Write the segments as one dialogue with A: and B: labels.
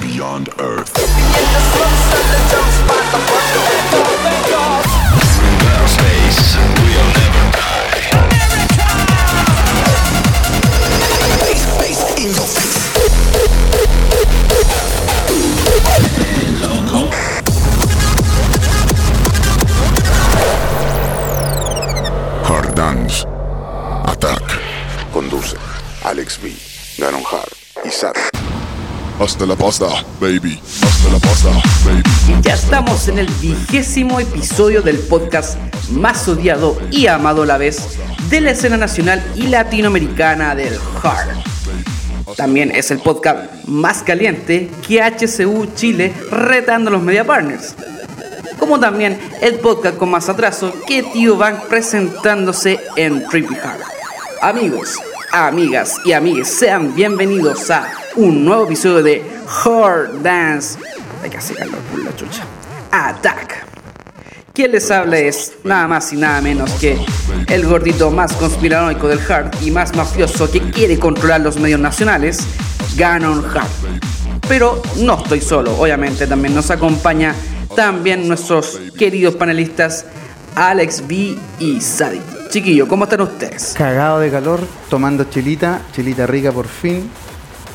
A: Beyond Earth.
B: Space will never die.
A: Hard Dance. Attack.
C: Conduce Alex B, Ganon Hart y Sat.
A: Hasta la pasta, baby. Hasta la pasta, baby.
D: Ya estamos en el vigésimo episodio del podcast más odiado y amado a la vez de la escena nacional y latinoamericana del hard. También es el podcast más caliente que HCU Chile retando a los media partners. Como también el podcast con más atraso que Tío Van presentándose en Trippy Hard. Amigos, amigas y amigues, sean bienvenidos a un nuevo episodio de Hard Dance. Hay que hacer calor por la chucha. Attack. Quien les habla es nada más y nada menos que el gordito más conspiranoico del hard y más mafioso que quiere controlar los medios nacionales, Ganon Hard. Pero no estoy solo, obviamente también nos acompaña también nuestros queridos panelistas Alex B y Sadik. Chiquillo, ¿cómo están ustedes?
E: Cagado de calor, tomando chilita, chilita rica por fin.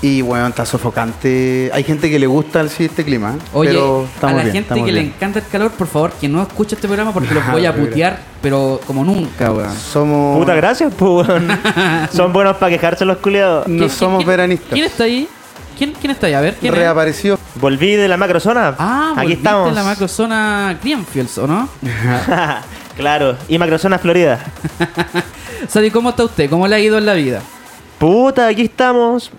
E: Y bueno, está sofocante. Hay gente que le gusta sí, este clima, ¿eh?
F: Oye,
E: pero
F: a
E: estamos
F: la
E: bien,
F: gente
E: estamos
F: que le
E: bien. Ah,
F: encanta el calor, por favor, que no escuche este programa porque los voy a
E: Mira.
F: putear, pero como nunca, weón.
E: Somos.
G: Puta, gracias, pues, weón. Son buenos para quejarse los culiados.
E: No
F: ¿Quién-
E: somos
F: quién-
E: veranistas.
F: ¿Quién está ahí? ¿Quién, quién está ahí? A ver, ¿quién es?
E: Reapareció.
G: Volví de la macrozona.
F: Ah,
G: aquí
F: volviste
G: estamos.
F: en la macrozona Greenfields, ¿o no?
G: claro, y macrozona Florida.
F: Sadi, ¿cómo está usted? ¿Cómo le ha ido en la vida?
G: Puta, aquí estamos.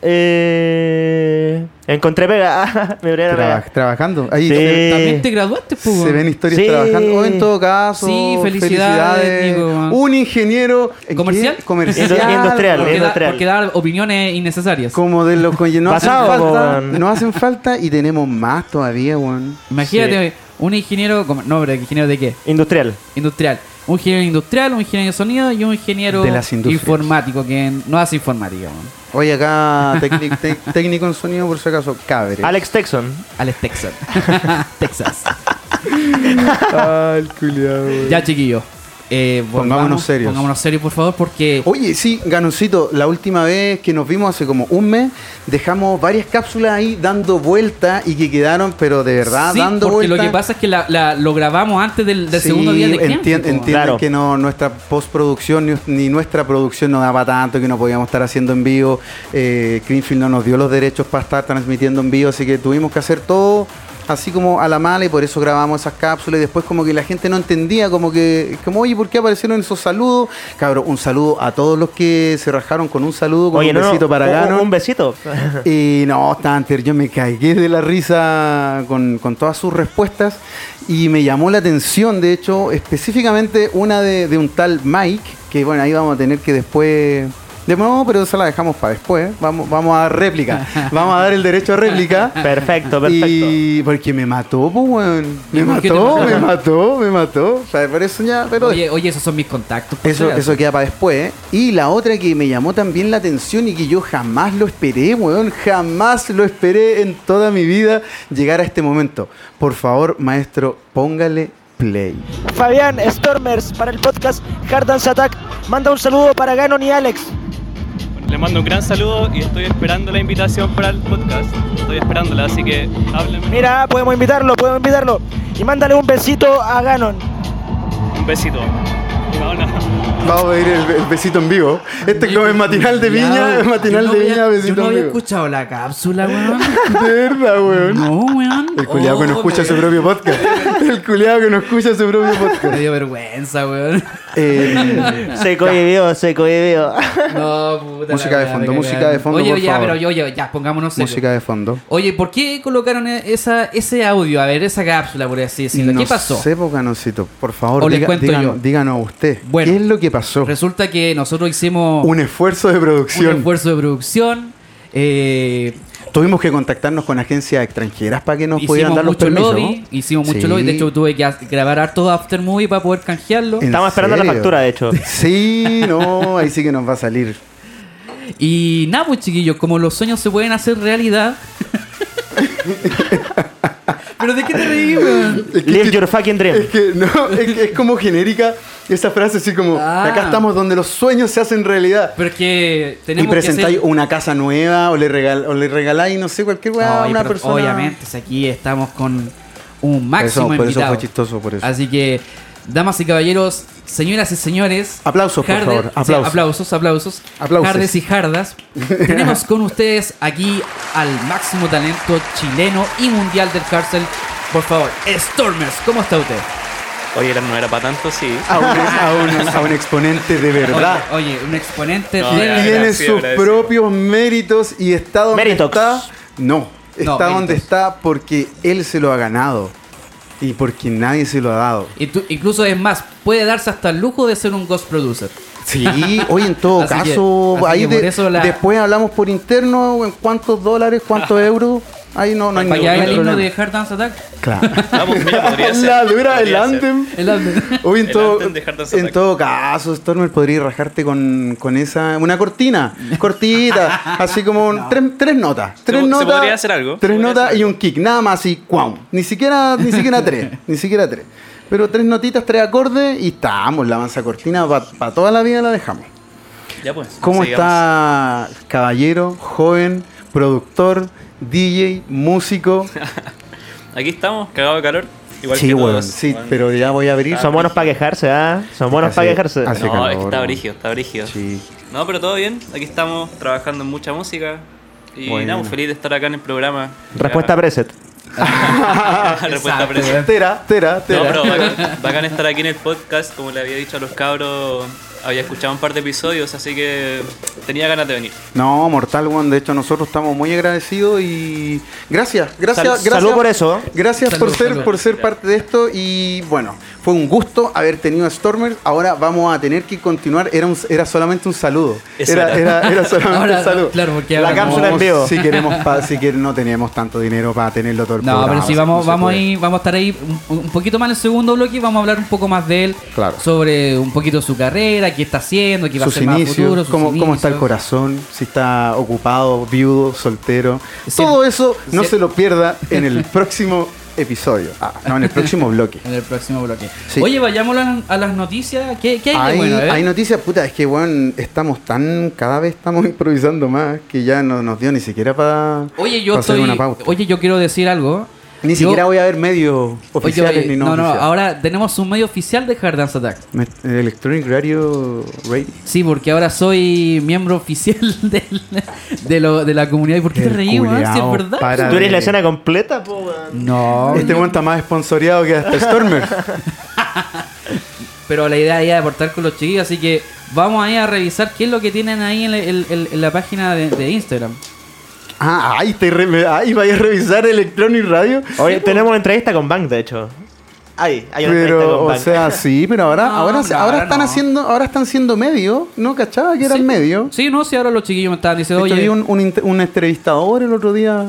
G: Eh... Encontré pega. Ah, Me abrieron
E: Traba-
G: pega.
E: Trabajando. Ahí
G: Sí.
E: se,
F: También te graduaste, pues.
E: Eh, se ven historias
G: Sí.
E: trabajando. O en todo caso.
F: Sí, felicidades, Nico.
E: Un ingeniero. ¿en
F: ¿Comercial?
E: qué? Comercial.
G: Indu- industrial. ¿eh?
F: Porque, da-
G: Industrial.
F: porque dar opiniones innecesarias.
E: Como de los que no hacen
G: Pasado,
E: falta.
G: weón.
E: No hacen falta y tenemos más todavía, weón.
F: Imagínate un ingeniero, como- no, pero ingeniero de qué?
G: Industrial.
F: Industrial. Un ingeniero industrial, un ingeniero de sonido y un ingeniero
E: De las industrias.
F: informático que no hace informática. weón.
E: Hoy acá, técnic- tec- técnico en sonido, por si acaso, cabre.
G: Alex Texon.
F: Alex Texas. Texas.
E: Ah, el culiao, weón.
F: Ya, chiquillos. Eh,
E: Pongámonos
F: volvamos,
E: serios. Oh,
F: Pongámonos serios, por favor, porque.
E: Oye, sí, Ganoncito, la última vez que nos vimos hace como un mes, dejamos varias cápsulas ahí dando vuelta y que quedaron, pero de verdad,
F: Sí,
E: dando
F: porque
E: vuelta.
F: lo que pasa es que la- la- lo grabamos antes del, del
E: Sí,
F: segundo día de camp,
E: entien-
F: po,
E: entiendan
F: weón.
G: Claro.
E: que no, nuestra postproducción ni, ni nuestra producción no daba tanto, que no podíamos estar haciendo en vivo. Eh, Greenfield no nos dio los derechos para estar transmitiendo en vivo, así que tuvimos que hacer todo así como a la mala y por eso grabamos esas cápsulas y después como que la gente no entendía, como que, como oye, ¿por qué aparecieron esos saludos? Cabrón, un saludo a todos los que se rajaron con un saludo, con un besito para
G: un-
E: Ganon.
G: Un besito.
E: Y no, Tanter, yo me cagué de la risa con, con todas sus respuestas y me llamó la atención, de hecho, específicamente una de, de un tal Mike, que bueno, ahí vamos a tener que después... De no, pero esa la dejamos para después. ¿eh? Vamos, vamos a dar réplica. Vamos a dar el derecho a réplica.
G: perfecto, perfecto.
E: Y porque me mató, pues, weón. Me
F: ¿Y por qué te
E: mató,
F: mató?
E: me mató, me mató. O sea, por eso ya, pero
F: Oye, oye, esos son mis contactos. pues, por si
E: eso,
F: acaso.
E: eso queda para después. ¿eh? Y la otra que me llamó también la atención y que yo jamás lo esperé, weón. Jamás lo esperé en toda mi vida llegar a este momento. Por favor, maestro, póngale play.
H: Fabián Stormers para el podcast Hard Dance Attack. Manda un saludo para Ganon y Alex.
I: Les mando un gran saludo y estoy esperando la invitación para el podcast. Estoy esperándola, así que háblenme.
H: Mira, podemos invitarlo, podemos invitarlo. Y mándale un besito a Ganon.
I: Un besito. No, no.
E: Vamos a pedir el, el besito en vivo. Este club es matinal de viña, es matinal
F: Yo no
E: de
F: había-
E: viña,
F: Yo no
E: besito en
F: había
E: vivo.
F: escuchado la cápsula, weón.
E: De verdad, weón.
F: No, weón.
E: El culiado que no
F: Oh,
E: escucha
F: me-
E: su propio podcast. El culiado que no escucha su propio
F: Me
E: podcast.
F: dio vergüenza, weón.
E: Eh,
G: se cohibió, se cohibió.
F: No, puta. la
E: Música de
F: weá,
E: fondo,
F: me
E: música
F: cagaron.
E: de fondo,
F: Oye,
E: por
F: ya,
E: favor.
F: pero yo, yo, ya, pongámonos serios.
E: música de fondo.
F: Oye, ¿por qué colocaron e- esa, ese audio? A ver, esa cápsula, por así decirlo.
E: no
F: ¿Qué pasó?
E: sé, po, Canoncito. Por favor,
F: O les
E: diga-
F: cuento
E: díganos,
F: yo.
E: díganos usted.
F: Bueno.
E: ¿Qué es lo que pasó?
F: Resulta que nosotros hicimos
E: Un esfuerzo de
F: un
E: producción.
F: esfuerzo de producción. Eh,
E: Tuvimos que contactarnos con agencias extranjeras para que nos pudieran
F: hicimos
E: dar los
F: mucho
E: permisos.
F: lobby.
E: ¿no?
F: Hicimos mucho
E: Sí.
F: lobby. De hecho, tuve que ha- grabar harto after movie para poder canjearlo.
E: ¿En
G: Estamos esperando la factura, de hecho.
E: Sí, no, ahí sí que nos va a salir.
F: Y nada, pues chiquillos, como los sueños se pueden hacer realidad, ¿Pero de qué te reí, weón?
E: Es que-
G: Live
E: es que-
G: your fucking dream.
E: Es que no, es, que es como genérica esa frase así como
F: Ah.
E: acá estamos donde los sueños se hacen realidad.
F: Pero es que
E: Y
F: tenemos
E: presentáis
F: que hacer...
E: una casa nueva o le, regal, o le regaláis, no sé, cualquier weá a
F: Ay,
E: una
F: pero
E: persona.
F: Obviamente, si aquí estamos con un máximo
E: Por eso- por eso
F: invitado.
E: fue chistoso, por eso.
F: Así que, damas y caballeros, señoras y señores...
E: Aplausos, por favor,
F: sí,
E: aplausos.
F: aplausos, aplausos.
E: Aplausos.
F: Jardes y jardas. tenemos con ustedes aquí al máximo talento chileno y mundial del cárcel. Por favor, Stormers, ¿cómo está usted?
I: Oye, no era para tanto, sí.
E: A un, a un- a un exponente de verdad.
F: Oye, oye, un exponente
I: No,
F: de...
I: ya,
E: Tiene
I: agradecido,
E: sus
I: agradecido.
E: propios méritos y está donde
G: Méritox.
E: está. No, está
F: No,
E: donde
F: méritos.
E: está porque él se lo ha ganado y porque nadie se lo ha dado.
F: Y tú- incluso es más, puede darse hasta el lujo de ser un ghost producer.
E: Sí, hoy en todo
F: Así que-
E: caso,
F: así
E: ahí
F: que
E: de-
F: por eso la-
E: después hablamos por interno en cuántos dólares, cuántos euros. Ahí no, no hay
F: Para que
E: ningún
F: haga el himno
E: problema.
F: de Hard Dance Attack.
E: Claro.
I: Vamos, Ah, pues, mira, podría ser.
E: La dura
I: podría
E: el
I: ser.
E: andem.
F: El álbum.
E: Hoy en
I: El
E: todo,
I: anthem de Hard Dance
E: en
I: Attack.
E: todo caso, Stormer podría rajarte con, con esa. Una cortina, cortita, así como un- tres, tres notas. Tres
I: po- se
E: notas.
I: podría hacer algo, se
E: Tres
I: podría
E: notas
I: hacer
E: y
I: algo.
E: un kick, nada más y cuau. Ni siquiera, ni siquiera tres, ni siquiera tres. Pero tres notitas, tres acordes y estamos. La mansa cortina para toda la vida la dejamos.
I: Ya pues.
E: ¿Cómo
I: sigamos.
E: está, caballero, joven, productor, DJ, músico?
I: Aquí estamos, cagado de calor. Igual que
E: weón,
I: todos.
E: sí,
I: Bueno.
E: pero ya voy a abrir.
G: Son buenos para quejarse, ¿ah? Son buenos
E: Así-
G: para quejarse.
E: así-
I: No,
E: calor,
I: es que está
E: weón.
I: brígido, está brígido.
E: Sí.
I: No, pero todo bien. Aquí estamos trabajando en mucha música. Y
E: Bueno.
I: nada, pues, feliz de estar acá en el programa.
G: Respuesta preset.
I: Ya- Respuesta
F: Exacto,
I: precio.
F: weón.
E: Tera, tera,
I: No,
E: tera.
I: pero bacán, bacán estar aquí en el podcast. Como le había dicho a los cabros, había escuchado un par de episodios, así que tenía ganas de venir.
E: No, Mortal One, de hecho nosotros estamos muy agradecidos y gracias, gracias,
G: Sal-
E: gracias.
G: salud por eso.
E: Gracias
F: Salud,
E: por ser
F: salud.
E: por ser parte de esto y bueno, fue un gusto haber tenido a Stormer. Ahora vamos a tener que continuar, era un- era solamente un saludo.
I: Eso
E: Era,
I: era.
E: era- era solamente
F: Ahora,
E: un saludo.
F: claro, porque
E: la
F: ahora
E: cápsula
G: como-
E: en vivo. Si queremos pa- si que no tenemos tanto dinero para tenerlo todo el
F: No,
E: programa,
F: pero sí,
E: así
F: vamos,
E: que no se
F: vamos,
E: puede.
F: ahí, vamos a estar ahí un, un poquito más en el segundo bloque y vamos a hablar un poco más de él.
E: Claro.
F: Sobre un poquito su carrera, qué está haciendo, qué va a
E: sus
F: hacer más a
E: inicios,
F: futuro. sus
E: cómo, cómo está el
F: inicios.
E: corazón, si está ocupado, viudo, soltero.
F: Es
E: Todo
F: cierto.
E: eso
F: Es
E: no
F: cierto.
E: se lo pierda en el próximo episodio. Ah, no, en el próximo bloque.
F: En el próximo bloque.
E: Sí.
F: Oye, vayamos a, a las noticias. ¿Qué, qué hay de
E: Hay,
F: bueno? eh? A ver.
E: hay noticias, puta, es que weón, estamos tan, cada vez estamos improvisando más que ya no nos dio ni siquiera para
F: Oye, yo
E: hacer
F: estoy.
E: una pauta.
F: Oye, yo quiero decir algo.
E: ni
F: Yo-
E: siquiera voy a ver medios
F: oye,
E: oficiales
F: oye,
E: ni no,
F: no, no,
E: oficiales.
F: ahora tenemos un medio oficial de Hard Dance Attack.
E: Me- Electronic Radio Radio.
F: Sí, porque ahora soy miembro oficial del- de, lo- de la comunidad. ¿Y por qué te
E: El
F: reí, weón? Si es
E: culiao
F: verdad.
E: para
G: ¿Tú eres la
E: de-
G: escena completa, po, weón?
F: No,
E: Este weón está más esponsoreado que hasta Stormer.
F: pero la idea era aportar con los chiquillos, así que vamos ahí a revisar qué es lo que tienen ahí en la, el- el- en la página de, de Instagram.
E: Ah, ahí, te re- ahí vaya a revisar Electronic Radio.
G: Hoy tenemos una entrevista con Bank, de hecho. Ay, hay una entrevista
E: Pero,
G: con
E: o
G: Bank.
E: sea, sí, pero ahora,
F: No,
E: ahora,
F: hombre,
E: ahora
F: ahora
E: están
F: no.
E: haciendo, ahora están siendo medio, ¿no? ¿Cachaba que eran
F: Sí.
E: medio?
F: Sí, no, si ahora los chiquillos me estaban
E: De
F: diciendo,
E: hecho,
F: oye,
E: vi un, un, int- un entrevistador el otro día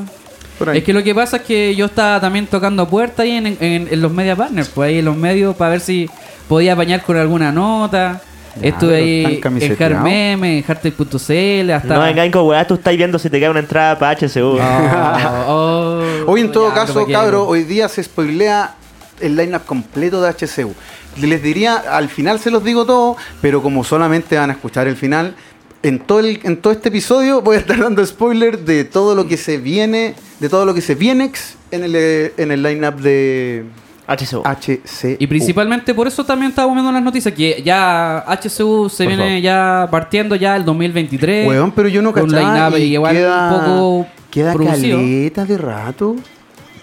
E: por ahí.
F: es que lo que pasa es que yo estaba también tocando puertas ahí en, en- en los media partners, pues ahí en los medios para ver si podía apañar con alguna nota.
E: Ya,
F: Estuve
E: pero
F: ahí
E: están
F: en
E: camiseteados.
F: Carmeme, en Hardtech.cl, hasta...
G: No vengan con weá, tú estás viendo si te cae una entrada para HCU.
F: Oh, oh,
E: hoy en todo
F: ya,
E: caso,
F: ¿para qué?
E: cabro, hoy día se spoilea el lineup completo de HCU. Les diría, al final se los digo todo, pero como solamente van a escuchar el final, en todo, el- en todo este episodio voy a estar dando spoiler de todo lo que se viene, de todo lo que se viene ex, en el, eh, en el lineup de
G: HCU.
E: Ah. HCU.
F: Y principalmente por eso también estaba viendo las noticias, que ya HCU se
E: Por
F: viene
E: favor.
F: ya partiendo ya el 2023.
E: Weón, pero yo no
F: con
E: cachaba
F: line-up
E: y
F: igual
E: queda,
F: un poco
E: queda
F: producido.
E: caleta de rato.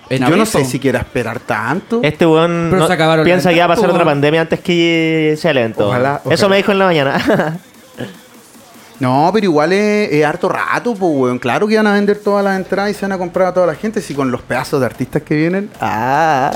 F: En
E: yo
F: abril,
E: no sé
F: po.
E: si quiera esperar tanto.
G: Este weón
F: Pero
G: no-
F: se acabaron
G: piensa
F: las
G: que va a pasar
F: entradas,
G: otra
F: po, weón.
G: pandemia antes que sea lento.
E: Ojalá,
G: weón.
E: ojalá.
G: Eso me dijo en la mañana.
E: No, pero igual es, es harto rato, pues, weón. Claro que van a vender todas las entradas y se van a comprar a toda la gente. Si con los pedazos de artistas que vienen. Ah,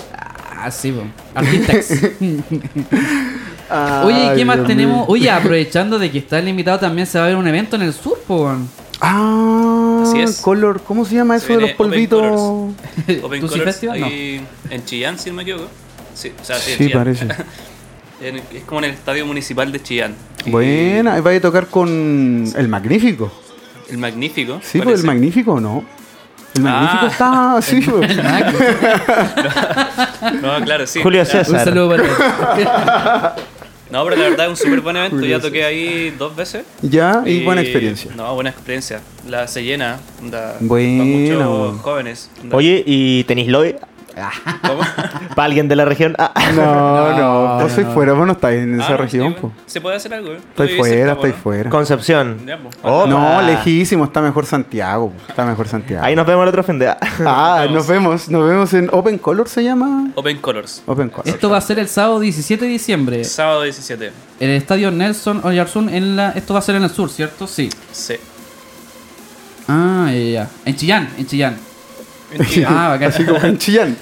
F: Ah, sí, po. Artistas.
E: ah,
F: Oye, ¿y ¿qué más
E: Dios
F: tenemos?
E: mío.
F: Oye, aprovechando de que está el invitado, también se va a ver un evento en el sur, po, weón.
E: Ah,
I: Así es.
E: color. ¿Cómo se llama
I: Se
E: eso de los
I: viene Open
E: polvitos?
I: Colors.
F: ¿Tú
I: Open
F: sí
I: Colors,
F: festival? No.
I: ahí en Chillán, si no me equivoco. Sí, o sea, sí, en
E: Sí,
I: Chillán.
E: parece.
I: En- es como en el estadio municipal de Chillán. Y
E: Buena, ahí vaya a tocar con el Magnífico.
I: El Magnífico.
E: Sí, pues
I: parece.
E: el Magnífico, ¿no? El magnífico
I: Ah.
E: está así, güey.
I: No, claro, sí.
G: Julio
I: Ya.
F: Un
G: César.
F: saludo para él.
I: No, pero la verdad es un súper buen evento. Ya toqué ahí dos veces.
E: Ya, y buena experiencia.
I: No, buena experiencia. La se llena. onda,
E: Buena,
I: van muchos
E: weón.
I: jóvenes. onda.
G: Oye, ¿y tenéis Lloyd?
I: ¿Cómo?
G: ¿Para alguien de la región? Ah,
E: No, no, vos sois fuera, vos no estáis en esa
I: Ah,
E: región,
I: sí,
E: po.
I: weón. Se puede hacer algo, eh. Tú
E: Estáis
I: vivís
E: fuera,
I: cerca, po,
E: estáis
I: ¿no?
E: fuera.
G: Concepción.
I: Ya, pues.
G: Oh,
E: No,
G: ah.
E: lejísimo, está mejor Santiago, po. está mejor Santiago.
G: Ahí nos vemos el otro fin de... Ah.
E: Ah,
I: Vamos.
E: nos vemos, nos vemos en Open Color se llama.
I: Open Colors.
E: Open Color.
F: Esto va a ser el sábado 17 de diciembre.
I: Sábado 17.
F: En el estadio Nelson Oyarzún. En la... Esto va a ser en el sur, ¿cierto? Sí.
I: Sí.
F: Ah, ya, ya. En Chillán, en Chillán. Ah, bacán.
E: Así como en Chillán.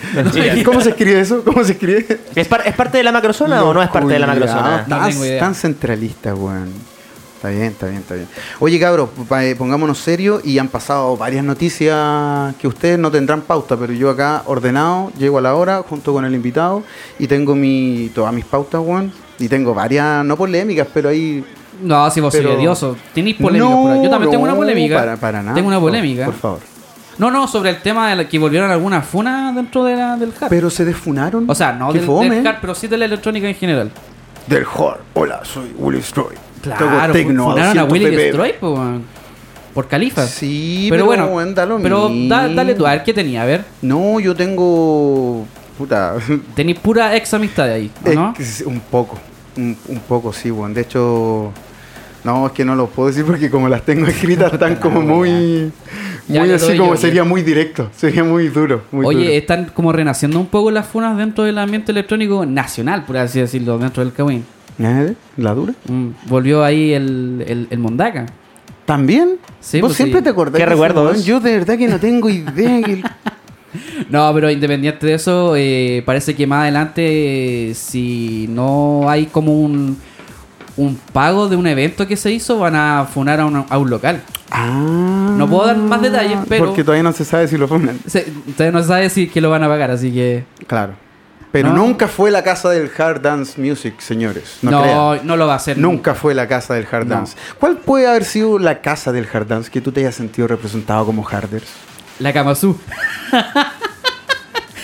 I: Chillán.
E: ¿Cómo se escribe eso? ¿Cómo se escribe?
G: ¿Es, par- es parte de la macrozona o no es parte de la
E: Cuidado,
G: macrozona?
F: No
E: Tan,
F: tengo idea.
E: tan centralista, weón. Está bien, está bien, está bien. Oye, cabros, pa- eh, pongámonos serios y han pasado varias noticias que ustedes no tendrán pauta, pero yo acá ordenado, llego a la hora junto con el invitado y tengo mi todas mis pautas, weón. Y tengo varias, no polémicas, pero ahí...
F: No, si vos
E: Pero-
F: sois odioso. Tenéis polémica por ahí. Yo también tengo una
E: no,
F: polémica.
E: Para, para nada.
F: Tengo una
E: por-
F: polémica.
E: Por favor.
F: No, no, sobre el tema de la- que volvieron algunas funas dentro de la- del hard.
E: Pero se desfunaron.
F: o sea, no
E: Qué
F: del,
E: fome.
F: del hard, pero sí de la electrónica en general.
E: Del Horde. Hola, soy Willy Stroy.
F: Claro, funaron a Willy Destroy po, weón. por Califa.
E: Sí, pero, weón, da lo
F: pero da-
E: mismo.
F: dale tú, a ver qué tenía, a ver.
E: No, yo tengo. Puta.
F: Tenéis pura ex amistad ahí, ¿o ¿no?
E: es un poco. Un, un poco, sí, weón. De hecho. No, es que no lo puedo decir porque como las tengo escritas están como muy.
F: Ya,
E: Muy
F: ya
E: así
F: doy
E: como
F: yo,
E: sería
F: ya.
E: muy directo. Sería muy duro. Muy
F: Oye,
E: duro.
F: están como renaciendo un poco las funas dentro del ambiente electrónico nacional, por así decirlo, dentro del Kawin.
E: ¿Eh? ¿La dura?
F: Mm, volvió ahí el, el, el Mondaca.
E: ¿También?
F: Sí,
E: Vos
F: pues
E: siempre
F: sí.
E: te acordás.
G: ¿Qué
E: de ese
G: recuerdos?
E: weón? Yo de verdad que no tengo idea. que-
F: No, pero independiente de eso, eh, parece que más adelante, eh, si no hay como un, un pago de un evento que se hizo, van a funar a un, a un local.
E: Ah.
F: No puedo dar más detalles, pero-
E: Porque todavía no se sabe si lo funan.
F: Se- Ustedes no saben si que lo van a pagar, así que...
E: Claro. Pero
F: No.
E: nunca fue la casa del hard dance music, señores. No,
F: No,
E: crean.
F: no, lo va a hacer.
E: Nunca fue la casa del hard
F: No.
E: dance. ¿Cuál puede haber sido la casa del hard dance que tú te hayas sentido representado como harders?
F: La Kamazú.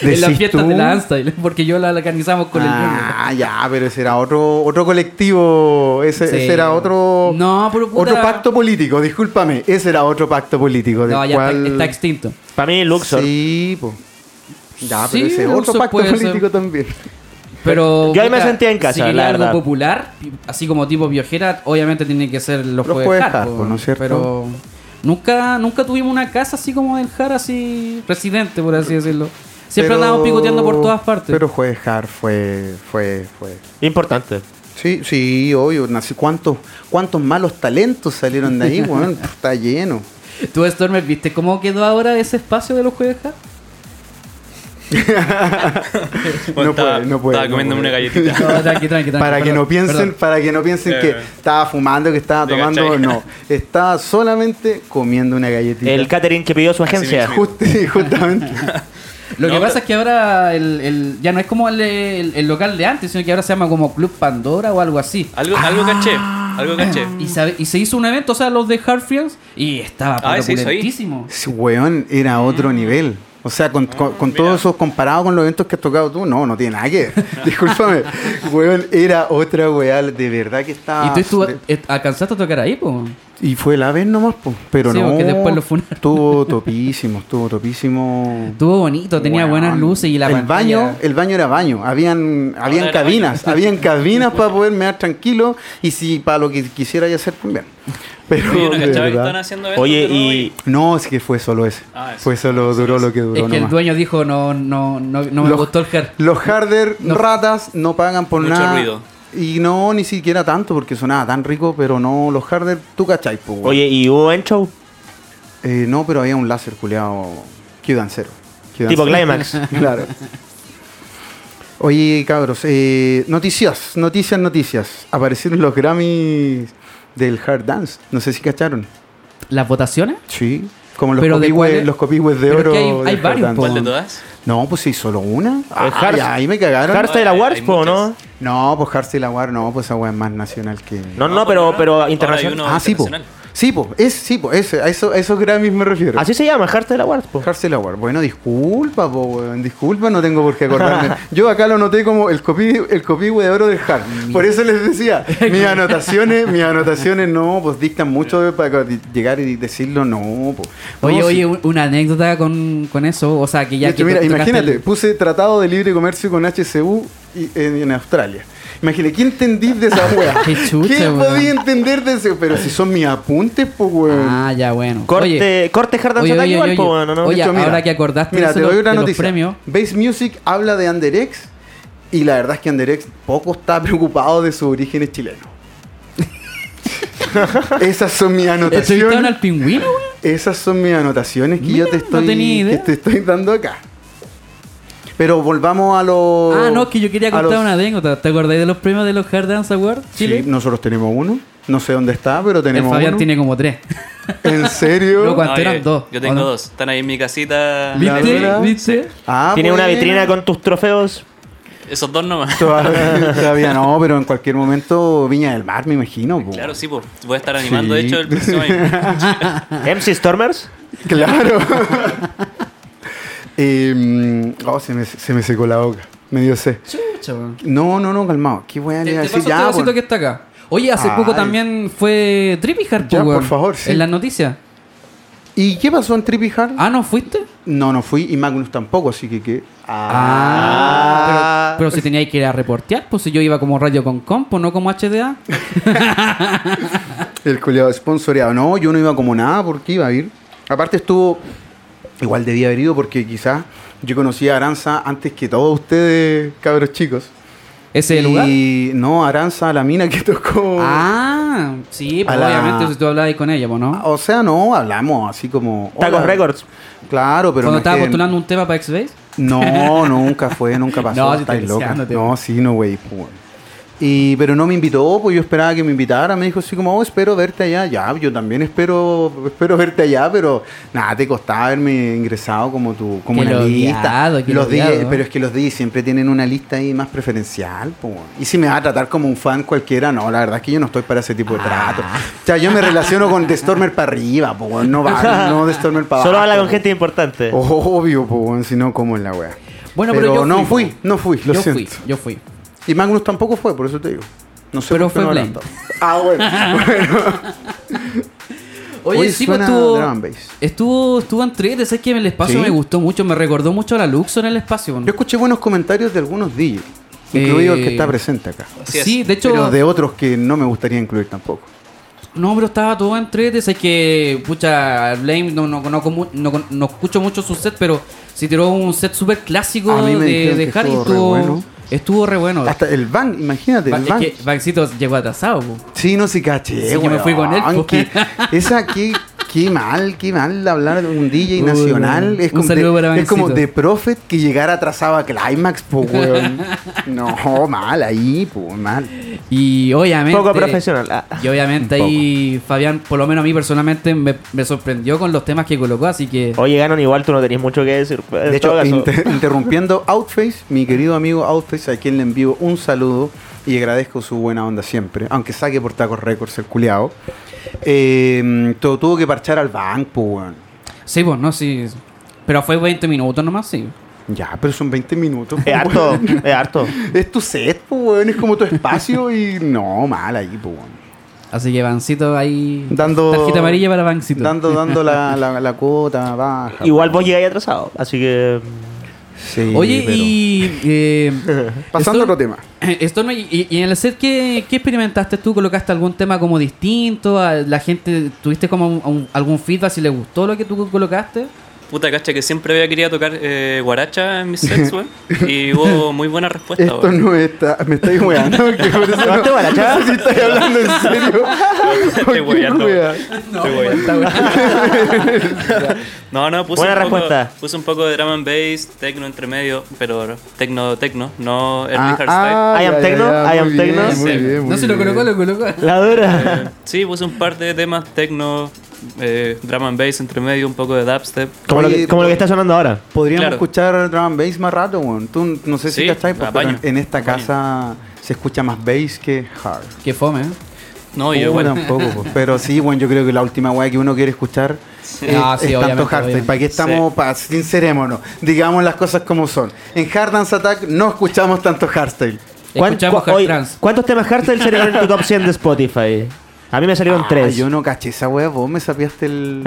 F: En las
E: ¿Decís
F: fiestas
E: tú?
F: de la Anstyle, porque yo la la organizamos con el...
E: Ah, ya, pero ese era otro, otro colectivo, ese,
F: Sí.
E: ese era otro,
F: No, pero puta-
E: otro pacto político, discúlpame, ese era otro pacto político. del
F: No, ya
E: cual-
F: está, está extinto.
G: Para mí, Luxor.
E: Sí, po. Ya,
F: Sí,
E: pero ese es otro
F: Luxor
E: pacto
F: puede ser.
E: político también.
F: Pero
G: Yo ahí me
F: puta,
G: sentía en casa,
F: Si quería
G: la
F: algo
G: verdad.
F: popular, así como tipo viajera, obviamente tiene que ser
E: Los
F: los, juegos
E: jueves
F: hard,
E: hard,
F: po,
E: ¿no es cierto?
F: Pero nunca, nunca tuvimos una casa así como del hard, así residente, por así decirlo. Siempre
E: Pero-
F: andábamos picoteando por todas partes.
E: Pero fue hard, fue, fue, fue.
G: Importante.
E: Sí, sí, obvio. Nací. ¿Cuántos, ¿Cuántos malos talentos salieron de ahí, weón? Pff, Está lleno.
F: Tú, Stormer, ¿viste cómo quedó ahora ese espacio de los juegos hard?
I: Bueno, estaba- estaba comiéndome una galletita.
F: No, tranqui, tranqui, tranqui,
E: Para que
F: perdón,
E: no piensen,
F: perdón.
E: para que no piensen que
I: Eh.
E: estaba fumando, que estaba
I: Te
E: tomando,
I: cachai.
E: no. Estaba solamente comiendo una galletita.
G: El catering que pidió su agencia.
I: mismo.
E: Just- sí, justamente.
F: Lo
I: No,
F: que
I: pero-
F: pasa es que ahora el, el- ya no es como el, el- el local de antes, sino que ahora se llama como Club Pandora o algo así.
I: Algo, algo caché. Algo caché.
F: Y, sabe- y se hizo un evento, o sea, los de Hard Friends, y estaba
I: Ah, se hizo ahí.
F: populentísimo.
E: Ese weón era otro nivel. O sea, con, con, con
I: mira.
E: todos esos comparados con los eventos que has tocado tú, no, no tiene nada que ver. Discúlpame. weón era otra weá, de verdad que estaba.
F: y tú estuvo-
E: Ah, de-
F: eh, alcanzaste a tocar ahí, po.
E: Y fue la vez nomás, po. pero
F: Sí,
E: no.
F: porque después lo funaron.
E: Estuvo topísimo, estuvo topísimo.
F: Estuvo bonito, tenía
E: Weón.
F: buenas luces y la
E: el
F: pantalla-
E: baño, el baño era baño, habían habían
I: era
E: cabinas, habían cabinas para poder mear tranquilo y si para lo que quisiera ya hacer también. Pero
I: Oye, ¿no
E: de
I: cachaba que
E: verdad-
I: están haciendo eventos
G: Oye,
I: de nuevo
G: y...
E: no, es que fue solo ese.
I: Ah, ese.
E: fue solo duró lo que duró
F: Es que el
E: nomás.
F: dueño dijo, no, no, no, no me
E: Los-
F: gustó el hard.
E: Los harder
F: No.
E: ratas no pagan por
I: Mucho
E: nada.
I: ruido.
E: Y no ni siquiera tanto porque sonaba tan rico, pero no los harder, tú cachai, po, weón.
G: Oye, ¿y hubo en show?
E: Eh, no, pero había un láser culeado Q-dancero.
G: Tipo Climax.
E: Claro. Oye, cabros, eh, noticias, noticias, noticias. Aparecieron los Grammys del Hard Dance. No sé si cacharon.
F: ¿Las votaciones?
E: Sí. Como los
F: Pero de cuál
E: copihues
F: es-
E: los copihues de
F: pero es
E: oro.
F: que hay-
E: del
F: hay
E: Hard
F: varios,
E: Dance.
F: po.
I: ¿Cuál de todas?
E: No, pues sí, solo
F: Eh,
E: una. Ah,
G: Hard-
E: ya, ahí me cagaron.
G: Hardstyle
I: Hay-
G: Awards,
I: hay
G: po, ¿no?
I: muchas.
E: No, pues Hardstyle Aguar, no, pues esa wea es más nacional que.
G: No, no,
I: No,
G: pero,
I: no,
G: pero
I: ahora hay
G: internacional.
I: uno-
E: ah, sí, pues.
I: internacional.
E: Sí, po, es, sí, po, ese, a, eso, a esos Grammys me
F: Ah,
E: refiero.
G: Así se llama, Heart de la Ward, po.
E: Carcel Award. Bueno, disculpa, po, weón, disculpa, no tengo por qué acordarme. Yo acá lo noté como el copy, el copihue de oro del Hart. Por eso les decía, mis anotaciones, mis anotaciones no, pues dictan mucho de- para di- llegar y decirlo no, po. No,
F: Oye,
E: sí.
F: oye, un- una anécdota con, con eso. O sea, que ya
E: De hecho,
F: que
E: mira,
F: to- tocaste
E: imagínate,
F: el-
E: puse tratado de libre comercio con HCU y- en, en Australia. Imagínate, ¿qué entendís de esa wea?
F: Qué chucha,
E: ¿Qué
F: weón.
E: podía entender de eso? Pero si son mis apuntes, pues, weón.
F: Ah, ya, bueno.
G: Corte, corte Hard
F: oye,
G: Dance Attack
F: oye,
G: igual,
F: oye,
G: po, bueno, ¿no?
F: oye,
E: De hecho,
F: ahora que acordaste
E: mira,
F: de eso,
E: te doy
F: los-
E: una
F: de los
E: noticia.
F: premios.
E: Bass Music habla de Anderex y la verdad es que Anderex poco está preocupado de sus orígenes chilenos. Esas son mis
F: ¿Entrevistaron
E: anotaciones.
F: al pingüino, güey?
E: Esas son mis anotaciones que
F: Mira,
E: yo te
F: no
E: estoy,
F: tenía idea.
E: que te estoy dando acá. Pero volvamos a los.
F: Ah, no, que yo quería
E: a
F: contar
E: los-
F: una anécdota. ¿Te acordáis de los premios de los Hard Dance Awards? Chile?
E: Sí, nosotros tenemos uno. No sé dónde está, pero
F: El
E: tenemos
F: Fabián
E: uno.
F: tiene como tres.
E: ¿En serio?
F: Loco, ¿Cuánto
I: yo-
F: eran? ¿Dos?
I: Yo tengo
F: ¿O no?
I: dos. Están ahí en mi
E: La
I: casita.
F: ¿Viste?
E: verdad.
F: ¿Viste?
E: Ah,
G: Tiene una
E: bueno.
G: vitrina con tus trofeos.
I: Esos dos nomás.
E: Todavía, todavía no, pero en cualquier momento Viña del Mar, me imagino. po.
I: Claro, sí, pues. Voy a estar animando, de
E: Sí.
I: hecho, el próximo año.
G: MC Ah. Stormers.
E: Claro. Em, oh, se me, se me secó la boca. Me dio sed.
F: Chucha, güey.
E: No, no, no, calmado. ¿Qué voy a
F: Te,
E: ir a
F: te
E: decir?
F: paso este
E: Ya,
F: vasito
E: por-
F: que está acá. Oye, hace
E: Ay.
F: poco también fue Trippy Hard, po,
E: Ya, por
F: weón,
E: favor, sí.
F: En las noticias.
E: ¿Y qué pasó en Trippy Hard?
F: Ah, ¿no fuiste?
E: No, no fui. Y Magnus tampoco, así que... que-
F: Ah, pero, pero si teníais que ir a reportear, pues si yo iba como radio con compo, no como HDA.
E: El culiado sponsoreado. No, yo no iba como nada porque iba a ir. Aparte estuvo... Igual debía haber ido porque quizás yo conocía a Aranza antes que todos ustedes, cabros chicos.
F: Ese ¿Este lugar.
E: Y no, Aranza, la mina que tocó...
F: Ah, sí, pues
E: A la- Ah, oh,
F: obviamente si tú hablabas con ella, pues, ¿no?
E: O sea, no, hablamos así como...
G: Tacos
E: "Hola".
G: Records.
E: Claro, pero
F: Cuando
E: no es
F: estaba
E: que-
F: postulando un tema para X-Base.
E: No, nunca fue, nunca pasó.
F: No, sí
E: estáis
F: estoy
E: loca.
F: deseándote.
E: No, sí, no, güey. pú. Y, pero no me invitó, pues yo esperaba que me invitara. Me dijo así como, oh, espero verte allá. Ya, yo también espero espero verte allá, pero nada, te costaba haberme ingresado como tu como
F: Qué
E: una
F: lobiado,
E: lista.
F: qué
E: Los DJs,
F: lobiado.
E: pero es que los DJs siempre tienen una lista ahí más preferencial. pú. Y si me va a tratar como un fan cualquiera, no, la verdad es que yo no estoy para ese tipo de trato.
F: Ah.
E: O sea, yo me relaciono con The Stormer para arriba, pú. no va, no The Stormer para abajo.
G: Solo habla con
E: pú.
G: gente importante.
E: Obvio, pues, weón, si no, ¿cómo es la wea?
F: Bueno, pero, yo
E: no fui,
F: po.
E: no fui, lo
F: yo
E: siento.
F: fui, yo fui.
E: Y Magnus tampoco fue, por eso te digo. No sé
F: Pero
E: por qué
F: fue
E: no
F: Blame.
E: hablando. Ah, bueno.
F: Oye,
E: Hoy
F: sí, pues
E: suena
F: estuvo,
E: drum and bass.
F: estuvo, estuvo entrete, sabes que el espacio
E: Sí.
F: me gustó mucho, me recordó mucho a la Luxo en el espacio. ¿no?
E: Yo escuché buenos comentarios de algunos DJs, incluido el
F: Eh,
E: que está presente acá.
I: Así es.
F: Sí, de hecho,
E: Pero de otros que no me gustaría incluir tampoco.
F: no, pero estaba todo entrete, sabes que, pucha, Blame no, no, conozco mu- no, con- no escucho mucho su set, pero sí tiró un set súper clásico
E: A mí me
F: de,
E: dijeron
F: de
E: que
F: Harry,
E: estuvo re
F: estuvo,
E: bueno.
F: estuvo re bueno.
E: Hasta el Bang, imagínate,
F: Ba-
E: el
F: es
E: Bang.
F: que Bancito llegó atrasado, po.
E: Sí, no se caché,
F: Sí, yo me fui con él,
E: weón,
F: po.
E: que- Esa, qué, qué mal, qué mal hablar de un DJ
F: Uy,
E: nacional.
F: weón.
E: Es
F: Un
E: como,
F: saludo
E: de,
F: para
E: es como
F: Maxito.
E: The Prophet que llegara atrasado a Climax, po, weón. No, mal ahí, po, mal.
F: Y obviamente.
G: Poco profesional. Ah.
F: Y obviamente
E: Un poco.
F: ahí Fabián, por lo menos a mí personalmente, me, me sorprendió con los temas que colocó, así que.
E: Oh.
G: Oye, Ganon, igual tú no tenías mucho que decir. pues,
E: De hecho, inter- interrumpiendo Outface, mi querido amigo Outface, a quien le envío un saludo y agradezco su buena onda siempre, aunque saque por Tacos Records el culiao. Eh, tu- tuvo que parchar al banco, weón.
F: Sí, pues, no, sí. Pero fue 20 minutos nomás, sí.
E: Ya, pero son 20 minutos.
G: es
E: po,
G: harto,
E: weón.
G: es harto.
E: Es tu set, po, weón, es como tu espacio y no, mal ahí, po, weón.
F: Así que Bancito ahí.
E: Dando-
F: Tarjeta amarilla para Bancito.
E: Dando, dando la, la, la cuota baja.
G: Igual vos llegáis atrasado, así que. mm.
E: Sí,
F: Oye,
E: pero-
F: y. eh,
E: Pasando a
F: esto-
E: otro tema.
F: Eh, Esto no, y, y en el set, ¿qué, qué experimentaste tú? ¿Colocaste algún tema como distinto? ¿A ¿La gente tuviste como un- un- algún feedback si le gustó lo que tú colocaste?
I: Puta cacha que siempre había querido tocar eh, guaracha en mis sets, weón. Y hubo muy buena respuesta,
E: Esto
I: weón.
E: no está. Me estáis weando. que por eso no,
G: ¿Tomaste guarachá?
E: no sé si estáis hablando en serio.
I: Estoy weando,
E: Qué
I: weón.
E: wea.
I: Estoy weando. No, no, puse
G: Buena
I: un poco,
G: respuesta.
I: Puse un poco de drum and bass, techno entre medio, pero techno, techno, no early
E: Ah,
I: hardstyle.
E: ah,
G: I am
E: ya, ya,
G: techno,
E: ya,
G: I am
E: muy
G: techno.
E: bien, muy
I: Sí.
E: bien, muy
F: no, si lo
E: bien.
F: colocó, lo colocó.
G: La dura.
I: Sí, puse un par de temas techno, eh, drum and bass entre medio, un poco de dubstep.
G: Como, lo
E: Oye,
G: que, como lo que está sonando ahora.
E: Podríamos
I: Claro.
E: escuchar drum and bass más rato, weón. Tú no sé si
I: Sí,
E: cachai, pues, pero
I: apaño,
E: en esta
I: apaño.
E: casa se escucha más bass que hard.
F: Qué fome, ¿eh?
I: No, yo igual.
E: tampoco, pues. pero sí, bueno, yo creo que la última weá que uno quiere escuchar es,
F: Ah, sí,
E: es tanto
F: obviamente,
E: hardstyle.
F: obviamente.
E: ¿Para qué estamos? Pa- sincerémonos, digamos las cosas como son. En Hard Dance Attack no escuchamos tanto hardstyle.
F: ¿Cuán- Escuchamos
G: cua-
F: hard
G: oye,
F: trans.
G: ¿Cuántos temas Hardstyle salieron en tu top 100 de Spotify? A mí me salieron
E: Ah,
G: tres.
E: Yo no caché esa weá, vos me sapiaste el.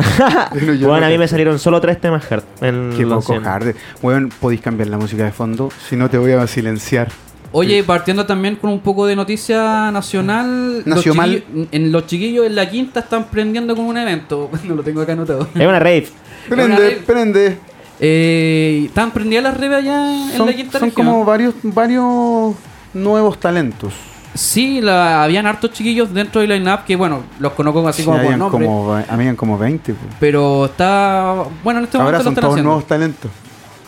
E: Bueno, yo
G: bueno,
E: no
G: a mí me
E: caché.
G: salieron solo tres temas Hard. En
E: Qué
G: los
E: poco
G: 100.
E: hard. Weón, podéis cambiar la música de fondo, si no te voy a silenciar.
F: Oye, partiendo también con un poco de noticia nacional. los
E: Nacional.
F: chiquillos- en los chiquillos en la quinta están prendiendo con un evento. No lo tengo acá anotado.
G: Es una rave.
F: Una
E: Prende,
F: rave.
E: prende.
F: Eh, ¿Están prendidas las redes allá en la
E: Son,
F: quinta
E: son
F: región?
E: como varios, varios nuevos talentos.
F: Sí, la, habían hartos chiquillos dentro del line-up que, bueno, los conozco así
E: Sí,
F: como por
E: habían,
F: nombre.
E: como, ve- habían como 20. pues.
F: Pero está. Bueno, en este
E: Ahora
F: momento lo
E: son
F: están
E: todos
F: haciendo.
E: nuevos talentos.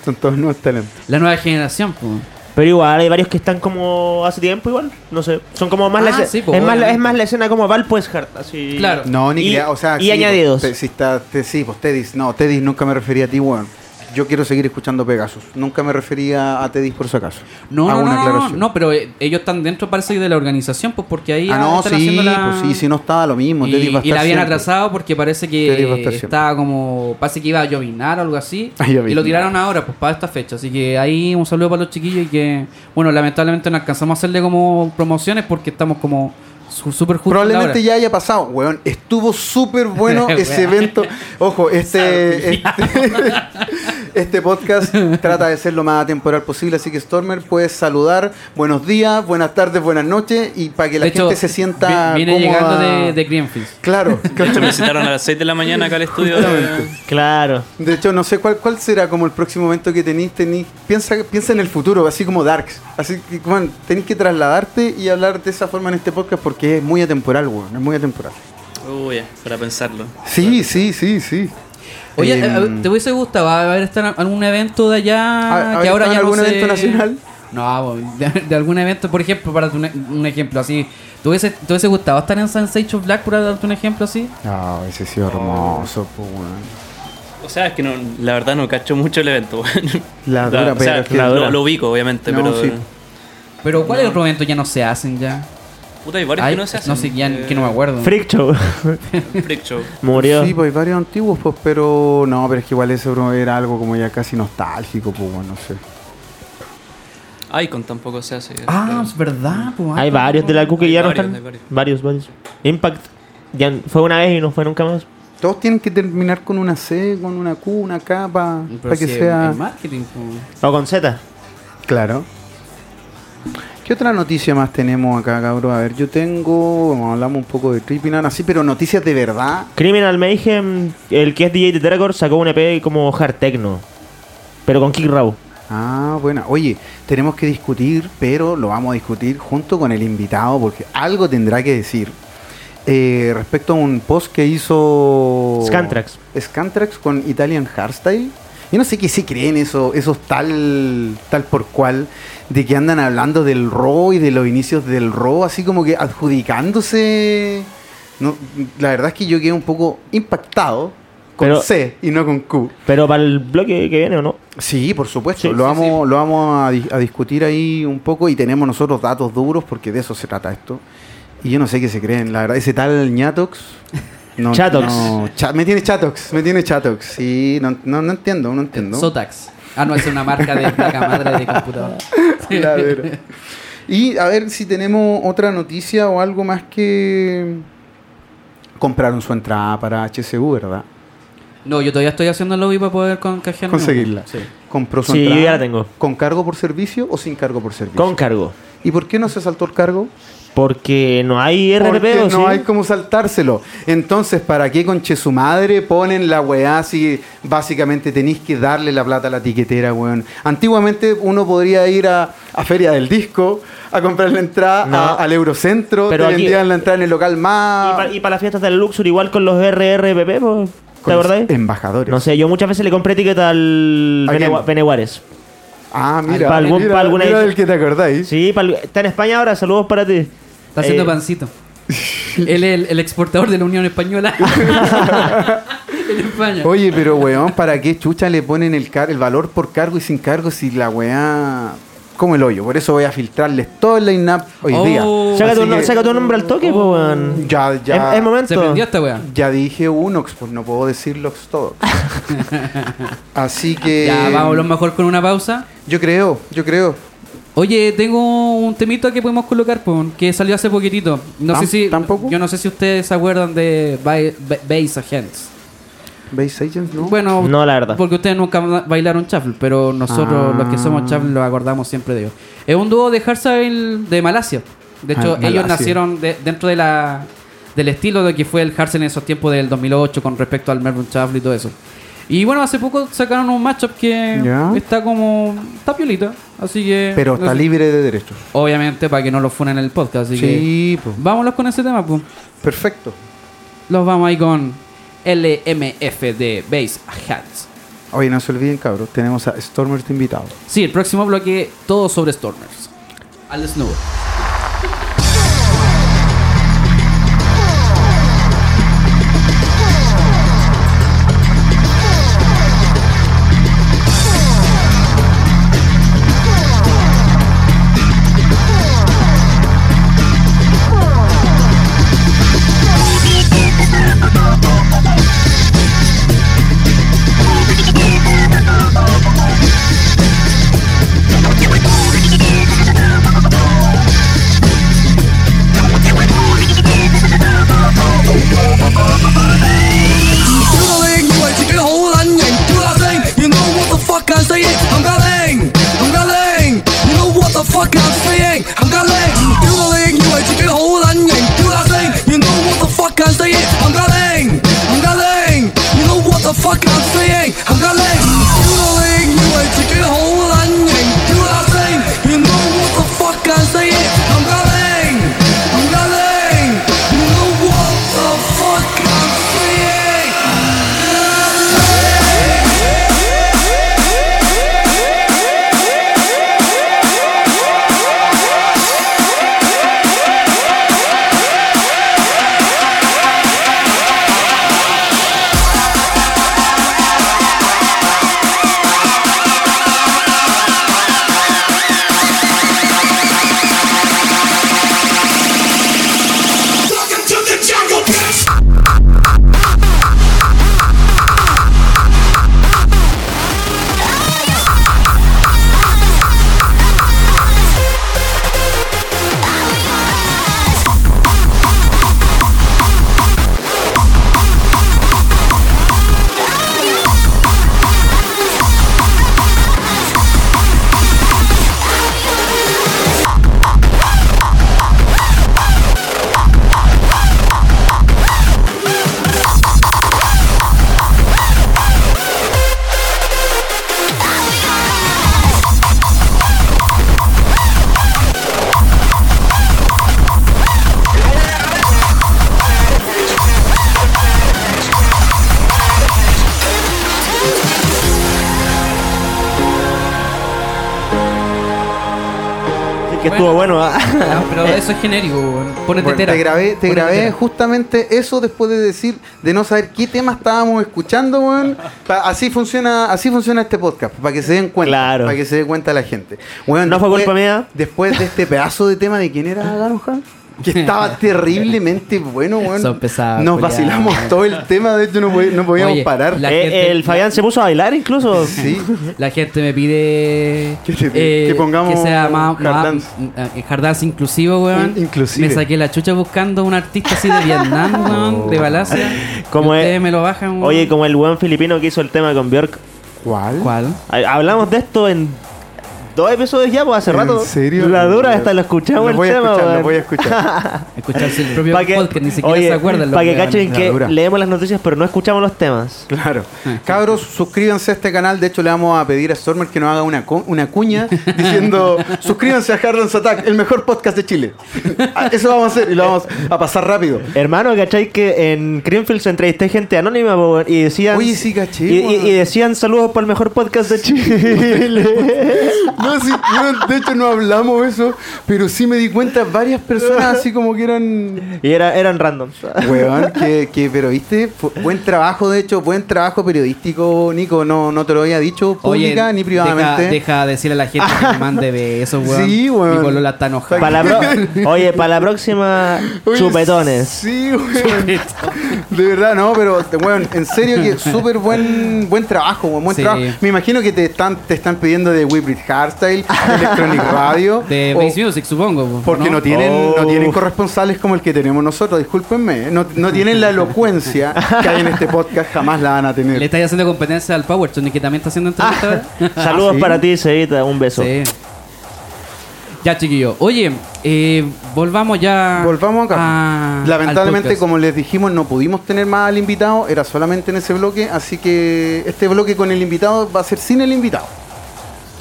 E: Son todos nuevos talentos.
F: La nueva generación, pues.
G: Pero igual, hay varios que están como hace tiempo igual. No sé. Son como más
F: Ah,
G: la escena.
F: sí, po,
G: es, más la,
F: obviamente.
G: es más la escena como Valpo es Hard. Así.
F: Claro.
E: No, ni
G: Y-
E: crea- o sea,
G: y añadidos.
E: pues, te- si está, te- sí, pues Teddy's. No, Teddy's nunca me refería a ti, weón. Yo quiero seguir escuchando Pegasus. Nunca me refería a Teddy's por si acaso.
F: No,
E: Hago Ah,
F: no,
E: una
F: no, no,
E: aclaración.
F: no, pero eh, ellos están dentro, parece, de la organización, pues porque ahí
E: Ah,
F: ah,
E: no,
F: están
E: sí,
F: haciendo la...
E: pues sí, si no estaba lo mismo.
F: Y,
E: Teddy's va a
F: y la
E: estar
F: habían
E: siempre.
F: atrasado porque parece
E: Teddy va a
F: que
E: estar siempre.
F: estaba como. Parece que iba a llovinar o algo así.
E: A llovinar.
F: y lo tiraron ahora, pues para esta fecha. Así que ahí un saludo para los chiquillos y que. Bueno, lamentablemente no alcanzamos a hacerle como promociones porque estamos como su- súper justos.
E: Probablemente
F: en la
E: ya
F: hora.
E: haya pasado, weón. Estuvo súper bueno ese
F: Weón.
E: evento. Ojo, este, este, este podcast trata de ser lo más atemporal posible, así que Stormer puedes saludar. Buenos días, buenas tardes, buenas noches y para que la
F: De hecho,
E: gente se sienta
F: vi- Viene
E: cómoda.
F: llegando de, de Greenfields.
E: Claro,
I: De hecho,
E: claro.
I: me citaron a las 6 de la mañana acá al estudio.
E: Justamente.
G: Claro.
E: De hecho, no sé cuál cuál será como el próximo evento que tenéis. tenéis- piensa, piensa en el futuro, así como Darks. Así que, weón, tenéis que trasladarte y hablar de esa forma en este podcast porque es muy atemporal, weón. Es muy atemporal.
I: Uy, ya, para pensarlo.
E: Sí, sí, sí, sí.
F: Oye,
E: Em,
F: eh, a- ¿te hubiese gustado haber estado en algún evento de allá?
E: ¿Ha-
F: que
E: ha- estado
F: ahora
E: en
F: ya no
E: algún
F: se-
E: evento nacional?
F: No, bo, de, de algún evento, por ejemplo, para darte un, e, un ejemplo así. ¿Te hubiese, te hubiese gustado estar en Sensation Black para darte un ejemplo así?
E: No, ese sí hermoso, po, weón.
I: O sea, es que no, la verdad no cacho mucho el evento. weón.
E: La dura,
I: o sea,
E: pero es que-
I: lo-
E: la dura.
I: Lo, ubico, obviamente,
F: Este,
E: No,
I: pero.
E: sí.
F: Pero ¿cuáles otros eventos ya no se hacen ya?
I: Puta, hay varios
F: Ay,
I: que no se hacen.
F: sé, ya
I: Eh,
F: que no me acuerdo.
G: Freak Show.
I: Freak Show.
G: Murió.
E: Sí, pues hay varios antiguos, pues, pero no, pero es que igual eso bro, era algo como ya casi nostálgico, pues, weón, no sé.
I: Icon tampoco se hace.
F: Ah, es verdad.
E: pues,
F: po,
G: hay
F: ah,
G: varios de la Q que
I: Hay
G: ya no
I: varios,
G: están.
I: hay varios.
G: Varios, varios. Impact. Ya n- fue una vez y no fue nunca más.
E: Todos tienen que terminar con una C, con una Q, una K, para
F: Pero
E: que
F: si
E: sea.
F: en marketing, po.
G: O con Z.
E: Claro. ¿Qué otra noticia más tenemos acá, cabrón? A ver, yo tengo. bueno, hablamos un poco de Tripping así, pero noticias de verdad.
G: Criminal Mayhem, el que es DJ de Dragor, sacó un EP como hard techno. Pero con Kick Raw.
E: Ah, bueno. Oye, tenemos que discutir, pero lo vamos a discutir junto con el invitado porque algo tendrá que decir. Eh, respecto a un post que hizo
G: Scantrax.
E: Scantrax con Italian Hardstyle. Yo no sé qué se creen eso, esos tal, tal por cual, de que andan hablando del rock y de los inicios del rock, así como que adjudicándose. No, la verdad es que yo quedé un poco impactado con
G: Pero-
E: C y no con Q.
G: Pero para el bloque que viene, ¿o no?
E: Sí, por supuesto.
G: Sí,
E: lo,
G: sí,
E: vamos, lo vamos a, di- a discutir ahí un poco y tenemos nosotros datos duros porque de eso se trata esto. Y yo no sé qué se creen, la verdad. Ese tal ñatox. No,
G: Chatox.
E: no, cha- me tiene chatox, me tiene chatox. Sí, no, no, no entiendo, no entiendo.
F: Sotax. Ah, no, es una marca de placa madre de computadora.
E: La verdad. Y a ver si tenemos otra noticia o algo más que... Compraron su entrada para HCU, ¿verdad?
F: No, yo todavía estoy haciendo el lobby para poder concajearme.
E: Conseguirla.
F: Sí.
E: Compró su
G: Sí, yo
E: entrada.
G: ya la tengo.
E: ¿Con cargo por servicio o sin cargo por servicio?
G: Con cargo.
E: ¿Y por qué no se saltó el cargo?
G: Porque no hay
E: Porque
G: RP
E: no
G: o sí.
E: hay como saltárselo. Entonces, ¿para qué conche su madre ponen la weá si básicamente tenéis que darle la plata a la tiquetera, weón? Antiguamente uno podría ir a, a Feria del Disco a comprar la entrada
G: No.
E: a- al Eurocentro,
G: Pero
E: te
G: aquí-
E: vendían la entrada en el local
G: Y
E: más.
G: para las fiestas del Luxur, igual con los RRPP, pues, ¿te
E: Con los
G: acordás?
E: Embajadores.
G: No sé, yo muchas veces le compré etiqueta al
E: ¿A
G: Bene-
E: quién?
G: Beneguares.
E: Ah, mira,
G: para algún-
E: mira,
G: para alguna
E: mira
G: edición.
E: del que te acordáis.
G: Sí, pa'l- está en España ahora, saludos para ti.
F: Está haciendo
G: Eh,
F: pancito. Él es el, el exportador de la Unión Española. en España.
E: Oye, pero weón, ¿para qué chucha le ponen el, car el valor por cargo y sin cargo si la weá como el hoyo. Por eso voy a filtrarles todo el line-up hoy
F: Oh.
E: día.
G: Saca
E: Así
G: tu, no-
E: que
G: saca tu nombre al toque, po, weón.
E: Ya, ya.
G: Es, es momento.
F: Se prendió esta weá.
E: Ya dije unox, pues no puedo decir los todos. Así que.
F: Ya, vamos a lo mejor con una pausa.
E: Yo creo, yo creo.
F: Oye, tengo un temito que podemos colocar, po, que salió hace poquitito. No sé
E: ¿Tam-
F: si.
E: tampoco?
F: Yo no sé si ustedes se acuerdan de Ba- Ba- Base Agents.
E: ¿Base Agents, no?
F: Bueno,
G: No, la verdad.
F: Porque ustedes nunca ba- bailaron shuffle, pero nosotros
E: Ah.
F: los que somos shuffle los acordamos siempre de ellos. Es un dúo de hardstyle de Malasia. De hecho,
E: Ah,
F: ellos
E: Malasia.
F: nacieron de- dentro de la del estilo de que fue el hardstyle en esos tiempos del 2008 con respecto al Melbourne Shuffle y todo eso. Y bueno, hace poco sacaron un matchup que
E: Ya.
F: está como está piolita, así que
E: Pero está
F: eso-
E: libre de derechos.
F: obviamente para que no lo funen en el podcast, así
E: Sí,
F: que
E: po.
F: vámonos con ese tema, pues.
E: Perfecto.
F: Los vamos ahí con LMF de Bass Hats.
E: Oye, no se olviden, cabros, tenemos a Stormers de invitado.
F: Sí, el próximo bloque, todo sobre Stormers. Al desnudo.
G: Sí, que estuvo bueno. ah.
F: pero eso es genérico, weón. ponete
E: Bueno,
F: tera.
E: te grabé, te
F: Ponete
E: grabé
F: tera.
E: justamente eso después de decir, de no saber qué tema estábamos escuchando, weón. Pa- así funciona, así funciona este podcast, para que se den cuenta,
G: Claro.
E: para que se dé cuenta la gente. Weón,
G: No fue
E: después-
G: culpa mía.
E: Después de este pedazo de tema de quién era Garuja, que estaba terriblemente bueno, weón.
F: Son pesados,
E: Nos
F: culiados.
E: vacilamos todo el tema, de hecho no, pod- no podíamos
F: Oye,
E: parar.
F: la-
G: Eh,
F: gente-
G: el Fabián se puso a bailar incluso.
E: Sí.
F: La gente me pide eh,
E: Que te- que pongamos
F: que sea más,
E: hard
F: más-
E: dance.
F: eh, hard dance inclusivo, weón.
E: In- inclusive.
F: Me saqué la chucha buscando un artista así de Vietnam, weón,
E: Oh.
F: de Malasia.
G: Como
F: Y
G: es-
F: ustedes me lo bajan, weón.
G: Oye, como el weón filipino que hizo el tema con Björk.
E: ¿Cuál?
F: ¿Cuál?
G: Ha- Hablamos de esto en dos episodios ya, pues hace
E: ¿En
G: rato.
E: serio?
G: La dura hasta lo escuchamos
E: Lo
G: el
E: voy a
G: tema,
E: escuchar, lo
G: weón.
E: voy a escuchar.
F: Escucharse el propio
G: Pa' que-
F: podcast, ni siquiera
G: oye,
F: se acuerdan. los
G: Para que
F: weones.
G: cachen
E: La
G: que
E: dura.
G: leemos las noticias, pero no escuchamos los temas.
E: Claro.
F: Ah,
E: Cabros, suscríbanse a este canal. De hecho, le vamos a pedir a Stormer que nos haga una, cu- una cuña diciendo: suscríbanse a Hardlands Attack, el mejor podcast de Chile. Ah, Eso vamos a hacer y lo vamos a pasar rápido.
G: Hermano, ¿cachai? Que en Greenfield se entrevisté gente anónima po, weón, y decían.
E: Oye, sí, caché,
G: Y, y-
E: weón.
G: y decían saludos para el mejor podcast de Chile.
E: No, sí, bueno, de hecho no hablamos eso, pero sí me di cuenta varias personas así como que eran...
G: Y era, eran randoms.
E: Weón, que, que- pero viste, Fu- buen trabajo de hecho, buen trabajo periodístico, Nico, no, no te lo había dicho pública
F: Oye,
E: ni privadamente.
F: Deja, deja decirle a la gente que me mande besos, weón.
E: Sí, weón.
F: Mi polola está enojada.
G: Pa' la pro- Oye, para la próxima,
E: Oye,
G: chupetones.
E: Sí, weón. De verdad, no, pero, weón, en serio que súper buen, buen trabajo, weón, buen
F: Sí.
E: trabajo. Me imagino que te están, te están pidiendo de Whipped Hardstyle, Electronic Radio.
F: De
E: o-
F: Bass Music, supongo. po,
E: Oh. porque no, tienen, no tienen corresponsales como el que tenemos nosotros, discúlpenme. ¿eh? No, no tienen la elocuencia que hay en este podcast, jamás la van a
F: Le
E: tener.
F: estáis haciendo competencia al Power Tune, que también está haciendo entrevista ahora.
G: Saludos
E: sí.
G: para ti, Cevita. Un beso.
F: Sí. Ya, chiquillo. Oye, eh, volvamos ya.
E: Volvamos acá.
F: a- al
E: Lamentablemente,
F: podcast.
E: como les dijimos, no pudimos tener más al invitado, era solamente en ese bloque, así que este bloque con el invitado va a ser sin el invitado.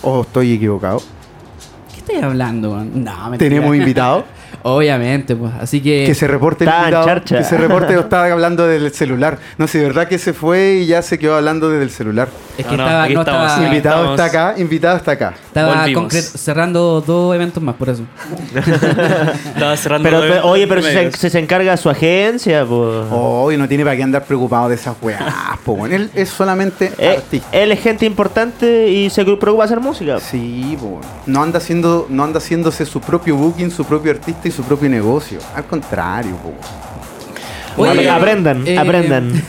E: ¿O estoy equivocado?
F: ¿Qué estáis hablando, weón? No, mentira.
E: ¿Tenemos invitado?
F: Obviamente, pues. Así que.
E: Que se reporte el
G: Está en
E: invitado,
G: charcha.
E: Que se reporte, estaba hablando del celular. No sé, de verdad que se fue y ya se quedó hablando desde el celular.
F: Es que
I: No, no,
F: estaba,
I: aquí
F: no
I: estamos.
G: Ah,
F: estaba-
I: Invita-
E: invitado
I: estamos.
E: está acá, invitado está acá.
F: estaba
I: Volvimos.
F: concre- cerrando dos eventos más, por eso.
I: Estaba cerrando
G: Pero,
I: los
G: pero- oye, pero si se,
I: medios.
G: si se encarga su agencia, pues.
E: Oh, y no tiene para qué andar preocupado de esas weas, po, weón. Él es solamente
G: Eh,
E: artista.
G: él es gente importante y se preocupa de hacer música.
E: Sí, po, weón. no anda haciendo, no anda haciéndose su propio booking, su propio artista y su propio negocio. Al contrario, po. weón.
G: Oye, aprendan,
F: eh,
G: aprendan.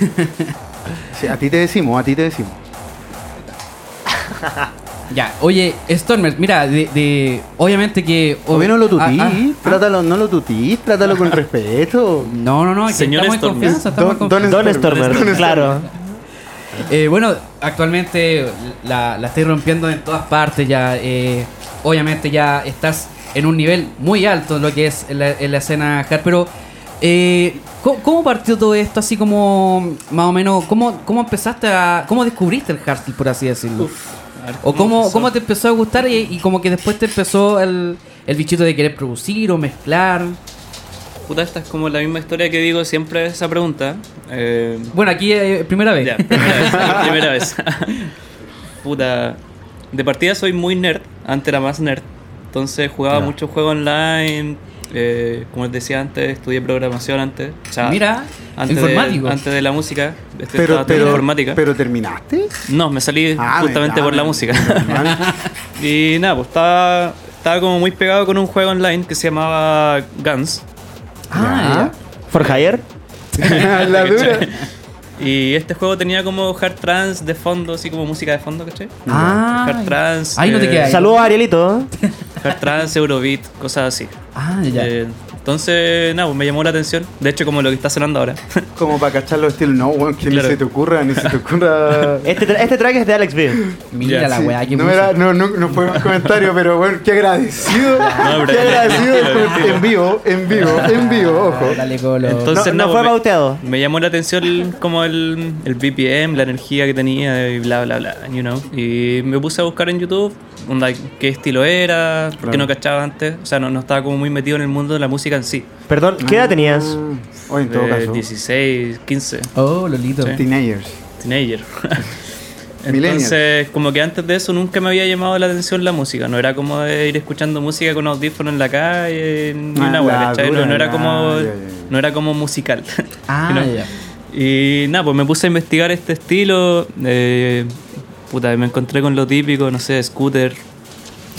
E: Sí, a ti te decimos, a ti te decimos.
F: Ya, oye, Stormers, mira, de, de- obviamente que.
E: O bien no lo tutís,
F: Ah, ah,
E: trátalo, no lo tutís, trátalo
I: Ah.
E: con respeto.
F: No, no, no, es que
I: Señor
F: estamos en
I: Stormers.
F: confianza, estamos en
E: Don-
F: confianza.
G: Don
E: Don
G: Stormer,
E: Stormer.
G: claro.
F: Eh, bueno, actualmente la, la estoy rompiendo en todas partes ya. eh, obviamente ya estás en un nivel muy alto en lo que es en la, en la escena hard, pero eh, ¿cómo, cómo partió todo esto? Así como, más o menos, ¿cómo, cómo empezaste a... ¿Cómo descubriste el hardstyle, por así decirlo?
I: A ver,
F: ¿O cómo,
I: empezó?
F: cómo te empezó a gustar y, y como que después te empezó el, el bichito de querer producir o mezclar?
I: Puta, esta es como la misma historia que digo siempre esa pregunta. Eh,
F: Bueno, aquí eh, primera vez.
I: Ya, primera vez. primera vez. Puta. De partida soy muy nerd. Antes era más nerd. Entonces jugaba mucho juego online. eh, como les decía antes, estudié programación antes. O sea,
F: Mira,
I: antes
F: informático.
I: De, antes de la música. Este, estaba
E: Pero,
I: estudiando
E: pero,
I: informática.
E: pero terminaste.
I: no, me salí
E: Ah,
I: justamente
E: mira,
I: por
E: mira,
I: la música.
E: normal.
I: y nada, pues estaba, estaba como muy pegado con un juego online que se llamaba Guns.
F: Ah,
G: For Hire.
E: Ah, la dura.
I: Y este juego tenía como hard trance de fondo, así como música de fondo, ¿cachai?
F: ya. Ah,
I: Hard trance. eh,
F: Ahí no te quedas.
G: Saludos a Arielito.
I: Hard trance, Eurobeat, cosas así.
F: Ah, ya.
I: Eh, entonces, nada, pues me llamó la atención. De hecho, como lo que está sonando ahora.
E: Como para cachar los estilos, no, weón, que
I: Claro.
E: ni se te ocurra, ni se te ocurra.
G: Este, tra- este track es de Alex B.
F: Mira
I: Ya,
F: la
E: Sí,
F: weá que
E: no,
F: puso.
E: era, no, no, no fue un comentario, pero bueno, qué agradecido.
I: pero-
E: qué agradecido en vivo, en vivo, en vivo, ojo.
F: Ah, Dale, Colo.
G: No, no
I: Entonces, nada,
G: fue
I: pues, me-
G: bauteado.
I: Me llamó la atención el- como el, el BPM, la energía que tenía y bla, bla, bla, you know. Y me puse a buscar en YouTube onda, qué estilo era, porque no cachaba antes. O sea, no, no estaba como muy metido en el mundo de la música en sí.
G: Perdón, ¿qué
E: Ah.
G: edad tenías?
E: Hoy en todo
I: Eh,
E: caso,
I: 16, 15,
F: Oh, Lolito.
E: teenagers.
I: teenager. Entonces,
E: Millennials.
I: como que antes de eso nunca me había llamado la atención la música. No era como de ir escuchando música con audífonos en la calle, ni
E: Ah,
I: una hueá,
E: la
I: ¿cachai?
E: dura,
I: No, no era
E: ya,
I: como,
E: ya, ya.
I: no era como musical.
F: Ah,
I: You know?
F: ya.
I: Y nada, pues me puse a investigar este estilo. eh, puta, me encontré con lo típico, no sé, scooter.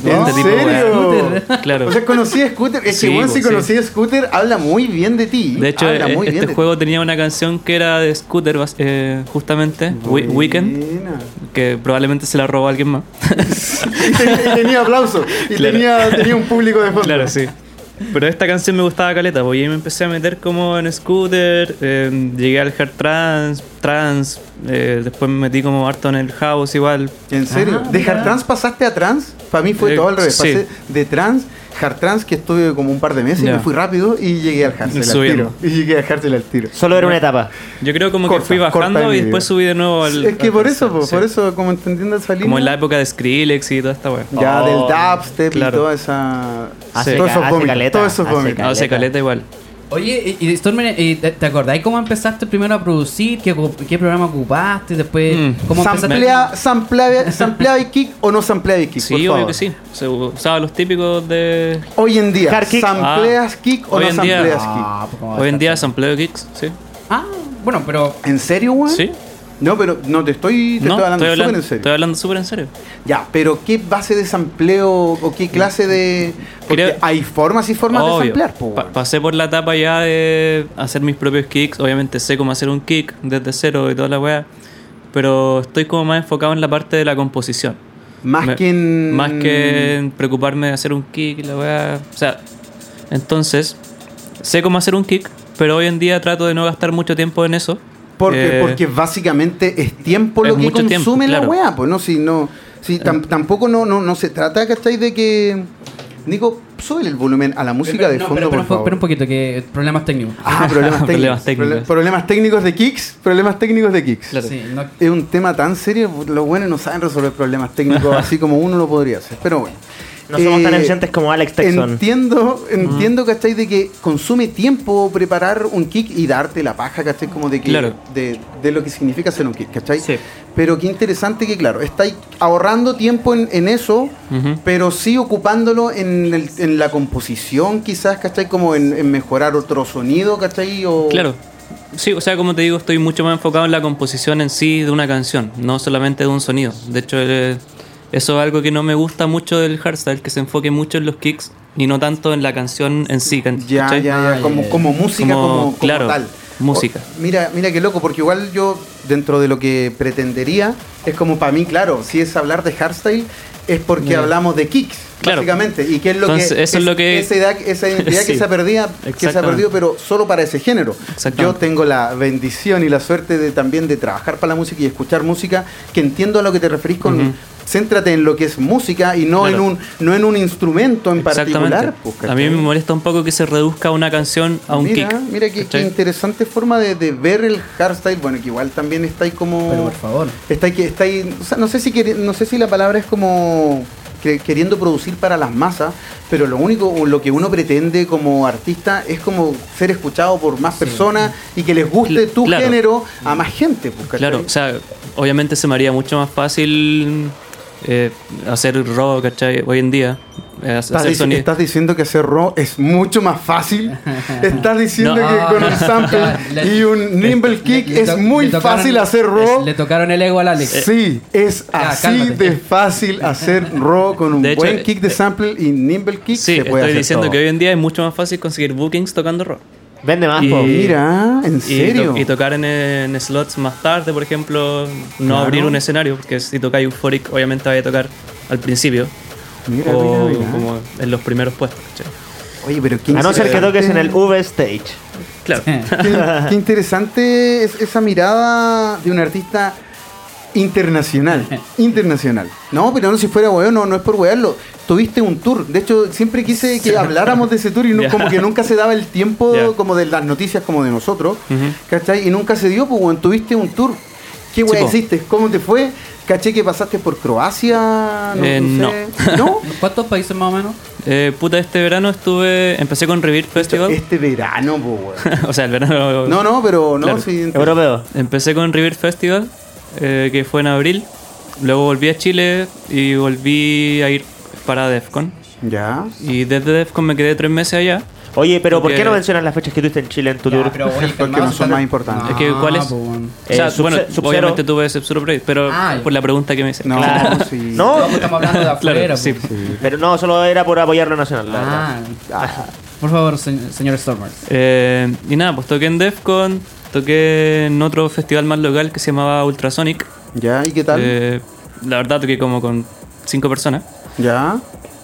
E: ¿En
I: este de weá.
E: serio?
I: Claro.
E: O sea, conocí a Scooter. Es
I: Sí,
E: que bueno, si
I: pues,
E: conocí a Scooter, habla muy bien de ti.
I: De hecho,
E: habla
I: eh,
E: muy bien de
I: este
E: ti.
I: juego tenía una canción que era de scooter, bas- eh, justamente, Wi- Weekend,
E: Buena.
I: que probablemente se la robó alguien más.
E: Y, ten- y tenía aplausos. Y
I: Claro.
E: tenía, tenía un público de fondo.
I: Claro, sí. Pero esta canción me gustaba caleta, porque ahí me empecé a meter como en scooter, eh, llegué al hard trans, trans, eh, después me metí como harto en el house igual.
E: ¿En serio?
F: Ah,
E: ¿De
F: mira.
E: hard trans pasaste a trans? Para mí fue
I: Eh,
E: todo al revés.
I: sí.
E: Pasé de trans, hard trans, que estuve como un par de meses, y
I: Ya.
E: me fui rápido y llegué al hardstyle al
I: Subiendo.
E: tiro. Y llegué al hardstyle al tiro.
G: Solo era una etapa.
I: Yo creo como
E: Corta,
I: que fui
E: corta
I: bajando
E: de
I: y después
E: video.
I: subí de nuevo al...
E: es que
I: al
E: por
I: hard
E: eso,
I: trans,
E: po,
I: sí.
E: por eso, como entendiendo esa línea.
I: Como en la época de Skrillex y toda esta weá.
E: Ya
G: Oh,
E: del dubstep
I: claro.
E: y toda esa.
G: Hace
E: Todos
G: ca-
E: esos
G: hace
E: vómitos.
G: caleta,
E: Todos esos
G: hace
E: vómitos.
I: No, se
G: Caleta.
I: caleta igual.
F: Oye, y, y Stormer, eh, ¿te, te acordáis cómo empezaste primero a producir? ¿Qué, ocu- qué programa ocupaste? Después,
I: Mm.
F: ¿cómo empezaste?
E: ¿Samplea, samplea, ¿Sampleaba y kick o no sampleaba y kick? por
I: Sí, obvio
E: favor?
I: que sí. Se usaba los típicos de.
E: Hoy en día,
G: Hard kick.
E: ¿sampleas
I: Ah.
E: kick o
I: Hoy
E: no
I: en día-
E: sampleas
F: Ah, pues, ¿cómo va a
I: Hoy en
F: estar?
I: día, sampleo kicks, sí.
F: Ah, bueno, pero.
E: kick? ¿En serio, weón?
I: Sí.
E: No, pero no te estoy, te
I: No,
E: estoy hablando
I: estoy
E: súper
I: hablando,
E: en serio.
I: estoy hablando súper en serio.
E: Ya, pero ¿qué base de sampleo o qué clase de.? Porque
I: Creo-
E: hay formas y formas de
I: Obvio.
E: samplear, po,
I: Pa-
E: weón.
I: pasé por la etapa ya de hacer mis propios kicks. Obviamente sé cómo hacer un kick desde cero y toda la weá. Pero estoy como más enfocado en la parte de la composición.
E: Más
I: Me-
E: que en.
I: Más que en preocuparme de hacer un kick y la weá. O sea, entonces, sé cómo hacer un kick, pero hoy en día trato de no gastar mucho tiempo en eso.
E: Porque,
I: Eh,
E: porque básicamente es tiempo lo
I: es
E: que
I: mucho tiempo,
E: consume la
I: claro. Eh.
E: weá, pues no, si no. Si tam- tampoco no, no, no se trata, ¿cachai? De que. Nico, sube el volumen a la música de
F: no,
E: fondo,
F: Eh, pero, pero
E: por
F: un po-
E: favor.
F: pero un poquito, que problemas técnicos.
E: Ah, problemas técnicos.
I: Problemas técnicos.
E: Prole- problemas técnicos de kicks. Problemas técnicos de kicks.
F: Sí, no-
E: Es un tema tan serio, los buenos no saben resolver problemas técnicos así como uno lo podría hacer. Pero bueno. Eh,
G: No somos tan eficientes como Alex Texon.
E: Entiendo,
I: Mm.
E: entiendo, ¿cachai? De que consume tiempo preparar un kick y darte la paja, ¿cachai? Como de que
I: Claro.
E: de, de lo que significa hacer un kick, ¿cachai?
I: Sí.
E: Pero qué interesante que, claro, estáis ahorrando tiempo en, en eso,
I: Ujú.
E: pero sí ocupándolo en, el- en la composición, quizás, ¿cachai? Como en, en mejorar otro sonido, ¿cachai? O,
I: Claro. Sí, o sea, como te digo, estoy mucho más enfocado en la composición en sí de una canción, no solamente de un sonido. De hecho, eh, eso es algo que no me gusta mucho del hardstyle, que se enfoque mucho en los kicks y no tanto en la canción en sí. can-
E: Ya,
I: ¿cachai?
E: ya, ya, como, como música, como,
I: Como-
E: como
I: claro,
E: tal.
I: música.
E: O- mira, mira qué loco, porque igual yo, dentro de lo que pretendería, es como para mí, claro, si es hablar de hardstyle, es porque hablamos de kicks,
I: Claro.
E: básicamente. Y que es lo
I: Entonces,
E: que.
I: eso es lo que-
E: Esa, edad- esa identidad que,
I: Sí.
E: se ha perdido, que se ha
I: Exactamente.
E: perdido, pero solo para ese género.
I: Exactamente.
E: Yo tengo la bendición y la suerte de también de trabajar para la música y escuchar música, que entiendo a lo que te referís con. Céntrate en lo que es música y no
I: Claro.
E: en un no en un instrumento en
I: Exactamente.
E: particular. pues,
I: a mí me
E: ¿cachai?
I: molesta un poco que se reduzca una canción a Ah, un
E: mira,
I: kick.
E: Mira qué, qué
I: ¿cachai?
E: interesante forma de, de ver el hardstyle. Bueno, que igual también está ahí como.
F: Pero por favor.
E: Está ahí que está ahí. o sea, no sé si queri- no sé si la palabra es como que- queriendo producir para las masas, pero lo único, o lo que uno pretende como artista es como ser escuchado por más personas y que les guste
I: Cl-
E: tu
I: claro.
E: género a más gente. pues, ¿cachai?
I: Claro, o sea, obviamente se me haría mucho más fácil eh, hacer rock, ¿cachai? Hoy en día. eh, hacer
E: Estás, dic-
I: sonido.
E: estás diciendo que hacer rock es mucho más fácil. Estás diciendo
F: No,
E: que con un sample
F: ya, le-
E: y un nimble kick
F: Ah. le- le
E: es
F: to-
E: muy
F: le tocaron-
E: fácil hacer rock.
F: Le tocaron el ego al
I: Eh,
F: Alex.
E: Sí, es
F: Ya,
E: así
F: cálmate.
E: de fácil hacer raw con un
I: De hecho,
E: buen
I: eh,
E: kick de sample y nimble kick. se
I: Sí,
E: puede
I: estoy
E: hacer
I: diciendo
E: todo.
I: que hoy en día es mucho más fácil conseguir bookings tocando rock.
G: Vende más,
I: Y-
G: po.
E: Mira, en
I: Y, to-
E: serio.
I: y tocar en, en slots más tarde, por ejemplo, no
E: Claro.
I: abrir un escenario, porque si tocáis Euphoric, obviamente vais a tocar al principio
E: Mira,
I: o
E: mira, mira.
I: como en los primeros puestos. ¿cachai?
E: Oye, pero qué
G: A no ser que
E: interesante-
G: toques en el V Stage.
I: Claro.
E: Qué, qué interesante es esa mirada de un artista internacional. Internacional. No, pero no, si fuera weón, no, no es por wearlo. Tuviste un tour. De hecho, siempre quise que habláramos de ese tour y no-
I: Ya.
E: como que nunca se daba el tiempo
I: Ya.
E: como de las noticias como de nosotros.
I: Ujú.
E: ¿Cachai? Y nunca se dio, pues weón, tuviste un tour. ¿Qué weá
I: po.
E: hiciste? ¿Cómo te fue? ¿Caché que pasaste por Croacia?
I: Eh,
E: sé. ¿No?
F: ¿Cuántos países más o menos?
I: Eh, puta, este verano estuve, empecé con Revere Festival.
E: Este verano, pues weón.
I: o sea, el verano.
E: No, no, pero no,
I: Claro.
E: sí,
G: Europeo.
I: Empecé con River Festival, eh, que fue en abril. Luego volví a Chile y volví a ir para DEFCON.
E: Ya.
I: Y desde DEFCON me quedé tres meses allá.
G: Oye, pero ¿por qué
I: Porque-
G: no mencionas las fechas que tuviste en Chile en tu tour?
E: Porque no son más importantes.
I: Es que, ¿cuál es?
G: Eh,
I: o sea,
G: Sub-
I: bueno,
G: Sub-Zero.
I: obviamente tuve ese Sub-Zero Project, pero
F: Ah, ya.
I: por la pregunta que me hiciste.
E: No, pues,
G: Claro.
E: sí.
G: No,
F: pues, estamos hablando de
I: Claro,
F: afuera.
I: sí.
F: po.
G: pero no, solo era por apoyar lo nacional, la verdad.
F: Ah, por favor, se- señor Stormer.
I: Eh, y nada, pues toqué en DEFCON, toqué en otro festival más local que se llamaba Ultrasonic.
E: Ya, ¿y qué tal?
I: Eh, la verdad toqué como con cinco personas.
E: ya.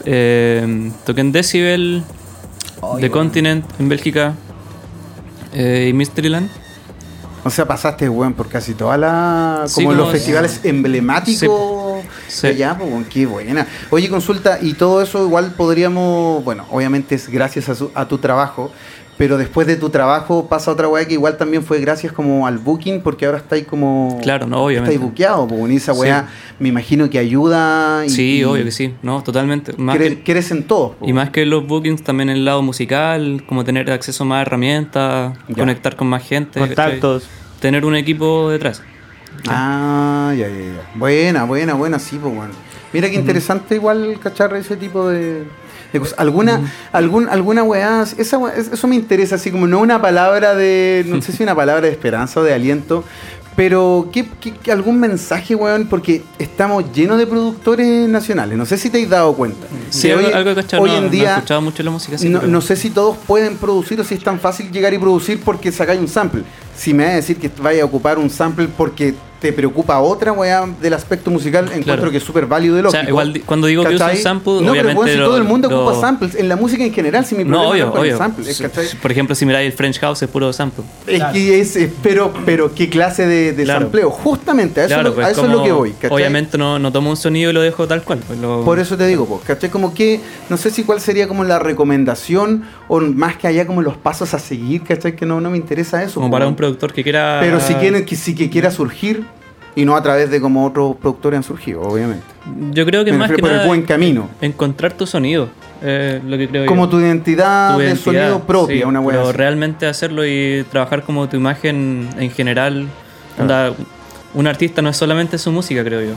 I: Eh, toqué en Decibel,
F: Ay,
I: The
F: bueno.
I: Continent en Bélgica eh, y Mysteryland.
E: O sea, pasaste, weón, por casi toda la.
I: Sí,
E: Como
I: como-
E: los festivales emblemáticos.
I: Sí.
E: de allá, pues, weón, qué buena. Oye, consulta, y todo eso igual podríamos. Bueno, obviamente es gracias a, su- a tu trabajo. pero después de tu trabajo pasa otra weá que igual también fue gracias como al booking, porque ahora estáis como...
I: Claro, no, obviamente.
E: Estáis buqueado, po, y esa weá me imagino que ayuda. Y,
I: Sí,
E: y
I: obvio que sí. No, totalmente. Más
E: cre-
I: que-
E: crecen todos. pues. po.
I: y más que los bookings, también el lado musical, como tener acceso a más herramientas,
E: Ya.
I: conectar con más gente. ¿cachai?
G: Contactos.
I: Tener un equipo detrás.
E: Ah, ya, ya, ya. Buena, buena, buena, sí, pues bueno. Mira qué interesante igual cachar ese tipo de, de cosas. Alguna, algún, alguna weá, esa weá- es- eso me interesa, así como no una palabra de, no sé si una palabra de esperanza o de aliento, pero ¿qué, qué- qué- algún mensaje, weón, porque estamos llenos de productores nacionales, no sé si te has dado cuenta.
I: Sí,
E: Que
I: algo,
E: hoy-
I: algo he cachado,
E: Hoy
I: no-
E: en
I: no he
E: día,
I: escuchado mucho la música. sí,
E: no,
I: pero-
E: no sé si todos pueden producir o si es tan fácil llegar y producir porque sacáis un sample. Si me vas a decir que vaya a ocupar un sample porque te preocupa otra weá del aspecto musical, encuentro que es súper válido de
I: O sea,
E: lógico.
I: igual di- cuando digo que uso
E: ¿Cachai?
I: un sample,
E: no, pero
I: obviamente
E: bueno, si
I: lo-
E: todo el mundo
I: lo-
E: ocupa samples, en la música en general, si mi problema
I: No,
E: no
I: obvio,
E: es con el
I: obvio.
E: sample, ¿cachai?
I: Por ejemplo, si miráis el French House, es puro sample.
E: Es que es, es- pero, pero qué clase de, de
I: Claro.
E: sampleo. Justamente, a eso,
I: Claro,
E: lo-
I: pues,
E: a eso es
I: como-
E: lo que voy. ¿cachai?
I: Obviamente no, no tomo un sonido y lo dejo tal cual. pues, lo-
E: Por eso te digo, pues, ¿cachai? Como que, no sé si cuál sería como la recomendación, o más que allá como los pasos a seguir, ¿cachai? Que no, no me interesa eso.
I: como
E: po,
I: para un
E: weón.
I: productor que quiera.
E: Pero si quieren que si que quiera surgir y no a través de como otros productores han surgido, obviamente.
I: Yo creo que
E: Me
I: más
E: refiero
I: que
E: por el
I: nada.
E: buen camino.
I: Encontrar tu sonido. eh, lo que creo
E: Como
I: yo.
E: tu identidad, de
I: identidad,
E: sonido propia,
I: sí,
E: una
I: Pero
E: wea. así.
I: realmente hacerlo y trabajar como tu imagen en general. Onda, un artista no es solamente su música, creo yo.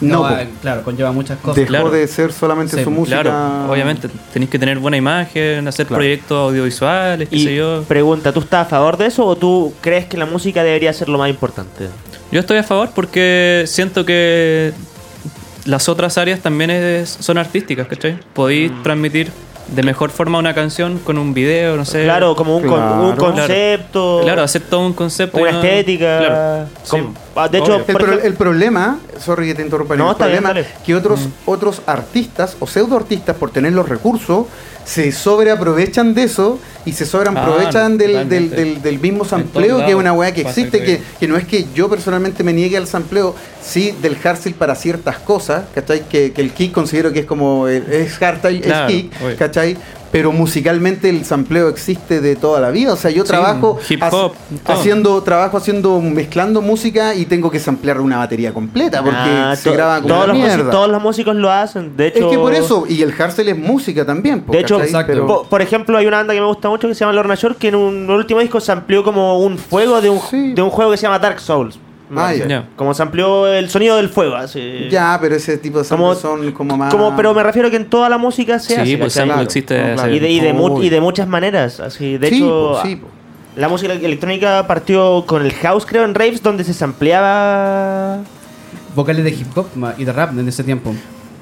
E: No,
F: No,
E: po.
F: ah, claro, conlleva muchas cosas.
E: dejó
I: claro.
E: de ser solamente
F: Sí,
E: su música.
I: Claro, obviamente. Tenéis que tener buena imagen, hacer
E: Claro.
I: proyectos audiovisuales, qué sé
G: Y
I: yo.
G: pregunta, ¿tú estás a favor de eso o tú crees que la música debería ser lo más importante?
I: Yo estoy a favor porque siento que las otras áreas también es- son artísticas, ¿cachai? Podéis
E: Mm.
I: transmitir de mejor forma una canción con un video, no sé.
G: claro, como un, con-
E: Claro.
G: un concepto.
I: Claro, hacer todo un concepto.
G: Una
I: y no-
G: estética.
I: Claro.
G: Con-
I: Sí.
G: ah, de
I: Obvio.
G: hecho,
E: El,
G: por
E: pro-
G: ejemplo-
E: el problema, sorry que te interrumpa,
G: No,
E: el
G: está bien,
E: problema
G: dale.
E: que otros
I: Mm.
E: otros artistas o pseudo artistas por tener los recursos se sobreaprovechan de eso y se
I: Ah,
E: sobreaprovechan
I: no,
E: del, del,
I: totalmente.
E: del, del mismo
I: todos
E: sampleo que es
I: lados
E: una weá que
I: pasa
E: existe
I: que-
E: que, que no es que yo personalmente me niegue al sampleo sí del hardstyle para ciertas cosas ¿cachai? que, que el kick considero que es como el- es hardstyle
I: Claro,
E: es kick
I: obvio.
E: ¿cachai? pero musicalmente el sampleo existe de toda la vida o sea yo
I: Sí,
E: trabajo
I: hip
E: hace-
I: hop, todo.
E: haciendo haciendo- trabajo haciendo mezclando música y tengo que samplear una batería completa porque
G: Ah,
E: se
G: to-
E: graba como
G: todos,
E: una
G: los músicos-
E: mierda.
G: todos los músicos lo hacen. De hecho,
E: es que por eso y el hardstyle es música también. po,
G: De hecho,
E: ¿cachai?
F: Exacto.
E: Pero-
G: po- por ejemplo, hay una banda que me gusta mucho que se llama Lorna Shore que en un último disco se amplió como un fuego de un,
E: Sí.
G: de un juego que se llama Dark Souls.
E: Ah, ya.
I: Ya.
G: Como se amplió el sonido del fuego. Así.
E: ya, pero ese tipo de samples son como más.
G: como- pero me refiero que en toda la música se
I: Sí,
G: hace.
I: pues
G: ¿cachai?
I: sample existe.
E: Ah. No, claro.
I: hace-
G: Y de, y de mu-
E: Uy.
G: y de muchas maneras. Así, de
E: Sí,
G: hecho, ah,
E: po, sí, po.
G: la música electrónica partió con el house, creo, en raves, donde se sampleaba.
F: Vocales de hip hop ma- y de rap en ese tiempo.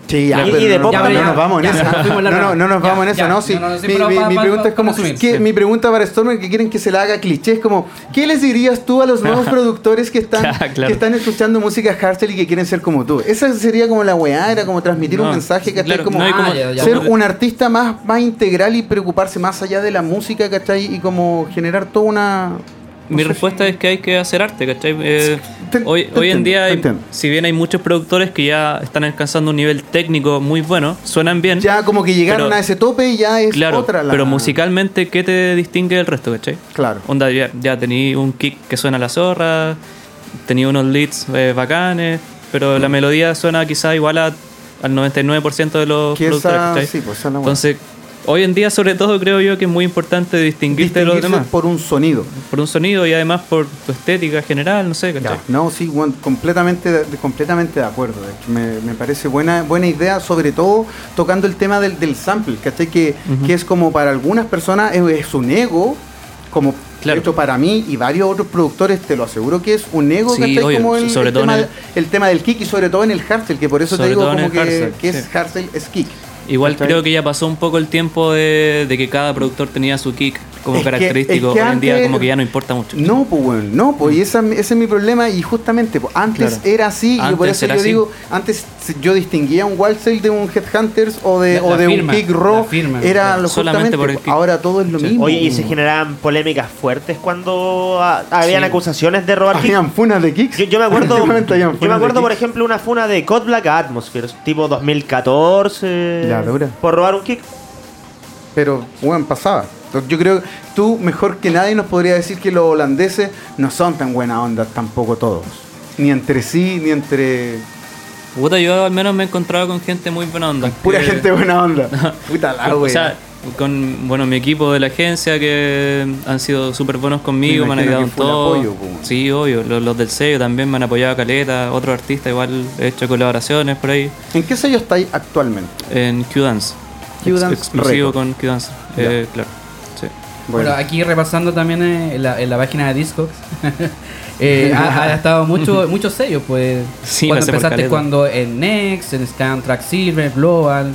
E: Sí, ya,
G: Y-
E: pero
G: y de
E: no,
G: pop
E: no,
G: también.
E: no nos vamos en
F: Ya,
E: eso.
F: ya, fuimos
E: No,
F: largo.
E: no, no nos
F: Ya,
E: vamos en eso,
F: ya,
E: ¿no? Sí,
F: no, no, sí,
E: mi,
F: pero
E: mi-
F: pa-
E: mi
F: pa-
E: pregunta
F: pa-
E: es como,
F: para resumir,
E: ¿qué-
F: sí.
E: mi pregunta para Stormer que quieren que se la haga cliché es como, ¿qué les dirías tú a los nuevos productores que están,
I: Claro, claro.
E: que están escuchando música hardstyle y que quieren ser como tú? Esa sería como la weá, era como transmitir un
I: No,
E: mensaje que está
I: claro,
E: como,
I: no, y
F: como- Ah, ya, ya.
E: ser un artista más, más integral y preocuparse más allá de la música, ¿cachai? Y como generar toda una... no
I: Mi
E: sé
I: respuesta es que hay que hacer arte, ¿cachai? Eh,
E: Te-
I: hoy,
E: te
I: hoy en
E: entiendo,
I: día,
E: te
I: hay-
E: entiendo.
I: si bien hay muchos productores que ya están alcanzando un nivel técnico muy bueno, suenan bien.
E: Ya como que llegaron
I: pero-
E: a ese tope y ya es
I: Claro,
E: otra la...
I: pero musicalmente, ¿qué te distingue del resto, cachai?
E: Claro.
I: Onda, ya, ya tení un kick que suena a la zorra, tení unos leads eh, bacanes, pero
E: Mm.
I: la melodía suena quizá igual a- al 99% de los
E: Que
I: productores,
E: esa-
I: ¿cachai?
E: sí, pues, esa es la buena.
I: Entonces, hoy en día, sobre todo, creo yo que es muy importante distinguirte de los
E: Distinguirse
I: demás. Por...
E: por un sonido.
I: un sonido y además por tu estética general, no sé, ¿cachai?
E: Ya, No, sí, bueno, completamente, de- de- completamente de acuerdo. de hecho. Me, me parece buena, buena idea, sobre todo tocando el tema del, del sample, ¿cachai? Que, que es como para algunas personas es, es un ego, como
I: Claro.
E: de hecho para mí y varios otros productores, te lo aseguro que es un ego,
I: Sí,
E: ¿cachai?
I: obvio,
E: como el,
I: sobre
E: el
I: todo
E: tema,
I: en el-
E: el tema del kick y sobre todo en el hardstyle, que por eso te
I: Sobre
E: digo
I: todo en
E: como
I: el
E: que,
I: hardstyle,
E: que es
I: sí.
E: hardstyle, es kick.
I: Igual
E: ¿Cachai?
I: creo que ya pasó un poco el tiempo de, de que cada productor tenía su kick como
E: Es que-
I: característico.
E: es que
I: Hoy en día
E: antes-
I: como que ya no importa mucho.
E: No, pues bueno, no, pues y esa- ese es mi problema y justamente pues, antes
I: Claro.
E: era así y por
I: Antes
E: eso yo
I: era así.
E: digo, antes se- yo distinguía un wild sale de un headhunters o de,
F: La-
E: o
F: la
E: de
F: firma,
E: un kick
F: la
E: raw,
F: firma,
E: era
F: claro.
E: lo
I: Solamente
E: justamente,
I: por el
E: pues,
I: kick.
E: ahora todo es lo
I: Sí.
E: mismo. pues,
G: Oye, y se generaban polémicas fuertes cuando ah, habían
I: Sí.
G: acusaciones de robar
E: Habían funas de kicks.
G: Yo, yo me acuerdo,
E: Antiguamente habían
G: yo me
E: funas de
G: acuerdo por
E: kicks.
G: ejemplo, una funa de Cod Black a Atmosphere, tipo 2014,
E: La dura.
G: por robar un kick.
E: Pero, bueno, pasaba. Yo creo que tú, mejor que nadie, nos podría decir que los holandeses no son tan buena onda tampoco todos. Ni entre sí, ni entre...
I: Puta, yo al menos me he encontrado con gente muy buena onda.
E: Pura
F: Eh,
I: que-
E: gente buena onda. Puta la
I: o
E: wea.
I: sea, con bueno, mi equipo de la agencia que han sido súper buenos conmigo,
E: Me
I: me, han
E: imagino que
I: ayudado en
E: fue un
I: todo.
E: apoyo, po.
I: sí, obvio, los, los del sello también me han apoyado caleta, otros artistas igual he hecho colaboraciones por ahí
E: ¿En qué sello estáis actualmente?
I: en Q-Dance.
E: Q-Dance
I: exclusivo
E: Records.
I: con Q-Dance. eh, claro. Sí.
F: Bueno,
E: Bueno,
F: aquí repasando también eh, en, la, en la página de Discogs, eh, ha, ha estado mucho, muchos sellos, pues. cuando
I: Sí, pasé por
F: empezaste
I: caleta.
F: cuando en Next, en Scan Track Silver, Global,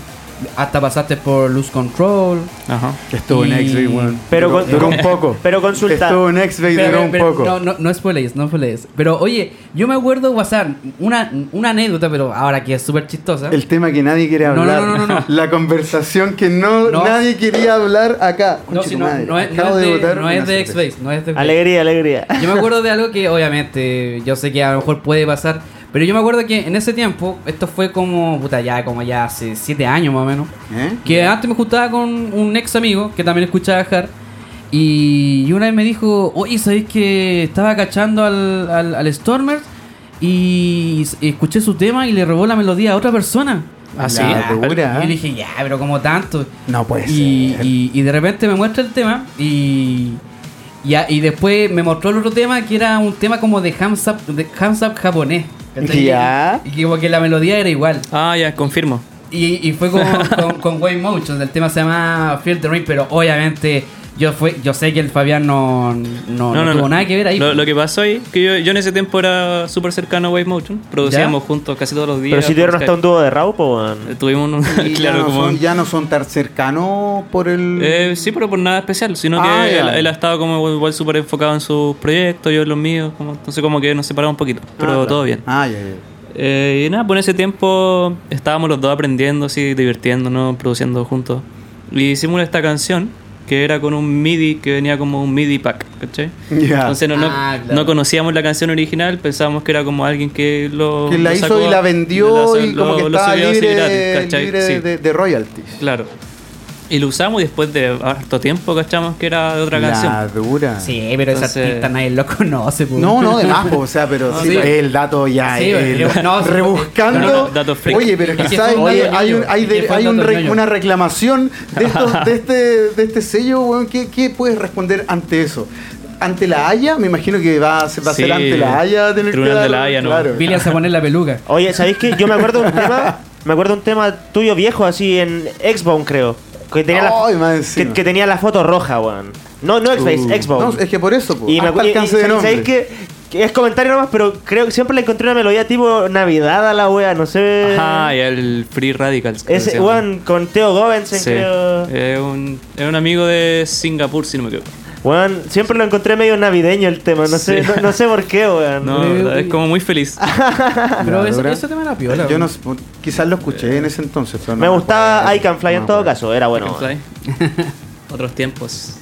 F: hasta pasaste por Lose Control.
I: Ajá.
E: estuvo en
F: y-
E: X-Ray, weón.
G: Pero
E: duró,
G: con-
E: duró un poco.
G: pero consulta.
E: Estuvo en X-Ray,
F: Pero,
E: duró un
F: pero,
E: poco.
F: No, no, no spoilees, no spoilees. Pero oye, yo me acuerdo, WhatsApp, una, una anécdota, pero ahora que es súper chistosa.
E: El tema que nadie quiere
F: No, no,
E: hablar.
F: no, no, no.
E: La conversación que no,
F: No.
E: nadie quería hablar acá.
F: no,
E: Conche
F: si
E: tu
F: no,
E: madre,
F: no es, no
E: acabo
F: es de,
E: botar
F: no es
E: una
F: de
E: cerveza.
F: X-Face, no es de X-Face.
G: Alegría, alegría.
F: Yo me acuerdo de algo que obviamente yo sé que a lo mejor puede pasar, pero yo me acuerdo que en ese tiempo, esto fue como, puta, ya como ya hace siete años más o menos,
E: ¿Eh?
F: que antes me juntaba con un ex amigo que también escuchaba Hard y y una vez me dijo, oye, ¿sabéis que estaba cachando al, al, al Stormer y s- escuché su tema y le robó la melodía a otra persona?
E: Ah, sí.
F: Ya,
E: La dura,
F: y yo
E: ¿eh?
F: le dije, ya, pero como tanto.
E: No puede
F: y,
E: ser.
F: Y, y de repente me muestra el tema y, y, a- y después me mostró el otro tema que era un tema como de Hands Up, de hands up japonés. ¿cachai?
E: Ya.
F: Y que- como que la melodía era igual.
I: Ah, ya, confirmo.
F: Y, y fue con, con, con Wayne Motion, el tema se llama Feel the Ring, pero obviamente yo fue, yo sé que el Fabián no, no, no tuvo nada que ver ahí.
I: Lo, lo que pasó ahí, que yo, yo en ese tiempo era súper cercano a Wave Motion, producíamos juntos casi todos los días.
G: Pero si tuvieron
I: por
G: hasta un
I: Skype.
G: dúo de Raúl, po, weón.
I: Eh, Tuvimos un.
E: Y ya,
I: claro,
E: no
I: como.
E: son, ya no son tan cercanos por el.
I: Eh, sí, pero por nada especial, sino
E: Ah,
I: que
E: ya.
I: él, él ha estado como igual súper enfocado en sus proyectos, yo en los míos, como, entonces como que nos separamos un poquito, pero todo bien.
E: Ah, ya, ya.
I: Eh, y nada, pues en ese tiempo estábamos los dos aprendiendo, así, divirtiéndonos, produciendo juntos. Y hicimos esta canción que era con un MIDI que venía como un MIDI pack, ¿cachai?
E: Ya.
I: Entonces no, no-
F: Ah, claro.
I: no conocíamos la canción original, pensábamos que era como alguien que lo.
E: que la
I: lo sacó,
E: hizo y la vendió
I: lo-
E: y como que
I: lo
E: estaba
I: subió así
E: libre,
I: gratis, ¿cachai?
E: libre
I: Sí.
E: de, de royalties.
I: Claro. Y lo usamos y después de harto tiempo cachamos que era de otra
E: La
I: canción.
E: dura.
F: sí, pero ese
I: Entonces-
F: artista nadie lo conoce. pues. po.
E: No, no, de más, po, o sea, pero
F: No,
E: sí,
F: sí.
E: el dato ya.
F: Sí,
E: el-
F: pero- no, sí,
E: rebuscando.
I: no, no, dato freak.
E: Oye, pero
F: Es que
E: quizás
F: fue un
E: hay,
F: dato
E: hay un-
F: ñoño.
E: hay de-
F: Es que fue
E: hay
F: un
E: un
F: dato
E: re-
F: ñoño.
E: una reclamación de, estos- de este, de este sello, weón. ¿Qué, qué puedes responder ante eso? ¿Ante la Haya? Me imagino que va a ser, va a ser
I: Sí,
E: ante la Haya. Tener que
I: Tribunal de
E: dar-
I: la Haya, ¿no?
E: claro.
F: Billy hace poner la peluca.
G: Oye, ¿sabéis qué? Yo me acuerdo de un tema, me acuerdo de un tema tuyo viejo así en Xbox, creo. Que tenía,
E: Ay, más
G: la,
E: encima.
G: que, que tenía la foto roja, weón. No, no Xbox,
E: Uh.
G: Xbox.
E: No, es que por eso, po,
G: Y me
E: hasta
G: acuerdo
E: alcance de nombre.
G: ¿Sabéis qué? Que es comentario nomás, pero creo que siempre le encontré una melodía tipo Navidad a la wea, no sé.
I: Ajá, y el Free Radicals. creo que
G: Ese
I: se llama.
G: weón con Theo Govensen,
I: Sí.
G: creo.
I: Es un, es un amigo de Singapur, si no me equivoco.
G: Weón, siempre lo encontré medio navideño el tema, no sé,
I: Sí.
G: no, no sé por qué, weón.
I: No,
F: Uy, uy.
I: es como muy feliz.
G: Ah,
F: Pero
E: La
F: ese,
E: dura.
F: ese tema era piola. pues.
E: Yo
F: po.
E: no sé, po, quizás lo escuché en ese entonces. pero no
G: me gustaba
E: acuerdo.
G: I Can Fly
E: No
G: en todo
E: acuerdo.
G: caso, era bueno. weón.
I: Fly.
G: eh.
I: Otros tiempos.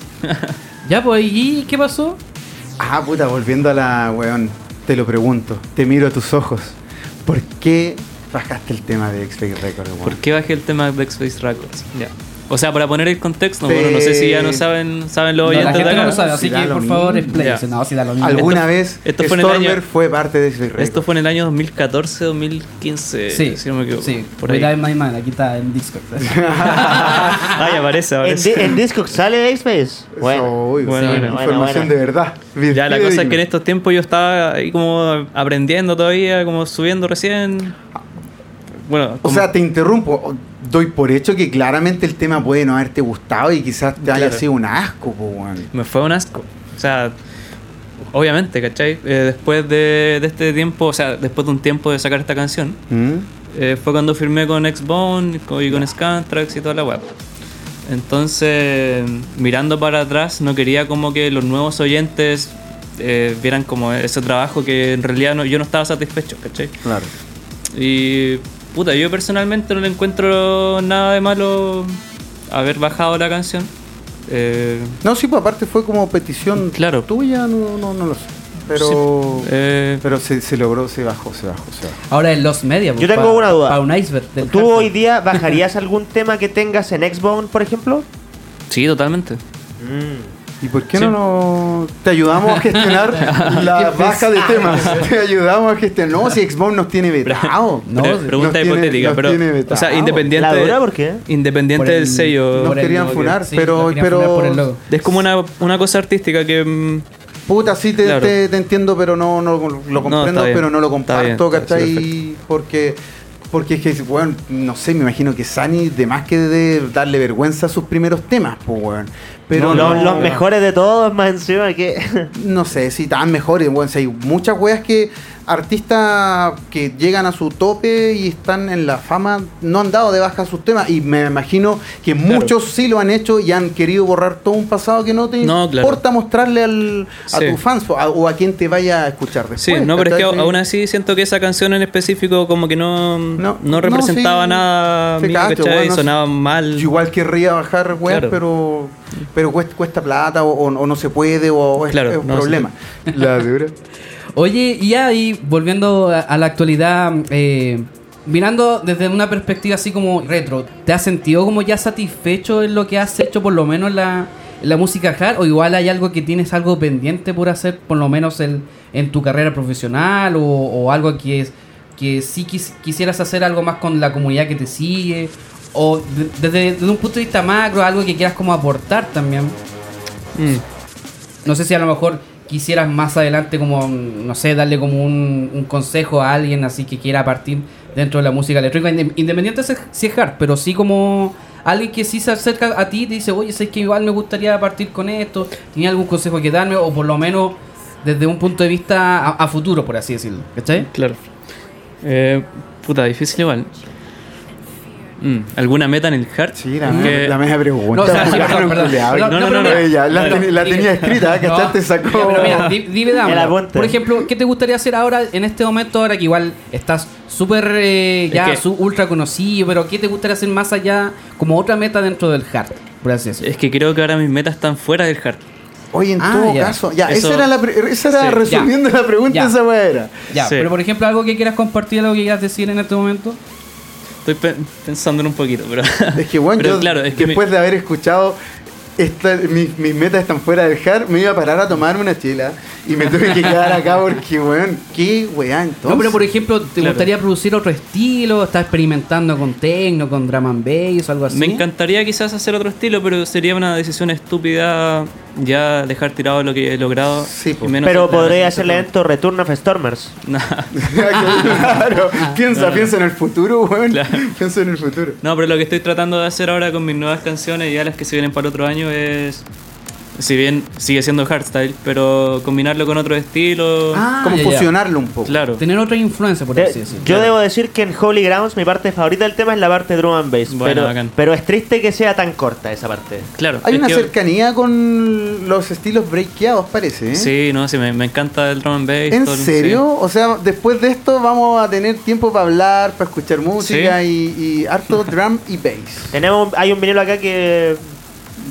F: Ya, pues, ¿y qué pasó?
E: Ah, puta, volviendo a la weón, te lo pregunto, te miro a tus ojos. ¿Por qué bajaste el tema de X-Face Record, weón?
I: ¿Por qué bajé el tema de Backspace Records? Ya. O sea, para poner el contexto,
E: Sí.
I: bueno, no sé si ya no saben, saben los
F: No, la
I: oyentes
F: gente
I: de
F: no
I: acá.
F: lo sabe, así
E: Si da
F: que
E: lo
F: por favor,
E: mismo.
F: explíquense.
I: Ya.
F: No, si da lo mismo.
E: Alguna vez
I: esto fue en el
E: Stormer
I: año-
E: fue parte de X-Face Record.
I: Esto fue en el año 2014, 2015,
F: Eh, Sí,
I: si no me equivoco.
F: Sí,
I: por ahí.
F: Without My Mind, aquí está en Discord.
I: Ay, aparece,
G: ¿En,
I: aparece.
G: di- en Discord sale Xbox?
E: Eso,
G: Bueno.
E: obvio,
I: Bueno,
E: sí,
I: bueno,
E: información
G: bueno, bueno.
E: de verdad.
I: Ya, la cosa es que en este-
E: Fidedigna.
I: estos tiempos yo estaba ahí como aprendiendo todavía, como subiendo recién. Bueno,
E: O
I: como-
E: sea, te interrumpo. Doy por hecho que claramente el tema puede no haberte gustado y quizás te haya
I: Claro.
E: sido un asco, po, weón.
I: me fue un asco. O sea, obviamente, ¿cachai? Eh, después de, de este tiempo, o sea, después de un tiempo de sacar esta canción,
E: ¿Mm?
I: eh, fue cuando firmé con Xbone co- y con Scantrax y toda la web. Entonces, mirando para atrás, no quería como que los nuevos oyentes eh, vieran como ese trabajo que en realidad no- yo no estaba satisfecho, ¿cachai?
E: Claro.
I: Y puta, yo personalmente no le encuentro nada de malo haber bajado la canción. Eh,
E: No, sí, pues aparte fue como petición
I: Claro.
E: tuya, no, no, no lo sé. Pero,
I: sí, eh,
E: pero se, se logró, se bajó, se bajó, se bajó.
F: Ahora en los Media.
G: Yo tengo una duda.
F: Para un iceberg. del
G: ¿Tú
F: hardcore.
G: hoy día bajarías algún tema que tengas en Xbox, por ejemplo?
I: sí, totalmente.
E: ¿Y por qué
I: Sí.
E: no nos- te ayudamos a gestionar la baja de temas? Te ayudamos a gestionar. No, si Xbox nos tiene vetado.
F: No,
I: Pre-
F: sí.
I: pregunta
E: Nos tiene-
I: hipotética,
E: nos
I: pero.
E: tiene
I: o sea,
E: vetado.
I: independiente.
G: ¿La dura por qué?
I: Independiente
F: Por
I: del
F: el-
I: sello.
F: por el
E: querían
F: logo,
E: funar,
F: sí,
E: pero-
F: nos querían
E: pero-
F: funar por el logo.
I: Es como una, una cosa artística que. mm,
E: Puta, sí te,
I: Claro.
E: te- te entiendo, pero no, no lo comprendo,
I: está bien.
E: pero no lo
I: Está bien,
E: comparto,
I: está
E: ¿cachai?
I: bien, sí,
E: porque, porque es que, weón, no sé, me imagino que Sani, de más que de darle vergüenza a sus primeros temas, pues, weón. Pero
G: No, los,
E: no-
G: los mejores de todos, más encima que.
E: no sé si tan mejores, bueno, si hay muchas weas que artistas que llegan a su tope y están en la fama no han dado de baja sus temas y me imagino que muchos sí lo han hecho y han querido borrar todo un pasado que no te
I: No, claro.
E: importa mostrarle al, a
I: Sí.
E: tus fans o a, o a quien te vaya a escuchar después.
I: Sí, no, pero es que
E: Pues, ¿cachai?
I: aún así siento que esa canción en específico como que no, no, representaba
E: sí.
I: nada
E: Sí,
I: mío,
E: cacho,
I: ¿cachai?
E: bueno,
I: Sonaba
E: sí.
I: mal.
E: Yo igual querría bajar weas,
I: Claro.
E: pero, pero cuesta, cuesta plata o, o- o no se puede o, es,
I: Claro,
E: es un
I: no, sí.
E: problema. La dura.
F: Oye, y ahí, volviendo a, a la actualidad, eh, mirando desde una perspectiva así como retro, ¿te has sentido como ya satisfecho en lo que has hecho, por lo menos en la, en la música hard? ¿O igual hay algo que tienes algo pendiente por hacer, por lo menos en, en tu carrera profesional? ¿O, o algo que es que sí quis- quisieras hacer algo más con la comunidad que te sigue? ¿O de- desde, desde un punto de vista macro, algo que quieras como aportar también?
I: Mm.
F: No sé si a lo mejor quisieras más adelante como, mm, no sé, darle como un, un consejo a alguien así que quiera partir dentro de la música electrónica, inde- independiente se- si es hard, pero sí como alguien que sí se acerca a ti y te dice, oye, sé que igual me gustaría partir con esto, tenía algún consejo que darme, o por lo menos desde un punto de vista a, a futuro, por así decirlo, ¿cachai?
I: Claro. Eh, puta, difícil igual. Mm, ¿Alguna meta en el hard?
E: Sí, la,
I: Es que-
E: mea- la media pregunta.
F: No, o sea, sí, perdón, perdón.
E: Culeado.
F: No,
I: no, no, no,
E: pero
I: no.
E: ella, la,
I: Claro.
E: teni- la tenía escrita, ¿eh? que
F: No,
E: te
F: ya,
E: sacó.
F: pero mira, di- dime, Damo,
G: El apunte.
F: Por ejemplo, ¿qué te gustaría hacer ahora en este momento? Ahora que igual estás súper eh, ya
I: Es que-
F: su- ultra conocido, pero ¿qué te gustaría hacer más allá como otra meta dentro del hard? Por así decirlo.
I: Es que creo que ahora mis metas están fuera del hard.
E: Oye, en
F: Ah,
E: todo
F: ya.
E: caso, ya,
I: Eso-
E: esa era, la pre- esa era
I: Sí, ya.
E: resumiendo la pregunta,
F: Ya.
E: esa weá era.
F: Ya,
I: Sí.
F: pero por ejemplo, algo que quieras compartir, algo que quieras decir en este momento.
I: Estoy pe- pensando en un poquito, pero.
E: Es que bueno,
I: pero
E: yo
I: claro, es que
E: después
I: mi-
E: de haber escuchado esta- mis, mis metas están fuera del hard, me iba a parar a tomarme una chela y me tuve que quedar acá porque, weón, qué weá entonces.
F: no, pero por ejemplo, ¿te
I: Claro.
F: gustaría producir otro estilo? ¿Estás experimentando con techno, con drum and bass, algo así?
I: Me encantaría quizás hacer otro estilo, pero sería una decisión estúpida ya dejar tirado lo que he logrado.
E: Sí, po.
I: y menos
G: Pero
I: hacer-
G: podría hacer el evento Return of Stormers.
I: Nah.
E: claro,
F: Ah,
E: piensa, piensa en el futuro, weón.
I: Claro.
E: Piensa en el futuro.
I: No, pero lo que estoy tratando de hacer ahora con mis nuevas canciones, ya las que se vienen para otro año, es. Si bien sigue siendo hardstyle, pero combinarlo con otro estilo.
F: Ah,
E: Como
F: ya, ya.
E: fusionarlo un poco.
I: claro.
F: Tener otra influencia, por
I: Eh,
G: De-
F: así decirlo.
G: yo debo decir que en Holy Grounds mi parte favorita del tema es la parte drum and bass.
I: Bueno,
G: pero,
I: bacán.
G: pero es triste que sea tan corta esa parte.
I: Claro.
E: Hay
I: es
E: una
I: que-
E: cercanía con los estilos breakeados, parece. ¿eh?
I: Sí, no, sí, me, me encanta el drum and bass.
E: ¿En
I: todo el-
E: serio? O sea, después de esto vamos a tener tiempo para hablar, para escuchar música y, y harto drum y bass.
G: Tenemos, hay un vinilo acá que.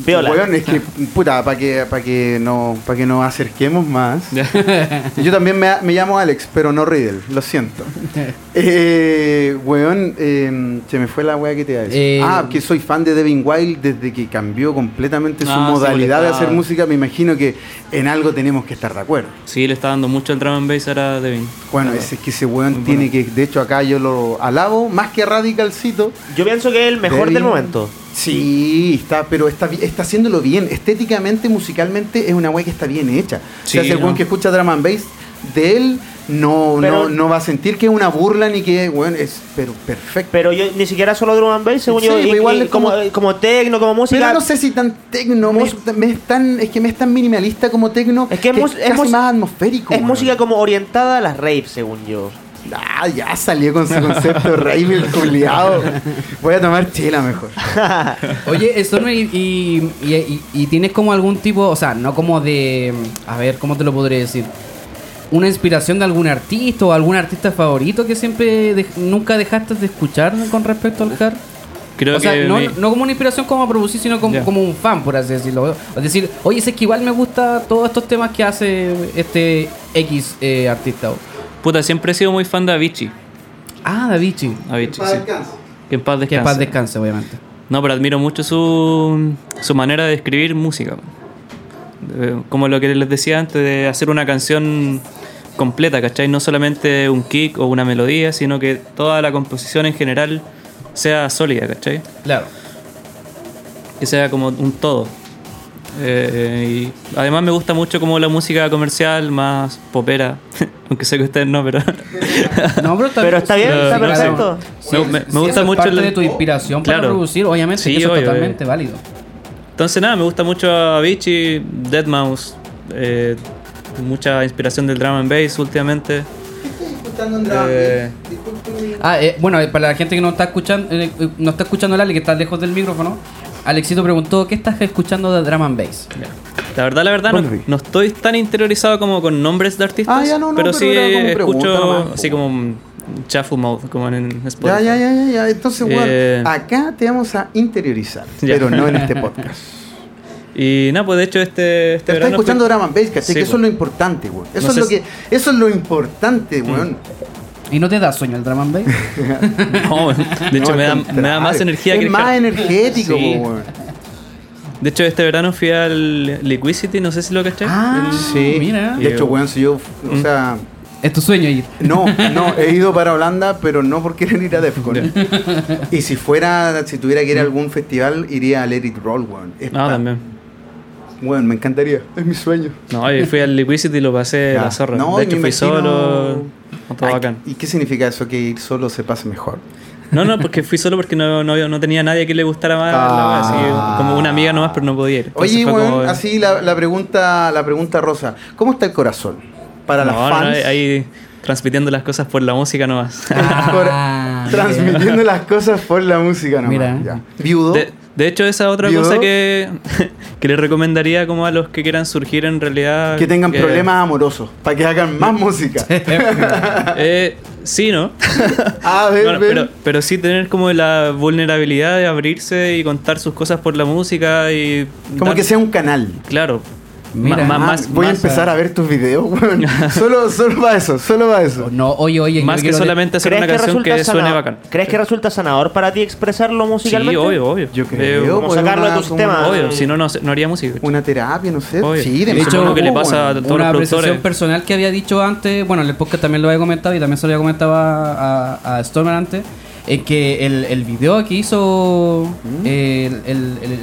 G: Viola.
E: Weón, es que, puta, para que, para que, no, para que nos acerquemos más.
I: sí.
E: Yo también me, me llamo Alex, pero no Riddle, lo siento. Eh, weón, eh, se me fue la weá que te iba a decir.
F: Eh,
E: ah, que soy fan de Devin Wild desde que cambió completamente su
I: Ah, sí,
E: modalidad de
I: porque-
E: hacer música. Me imagino que en algo tenemos que estar de acuerdo.
I: Sí, le está dando mucho el drum and bass ahora a Devin.
E: Bueno, ese es que ese weón tiene que, de hecho acá yo lo alabo, más que Radicalcito.
G: Yo pienso que es el mejor
E: Devin-
G: del momento.
E: Sí, está, pero está, bi- está haciéndolo bien. Estéticamente, musicalmente, es una weá que está bien hecha.
I: Sí,
E: o sea, si el weón
I: ¿no?
E: que escucha drum and bass de él no,
G: Pero-
E: no, no va a sentir que es una burla ni que, weón, es pero perfecto.
G: Pero yo ni siquiera solo drum and bass, según
E: Sí, pues
G: yo. y-
E: igual
G: y
E: es
G: como,
E: como-
G: como tecno, como música.
E: Pero no sé si tan tecno, me,
G: Mus-
E: me es tan, es que me es tan minimalista como tecno,
G: Es que es mus- es
E: casi
G: mus-
E: más atmosférico.
G: es
E: weón.
G: música como orientada a las raves, según yo.
E: Ah, ya salió con su concepto rave el culiao. Voy a tomar chela mejor.
F: Oye, Stormer, y, y, y- y- y tienes como algún tipo, o sea, no como de. A ver, ¿cómo te lo podría decir? ¿Una inspiración de algún artista o algún artista favorito que siempre dej- nunca dejaste de escuchar con respecto al hard?
I: Creo
F: o sea,
I: que.
F: no,
I: mi-
F: no como una inspiración como a producir, sino como,
I: Ya.
F: como un fan, por así decirlo. Es decir, oye, sé que igual me gusta todos estos temas que hace este X eh, artista.
I: Puta, siempre he sido muy fan de Avicii.
F: Ah, Davichi.
I: Avicii, sí. Que en paz descanse.
F: Que paz descanse, obviamente.
I: No, pero admiro mucho su, su manera de escribir música. Eh, como lo que les decía antes, de hacer una canción completa, ¿cachai? No solamente un kick o una melodía, sino que toda la composición en general sea sólida, ¿cachai?
F: Claro.
I: que sea como un todo. Eh, y además me gusta mucho como la música comercial más popera, aunque sé que ustedes no, pero
F: No, pero está
G: Pero está bien, está perfecto.
I: Claro. Me- me- me gusta mucho
F: parte
I: el- Oh,
F: de tu inspiración para
I: Claro.
F: producir, obviamente,
I: Sí,
F: que eso es
I: obvio,
F: totalmente
I: obvio.
F: válido.
I: entonces nada, me gusta mucho Avicii, Deadmau5, eh, mucha inspiración del drum and bass últimamente. Eh,
F: Ah, eh, bueno, eh, para la gente que no está escuchando, eh, eh, no está escuchando al Ale, que está lejos del micrófono, Alexito preguntó, ¿qué estás escuchando de Drum and Bass?
I: La verdad, la verdad, no,
E: Volví.
I: no estoy tan interiorizado como con nombres de artistas,
E: Ah, ya, no, no,
I: pero,
E: pero
I: sí
E: era como pregunta
I: escucho
E: nomás, po.
I: así como un chafu mode, como en Spotify.
E: Ya, ya, ya, ya, ya. Entonces, weón,
I: Eh.
E: acá te vamos a interiorizar,
I: Ya.
E: pero no en este podcast.
I: Y nada, pues de hecho este...
E: Te está
I: este verano fui-
E: escuchando Drama Bass, ¿cachai?
I: Sí,
E: que eso
I: po.
E: es lo importante, weón. Eso,
I: No
E: es
I: sé
E: lo
I: si- Mm.
E: que, eso es lo importante, weón.
F: ¿Y no te da sueño el Drum and Bass?
I: No, de hecho
E: No,
I: me, da,
E: al
I: me da más
E: contrario.
I: energía
E: es
I: que el
E: más
I: jarabe.
E: energético,
I: Sí.
E: po, weón.
I: De hecho, este verano fui al Liquidity, no sé si lo caché.
F: Ah,
E: Sí.
F: mira.
E: De hecho, weón, si yo,
I: Mm.
E: o sea,
F: Es tu sueño ir.
E: no, no, he ido para Holanda, pero no por querer ir a Defcon. y si fuera, si tuviera que ir a algún festival, iría a Let It Roll, weón. Es
I: No,
E: pa-
I: Mm. Ah, también.
E: Weón, me encantaría. Es mi sueño.
I: No, y fui al Liquidity y lo pasé
E: Ya.
I: la zorra.
E: No,
I: de
E: y
I: hecho,
E: me
I: fui
E: imagino-
I: solo. No, todo
E: Ay,
I: bacán.
E: ¿Y qué significa eso? Que ir solo se pasa mejor.
I: No, no, porque fui solo porque no, no, no tenía nadie que le gustara más.
E: Ah.
I: la wea, así, como una amiga nomás, pero no podía ir. Entonces
E: Oye,
I: fue
E: weón,
I: como-
E: así la, la pregunta, la pregunta rosa. ¿Cómo está el corazón? Para
I: No,
E: las
I: no,
E: fans.
I: ahí transmitiendo las cosas por la música nomás.
F: Ah,
E: transmitiendo las cosas por la música nomás.
F: Mira.
E: ya. Viudo.
I: De, de hecho, esa otra
E: ¿Viudo?
I: cosa que, que les recomendaría como a los que quieran surgir en realidad.
E: que tengan problemas amorosos. Para que hagan más música.
I: Eh, sí, ¿no?
E: A ver,
I: Bueno,
E: ven.
I: pero, pero sí tener como la vulnerabilidad de abrirse y contar sus cosas por la música y...
E: Como
I: dar-
E: que sea un canal.
I: Claro.
F: Mira.
I: Ma- ma-
E: Ah,
I: más,
E: voy a
I: más-
E: empezar a ver tus videos, weón. solo, solo para eso, solo para eso.
F: No, oye, oye. yo
I: más que
F: quiero de-
I: solamente hacer una canción que suene
G: sanador?
I: bacán.
G: ¿Crees que resulta sanador para ti expresarlo
I: Sí,
G: musicalmente?
I: obvio, obvio.
E: Yo
I: Eh,
E: creo.
G: como
E: pues,
G: sacarlo de tu
E: como
G: sistema.
I: obvio, si no, no, no haría música.
E: Una terapia, no sé.
I: Obvio.
E: Sí,
I: De
F: De hecho,
I: Supongo que le pasa a
E: weón.
I: todos los
F: una apreciación
I: productores.
F: personal que había dicho antes, bueno, en el podcast también lo había comentado y también se lo había comentado a, a, a Stormer antes, es que el, el video que hizo,
E: Mm.
F: eh, el, el- el- el-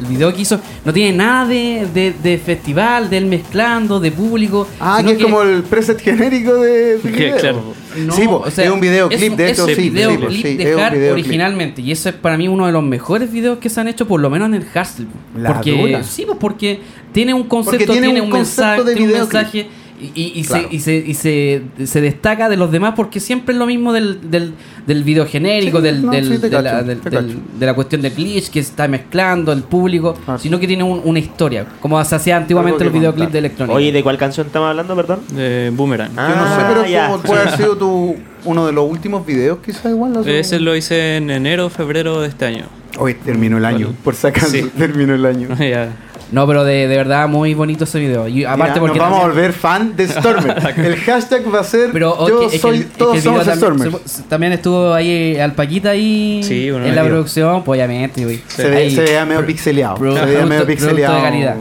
F: el video que hizo, no tiene nada de, de- de festival, del mezclando, de público.
E: Ah,
F: sino
E: que es como el preset genérico de. de
I: Que-
E: video.
I: claro.
F: no,
E: sí, po,
F: o sea,
E: es un
F: es
E: videoclip,
F: un-
E: de
F: es
E: hecho,
F: un
E: sí.
F: videoclip
E: sí, sí,
F: de
E: es un
F: Hard
E: videoclip.
F: originalmente. Y ese es para mí uno de los mejores videos que se han hecho, por lo menos en el Hustle.
E: La
F: porque,
E: dura.
F: Sí, pues porque tiene un concepto,
E: Porque
F: tiene, un mensaje,
E: concepto de
F: tiene un
E: videoclip.
F: mensaje. Y, y- y
E: Claro.
F: se, y, se, y se, se destaca de los demás porque siempre es lo mismo del, del, del video genérico,
E: Sí,
F: del,
E: no,
F: del-
E: sí, te
F: de, la,
E: cacho,
F: del-
E: te
F: del-
E: cacho.
F: de la cuestión del glitch que se está mezclando, el público,
E: Claro.
F: sino que tiene un- una historia, como se hacía antiguamente
E: Algo
F: los
E: que
F: videoclips
E: contar.
F: de electrónica.
G: Oye, ¿de cuál canción estamos hablando, perdón?
I: Eh, boomerang.
E: Yo no sé,
G: Ah,
E: pero
G: ya.
E: como puede haber sido tu, uno de los últimos videos, quizás igual. ¿no?
I: Ese lo hice en enero, febrero de este año.
E: Hoy terminó el año,
I: Vale.
E: por si acaso,
I: Sí.
E: terminó el año.
I: Ya.
F: no, pero de, de verdad muy bonito ese video. Y
E: Mira,
F: aparte porque
E: nos vamos a
F: también-
E: volver fan de Stormer. el hashtag va a ser
F: Pero ok,
E: Yo
F: es que
E: soy,
F: el- es que
E: todos
F: el video
E: somos Stormer.
F: también, se- también estuvo ahí Alpaquita ahí
I: Sí, bueno,
F: en la
I: ahí.
F: producción, pues obviamente, güey.
E: Se, ve,
F: Ahí,
E: se veía medio pixeleado.
F: pro-
E: se veía
F: producto-
E: medio
F: producto
E: pixeleado.
F: de calidad.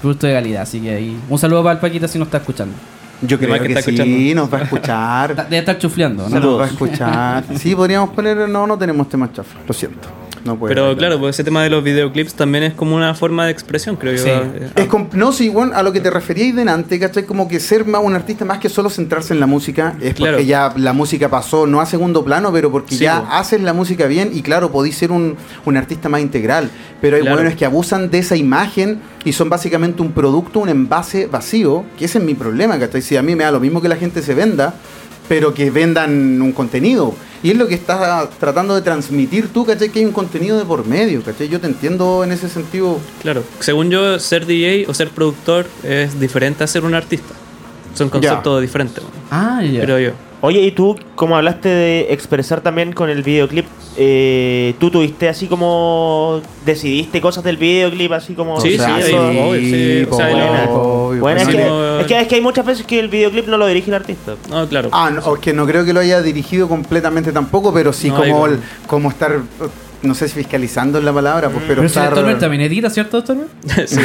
F: Producto de calidad, así que ahí. Un saludo para Alpaquita si nos está escuchando.
E: Yo creo
I: Además
E: que,
I: que está
E: sí,
I: escuchando.
E: nos va a
F: Está-
E: escuchar.
F: Debe estar chufleando, ¿no?
E: nos va a escuchar. Sí, podríamos poner. No, no tenemos temas chafa. Lo siento. No puedo.
I: Pero claro, porque ese tema de los videoclips también es como una forma de expresión, creo
F: Sí.
I: yo. Eh,
E: Es com- no, sí, bueno, a lo que te referíais delante, ¿cachai? Como que ser más un artista más que solo centrarse en la música, es
I: Claro.
E: porque ya la música pasó, no a segundo plano, pero porque
I: Sí,
E: ya
I: po.
E: haces la música bien y claro, podís ser un, un artista más integral. Pero hay
I: Claro.
E: hueones que abusan de esa imagen y son básicamente un producto, un envase vacío, que ese es mi problema, ¿cachai? Si a mí me da lo mismo que la gente se venda, pero que vendan un contenido. Y es lo que estás tratando de transmitir tú, ¿cachai? Que hay un contenido de por medio, ¿cachai? Yo te entiendo en ese sentido.
I: ah, Claro, según yo, ser DJ o ser productor es diferente a ser un artista. Son conceptos diferentes,
F: Ah, ya.
I: creo yo.
G: Oye, y tú, como hablaste de expresar también con el videoclip, eh, tú tuviste así como. decidiste cosas del videoclip, así como.
I: Sí, sí, ahí-
G: eso-
I: obvio, sí, o sea,
E: po, obvio,
G: Bueno, es
E: pues,
G: que,
E: no-
I: no-
G: es que- es que hay muchas veces que el videoclip no lo dirige el artista.
I: No, claro.
E: Ah, no, es que no creo que lo haya dirigido completamente tampoco, pero sí
I: No,
E: como,
I: digo-
E: el- como estar no sé si fiscalizando es la palabra, pues, pero,
F: Pero si
E: estar-
F: Stormer también es dita, ¿cierto, Stormer?
I: Sí.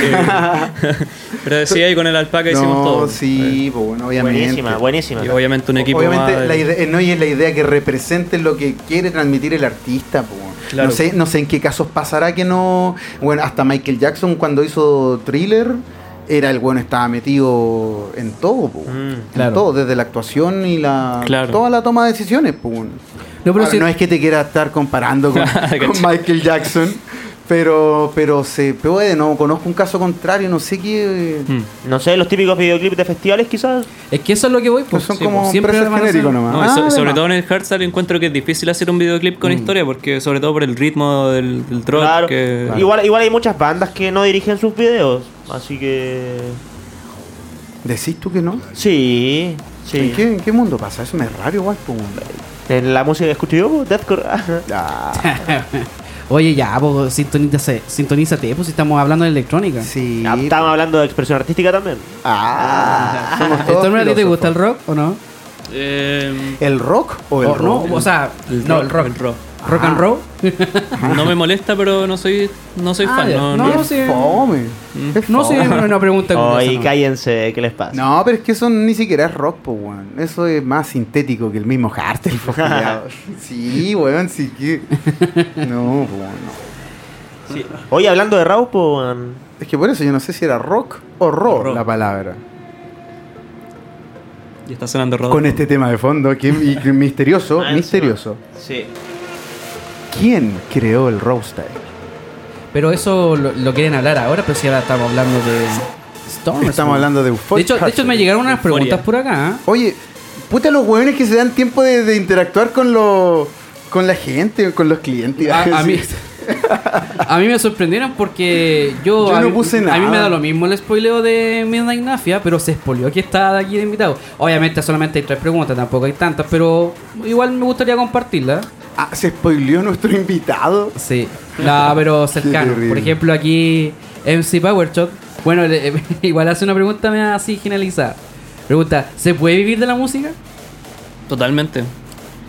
I: Pero sí, ahí con el alpaca hicimos
E: No,
I: todo. Eh,
E: sí, pues, bueno, obviamente.
G: Buenísima, buenísima.
I: Y obviamente un equipo
E: Obviamente,
I: más de-
E: la idea, no, y es la idea que represente lo que quiere transmitir el artista. po.
I: Claro.
E: No, sé, no sé en qué casos pasará que no. Bueno, hasta Michael Jackson, cuando hizo thriller, era el bueno, estaba metido en todo. po. en
F: claro.
E: todo, desde la actuación y la
I: Mm, Claro.
E: toda la toma de decisiones. po.
F: pero
E: Ahora,
F: si-
E: no es que te quiera estar comparando con, con Michael Jackson. Pero, pero se puede, no conozco un caso contrario, no sé qué.
I: Mm.
G: No sé, los típicos videoclips de festivales quizás.
F: Es que eso es lo que voy, pues.
E: son
F: sí,
E: como
F: pues, siempre
E: precios
F: van a ser-
E: genéricos nomás.
I: No, y
E: Ah, Mm.
I: so-
E: de
I: sobre
E: más.
I: todo en el hardstyle encuentro que es difícil hacer un videoclip con historia, porque sobre todo por el ritmo del, del trot,
G: Claro.
I: que
G: Igual, igual hay muchas bandas que no dirigen sus videos. Así que.
E: ¿Decís tú que no?
G: Sí, sí.
E: ¿En, qué, en qué mundo pasa? Eso me es raro igual, po.
G: En la música que escucho yo, Deathcore.
E: Ah.
F: Oye, ya, pues, sintonízate, sintonízate, pues, si estamos hablando de electrónica.
E: Sí.
G: Ya, Estábamos hablando de expresión artística también.
E: Ah, somos todos
F: ¿Stormer a ti te
E: filósofos.
F: gusta el rock o no?
I: eh,
E: ¿El rock o el
F: O Oh, no,
E: rock?
F: o sea,
I: El
F: no,
I: rock,
F: el rock.
I: el rock.
E: Ah.
F: Rock and roll.
I: no me molesta, pero no soy, no soy
F: Ah,
I: fan.
F: ya.
I: No,
F: No,
I: no-
F: sí.
E: Fome. Es
F: No sé,
E: fome.
F: no, una pregunta como
G: Ay,
F: esa, ¿no?
G: cállense, ¿qué les pasa?
E: No, pero es que eso ni siquiera es rock, po, weón. Eso es más sintético que el mismo Hartel, po, culiao. Sí, weón, sí que. No, po, no.
G: Sí. Oye, hablando de Raw, po, weón.
E: Es que por eso yo no sé si era rock o rock la palabra.
I: Y está sonando rock.
E: Con este tema de fondo, que y que misterioso,
G: Ah, encima.
E: misterioso.
G: Sí.
E: ¿Quién creó el roadster?
F: Pero eso lo, lo quieren hablar ahora, pero si ahora estamos hablando de Stormer.
E: Estamos hablando de Euphoric
F: De hecho, de hecho,
E: Heartbeat.
F: me llegaron unas
I: Euforia.
F: preguntas por acá. ¿eh?
E: Oye, puta los hueones que se dan tiempo de, de interactuar con los con la gente, con los clientes.
F: ¿eh? Ah, A, a mí,
E: Sí.
F: a mí me sorprendieron porque yo,
E: Yo
F: a
E: no
F: mí-
E: puse
F: A mí me
E: nada.
F: da lo mismo el spoileo de Midnight Mafia, pero se spoileó que está aquí de invitado. Obviamente solamente hay tres preguntas, tampoco hay tantas, pero igual me gustaría compartirlas.
E: Ah, se spoileó nuestro invitado.
F: Sí, no, pero cercano.
E: terrible.
F: Por ejemplo, aquí MC Powershot. Bueno, le- igual hace una pregunta me así generalizada. Pregunta, ¿se puede vivir de la música?
I: Totalmente.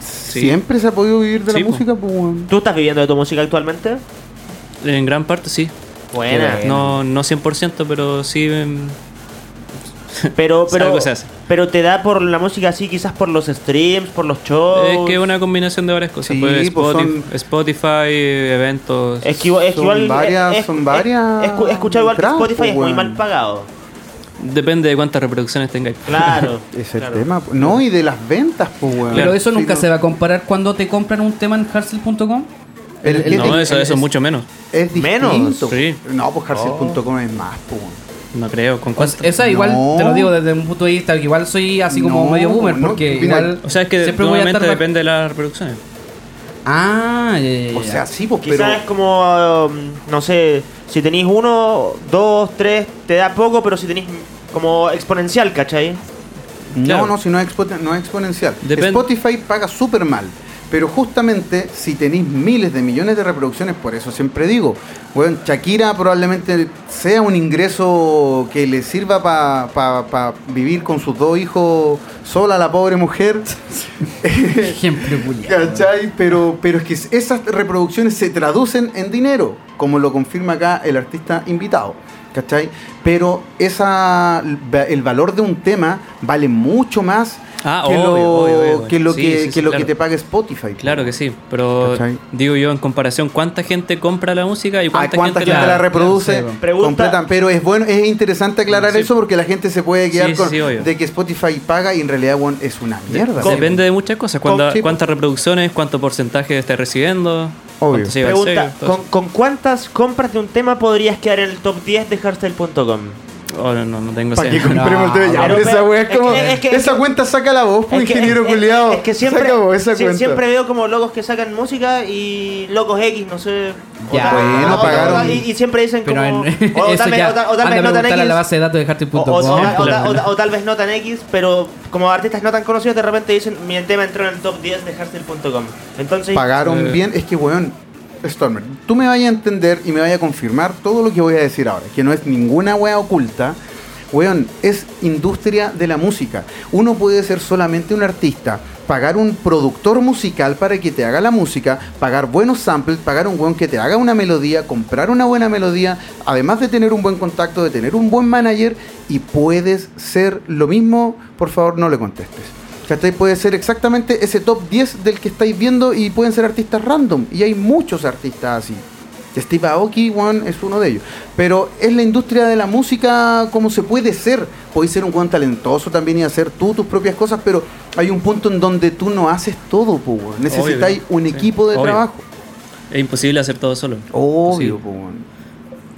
E: Siempre se ha podido vivir de
I: Sí,
E: la
I: po.
E: música, pues. weón.
G: ¿Tú estás viviendo de tu música actualmente?
I: En gran parte sí.
G: Buena.
I: No, no 100%, pero sí. em,
G: Pero,
I: Sí,
G: pero,
I: algo se hace.
G: pero te da por la música así, quizás por los streams, por los shows.
I: Es que es una combinación de varias cosas.
E: Oh. Sí,
I: pues,
E: pues
I: Spotify,
E: son-
I: Spotify, eventos.
G: Es que igual- es que
E: Son
G: igual-
E: varias-
G: es-
E: son
G: es-
E: varias
G: es- es- escuchar igual que
E: entradas,
G: Spotify
E: pues,
G: es muy
E: weón.
G: mal pagado.
I: Depende de cuántas reproducciones tengáis.
G: Claro.
E: Es el
G: claro.
E: tema. po. No, y de las ventas, pues. weón.
F: Pero eso
E: Sí,
F: nunca
E: no.
F: se va a comparar cuando te compran un tema en Harsel.com.
E: El- el-
I: No,
E: el-
I: eso,
E: el-
I: eso es mucho menos. Oh.
E: Es
G: Menos,
E: distinto.
I: sí.
E: No, pues Harcel.com es más, pues. weón.
I: No creo. ¿Con
F: Pues
I: cuánto?
F: esa igual,
E: No.
F: te lo digo desde un punto de vista, que igual soy así como
E: No,
F: medio boomer,
E: no,
F: porque
E: mira,
F: igual...
I: O sea, es que
F: siempre voy a
I: nuevamente
F: estar...
I: depende de las reproducciones.
F: Ah, ya, ya, ya,
E: O sea,
F: ya.
E: sí, pues,
G: Quizás
E: pero.
G: es como, um, no sé, si tenéis uno, dos, tres, te da poco, pero si tenéis como exponencial, ¿cachai?
E: No,
I: Claro.
E: no, si no es, expo- no es exponencial.
I: Depende-
E: Spotify paga súper mal. Pero justamente si tenéis miles de millones de reproducciones, por eso siempre digo, bueno, Shakira probablemente sea un ingreso que le sirva para vivir con sus dos hijos sola, la pobre mujer.
F: Ejemplo, culiao.
E: ¿Cachai? Pero, pero es que esas reproducciones se traducen en dinero, como lo confirma acá el artista invitado. ¿Cachai? Pero esa, el valor de un tema vale mucho más
I: Ah,
E: que,
I: obvio,
E: lo,
I: obvio, obvio.
E: que lo,
I: Sí,
E: que,
I: sí,
E: que
I: sí,
E: lo
I: claro.
E: que te paga Spotify.
I: Claro que sí, pero
E: ¿Cachai?
I: digo yo en comparación, ¿cuánta gente compra la música y
E: ¿A
I: cuánta,
E: cuánta gente, la reproduce?
F: sí, bueno.
G: Pregunta-
E: Completan. Pero es bueno, es interesante aclarar
I: Sí.
E: eso porque la gente se puede quedar
I: Sí, sí,
E: con
I: sí, obvio.
E: de que Spotify paga y en realidad bueno, es una mierda.
I: Sí, Depende de muchas cosas.
E: Con-
I: cuánta-
E: sí, po.
I: cuántas reproducciones, cuánto porcentaje estás recibiendo.
E: Obvio.
I: cuánto se lleva el
G: Pregunta,
I: sello, todo
G: ¿con, con cuántas compras de un tema podrías quedar en el top 10 de hardstyle.com?
I: eso. Oh, no, no, no tengo
E: Para que
I: idea.
E: compremos el
F: No,
E: tema. Ya,
G: pero-
E: pero esa
G: pero-
E: wea es
G: es
E: como.
G: que- es que-
E: esa cuenta saca la voz, pues,
G: Es que-
E: ingeniero
G: es- es-
E: culiado.
G: Es, que siempre,
E: Saca vos esa
G: sí,
E: cuenta.
G: siempre veo como locos que sacan música y locos X, no sé. o
F: Ya,
G: tal-
E: bueno,
G: o tal-
E: pagaron.
G: y, y siempre dicen
F: Pero
G: como.
F: en,
G: o,
F: eso
G: tal vez,
F: ya,
G: o tal- o tal vez
F: anda a
G: no tan
F: preguntarle a
G: X.
F: la base de datos de
G: O,
F: Hartel.com.
G: o- o- o-
I: claro.
G: o- o- o tal vez no tan X, pero como artistas no tan conocidos, de repente dicen: Mi tema entró en el top 10 de Hardstyle.com. Entonces,
E: Pagaron bien. Es que, weón, Stormer, tú me vayas a entender y me vayas a confirmar todo lo que voy a decir ahora, que no es ninguna wea oculta. Weón, es industria de la música. Uno puede ser solamente un artista, pagar un productor musical para que te haga la música, pagar buenos samples, pagar un weón que te haga una melodía, comprar una buena melodía, además de tener un buen contacto, de tener un buen manager, y puedes ser lo mismo. Por favor, no le contestes. ¿Cachai? Puede ser exactamente ese top 10 del que estáis viendo y pueden ser artistas random. Y hay muchos artistas así. Steve Aoki, Juan, es uno de ellos. Pero es la industria de la música como se puede ser. Podéis ser un Juan talentoso también y hacer tú tus propias cosas, pero hay un punto en donde tú no haces todo, po, weón. Necesitáis
I: Obvio,
E: un
I: sí.
E: equipo de
I: Obvio.
E: trabajo.
I: Es imposible hacer todo solo.
E: Oh. Obvio,
I: Sí.
E: po, weón.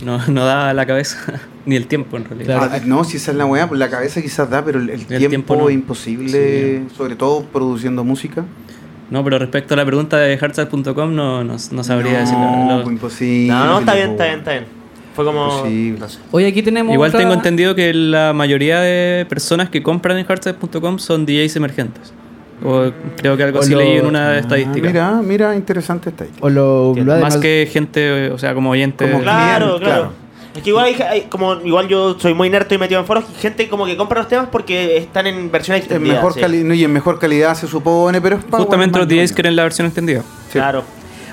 I: No, no da la cabeza ni el tiempo en realidad.
E: Ah, no, si esa es la weá, pues la cabeza quizás da, pero el, el tiempo,
I: tiempo no.
E: es imposible, sobre todo produciendo música.
I: No, pero respecto a la pregunta de heartside.com no, no, no sabría decir la
E: No,
I: verdad.
E: pues imposible.
G: No, no, está bien,
E: po,
G: está bien,
E: weón.
G: está bien. Fue como.
E: Imposible.
G: No sé.
F: Oye, aquí tenemos.
I: Igual
F: otra-
I: tengo entendido que la mayoría de personas que compran en heartside.com son DJs emergentes. O creo que algo
F: O
I: así
F: lo-
I: leí en una
E: Ah,
I: estadística.
E: mira, mira, interesante está ahí.
F: O lo. lo
I: Más
F: además-
I: que gente, o sea, como oyente.
E: Como
G: Claro, claro,
E: Bien, claro.
G: Es que igual, hay, hay- como, igual yo soy muy nerd y metido en foros. Gente como que compra los temas porque están en versión
E: En
G: extendida.
E: mejor
G: sí.
E: cali- no, y en mejor calidad se supone, pero es pa'
I: Justamente
E: weón,
I: los DJs
E: más
I: quieren la versión extendida.
E: Sí.
G: Claro.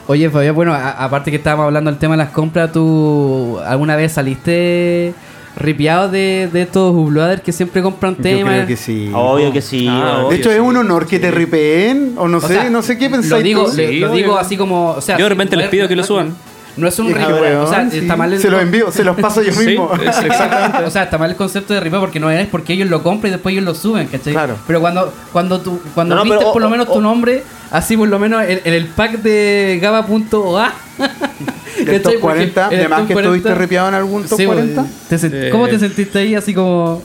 F: Oye, Fabián, bueno, a- aparte que estábamos hablando del tema de las compras, ¿tú alguna vez saliste ripiado de, de estos Ubloaders que siempre compran
E: ñoño. Yo
F: temas?
E: creo que sí.
G: Obvio que sí.
I: Ah,
G: weón.
E: de
I: obvio,
E: hecho, es
I: sí.
E: un honor que te ripeen, o no
F: O
E: sé,
F: sea,
E: no sé qué pensáis.
F: Lo digo,
E: tú.
F: le-
I: Sí,
F: lo
I: obvio.
F: digo así como. O sea,
I: Yo de
F: sí,
I: repente
F: no
I: les
F: es-
I: pido que lo
F: no-
I: suban.
F: No es un
E: Qué
F: ripeo,
E: Ah, weón,
F: o sea,
E: sí.
F: está mal el-
E: Se los envío, se los paso yo
I: Sí,
E: mismo.
I: es exactamente.
F: O sea, está mal el concepto de ripeo porque no es porque ellos lo compran y después ellos lo suben, ¿cachai?
E: Claro.
F: Pero cuando cuando tú cuando
G: No, no,
F: vistes
G: pero,
F: por
G: o-
F: lo menos
G: o-
F: tu nombre, así por lo menos en, en el pack de gaba.oa.
E: De estos 40, además que estuviste ripeado en algún top 40.
F: ¿Cómo
I: Eh.
F: pues, te sentiste ahí así como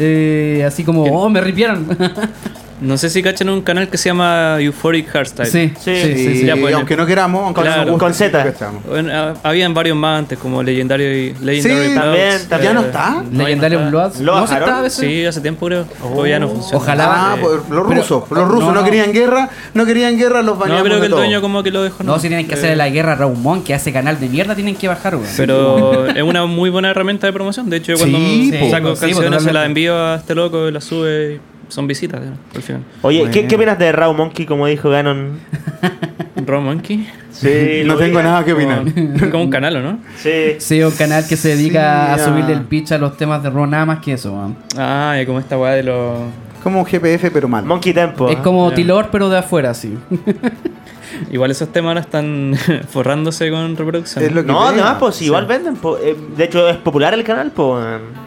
F: eh, así como,
I: ¿Qué?
F: oh, me ripiaron?
I: No sé si cachan un canal que se llama Euphoric Heartstyle.
F: sí, sí, sí, sí.
E: Sí,
I: Ya, pues,
E: aunque no queramos, aunque
I: Claro.
E: no nos guste,
G: Con Z.
E: sí, cachamos.
I: Bueno, ah, habían varios más antes, como Legendario y Legendary
E: Sí,
G: también,
I: Bloods,
G: también.
E: ¿Ya no
I: eh,
E: está?
I: no
F: Legendario
I: está.
F: Bloods.
G: ¿Lo
F: No, sí
G: bajaron?
F: estaba a veces.
I: Sí, hace tiempo creo. O ya no funciona.
F: Ojalá.
E: Ah,
I: Eh,
E: pues, los
F: pero-
E: rusos. Los rusos
F: no,
E: no,
F: no.
E: querían guerra, no querían guerra, los
I: No,
E: baneamos
I: creo
E: de
I: que el
E: todo.
I: dueño como que lo dejó. Eh,
F: No, si tienen que hacerle la guerra a Raumón, que hace canal de mierda, tienen que bajar, weón.
I: Pero es una muy buena herramienta de promoción. De hecho, yo cuando
E: Sí, po.
F: Sí, po,
I: saco canciones se
F: totalmente.
I: las envío a este loco, las sube y son visitas ¿no? al final.
G: Oye, ¿qué,
E: Bueno.
G: ¿qué opinas de Raw Monkey, como dijo Ganon?
I: Raw Monkey.
G: Sí,
E: No
G: lo
E: tengo
G: vi.
E: nada que opinar.
I: Como, como un canal, ¿o no?
G: Sí.
F: Sí, un canal que se dedica
E: Sí,
F: a
E: ah.
F: subirle el pitch a los temas de Ron, nada más que eso, weón.
I: Ah, y como esta weá de los.
E: Como un GPF, pero mal.
G: Monkey Tempo.
F: Es
G: ¿eh?
F: como
I: Ya.
F: Tilor, pero de afuera, sí.
I: Igual esos temas ahora están forrándose con reproducción.
E: Es lo que
G: No,
E: pega.
G: además, pues igual venden. po. Eh, de hecho, es popular el canal, pues.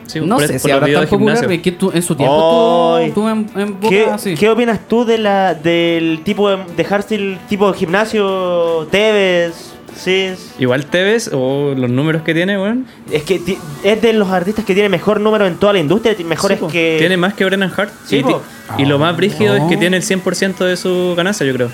I: Sí,
F: no
I: por-
F: sé
I: por
F: si
I: los
F: ahora
I: videos
F: tan
I: de gimnasio.
F: popular, es que tú- en su tiempo
G: Ay.
F: tú, en, en boca
G: ¿Qué,
F: así.
G: qué opinas tú de la, del tipo de, de hardstyle tipo gimnasio, Tevez, Sis?
I: Igual te ves, o los números que tiene, weón.
G: Es que ti- es de los artistas que tiene mejor número en toda la industria, ti- mejores
I: Sí, po.
G: que.
I: Tiene más que Brennan Hart.
G: Sí,
I: y,
G: po.
I: ti- y lo más brígido es que tiene el 100% de su ganancia, yo creo.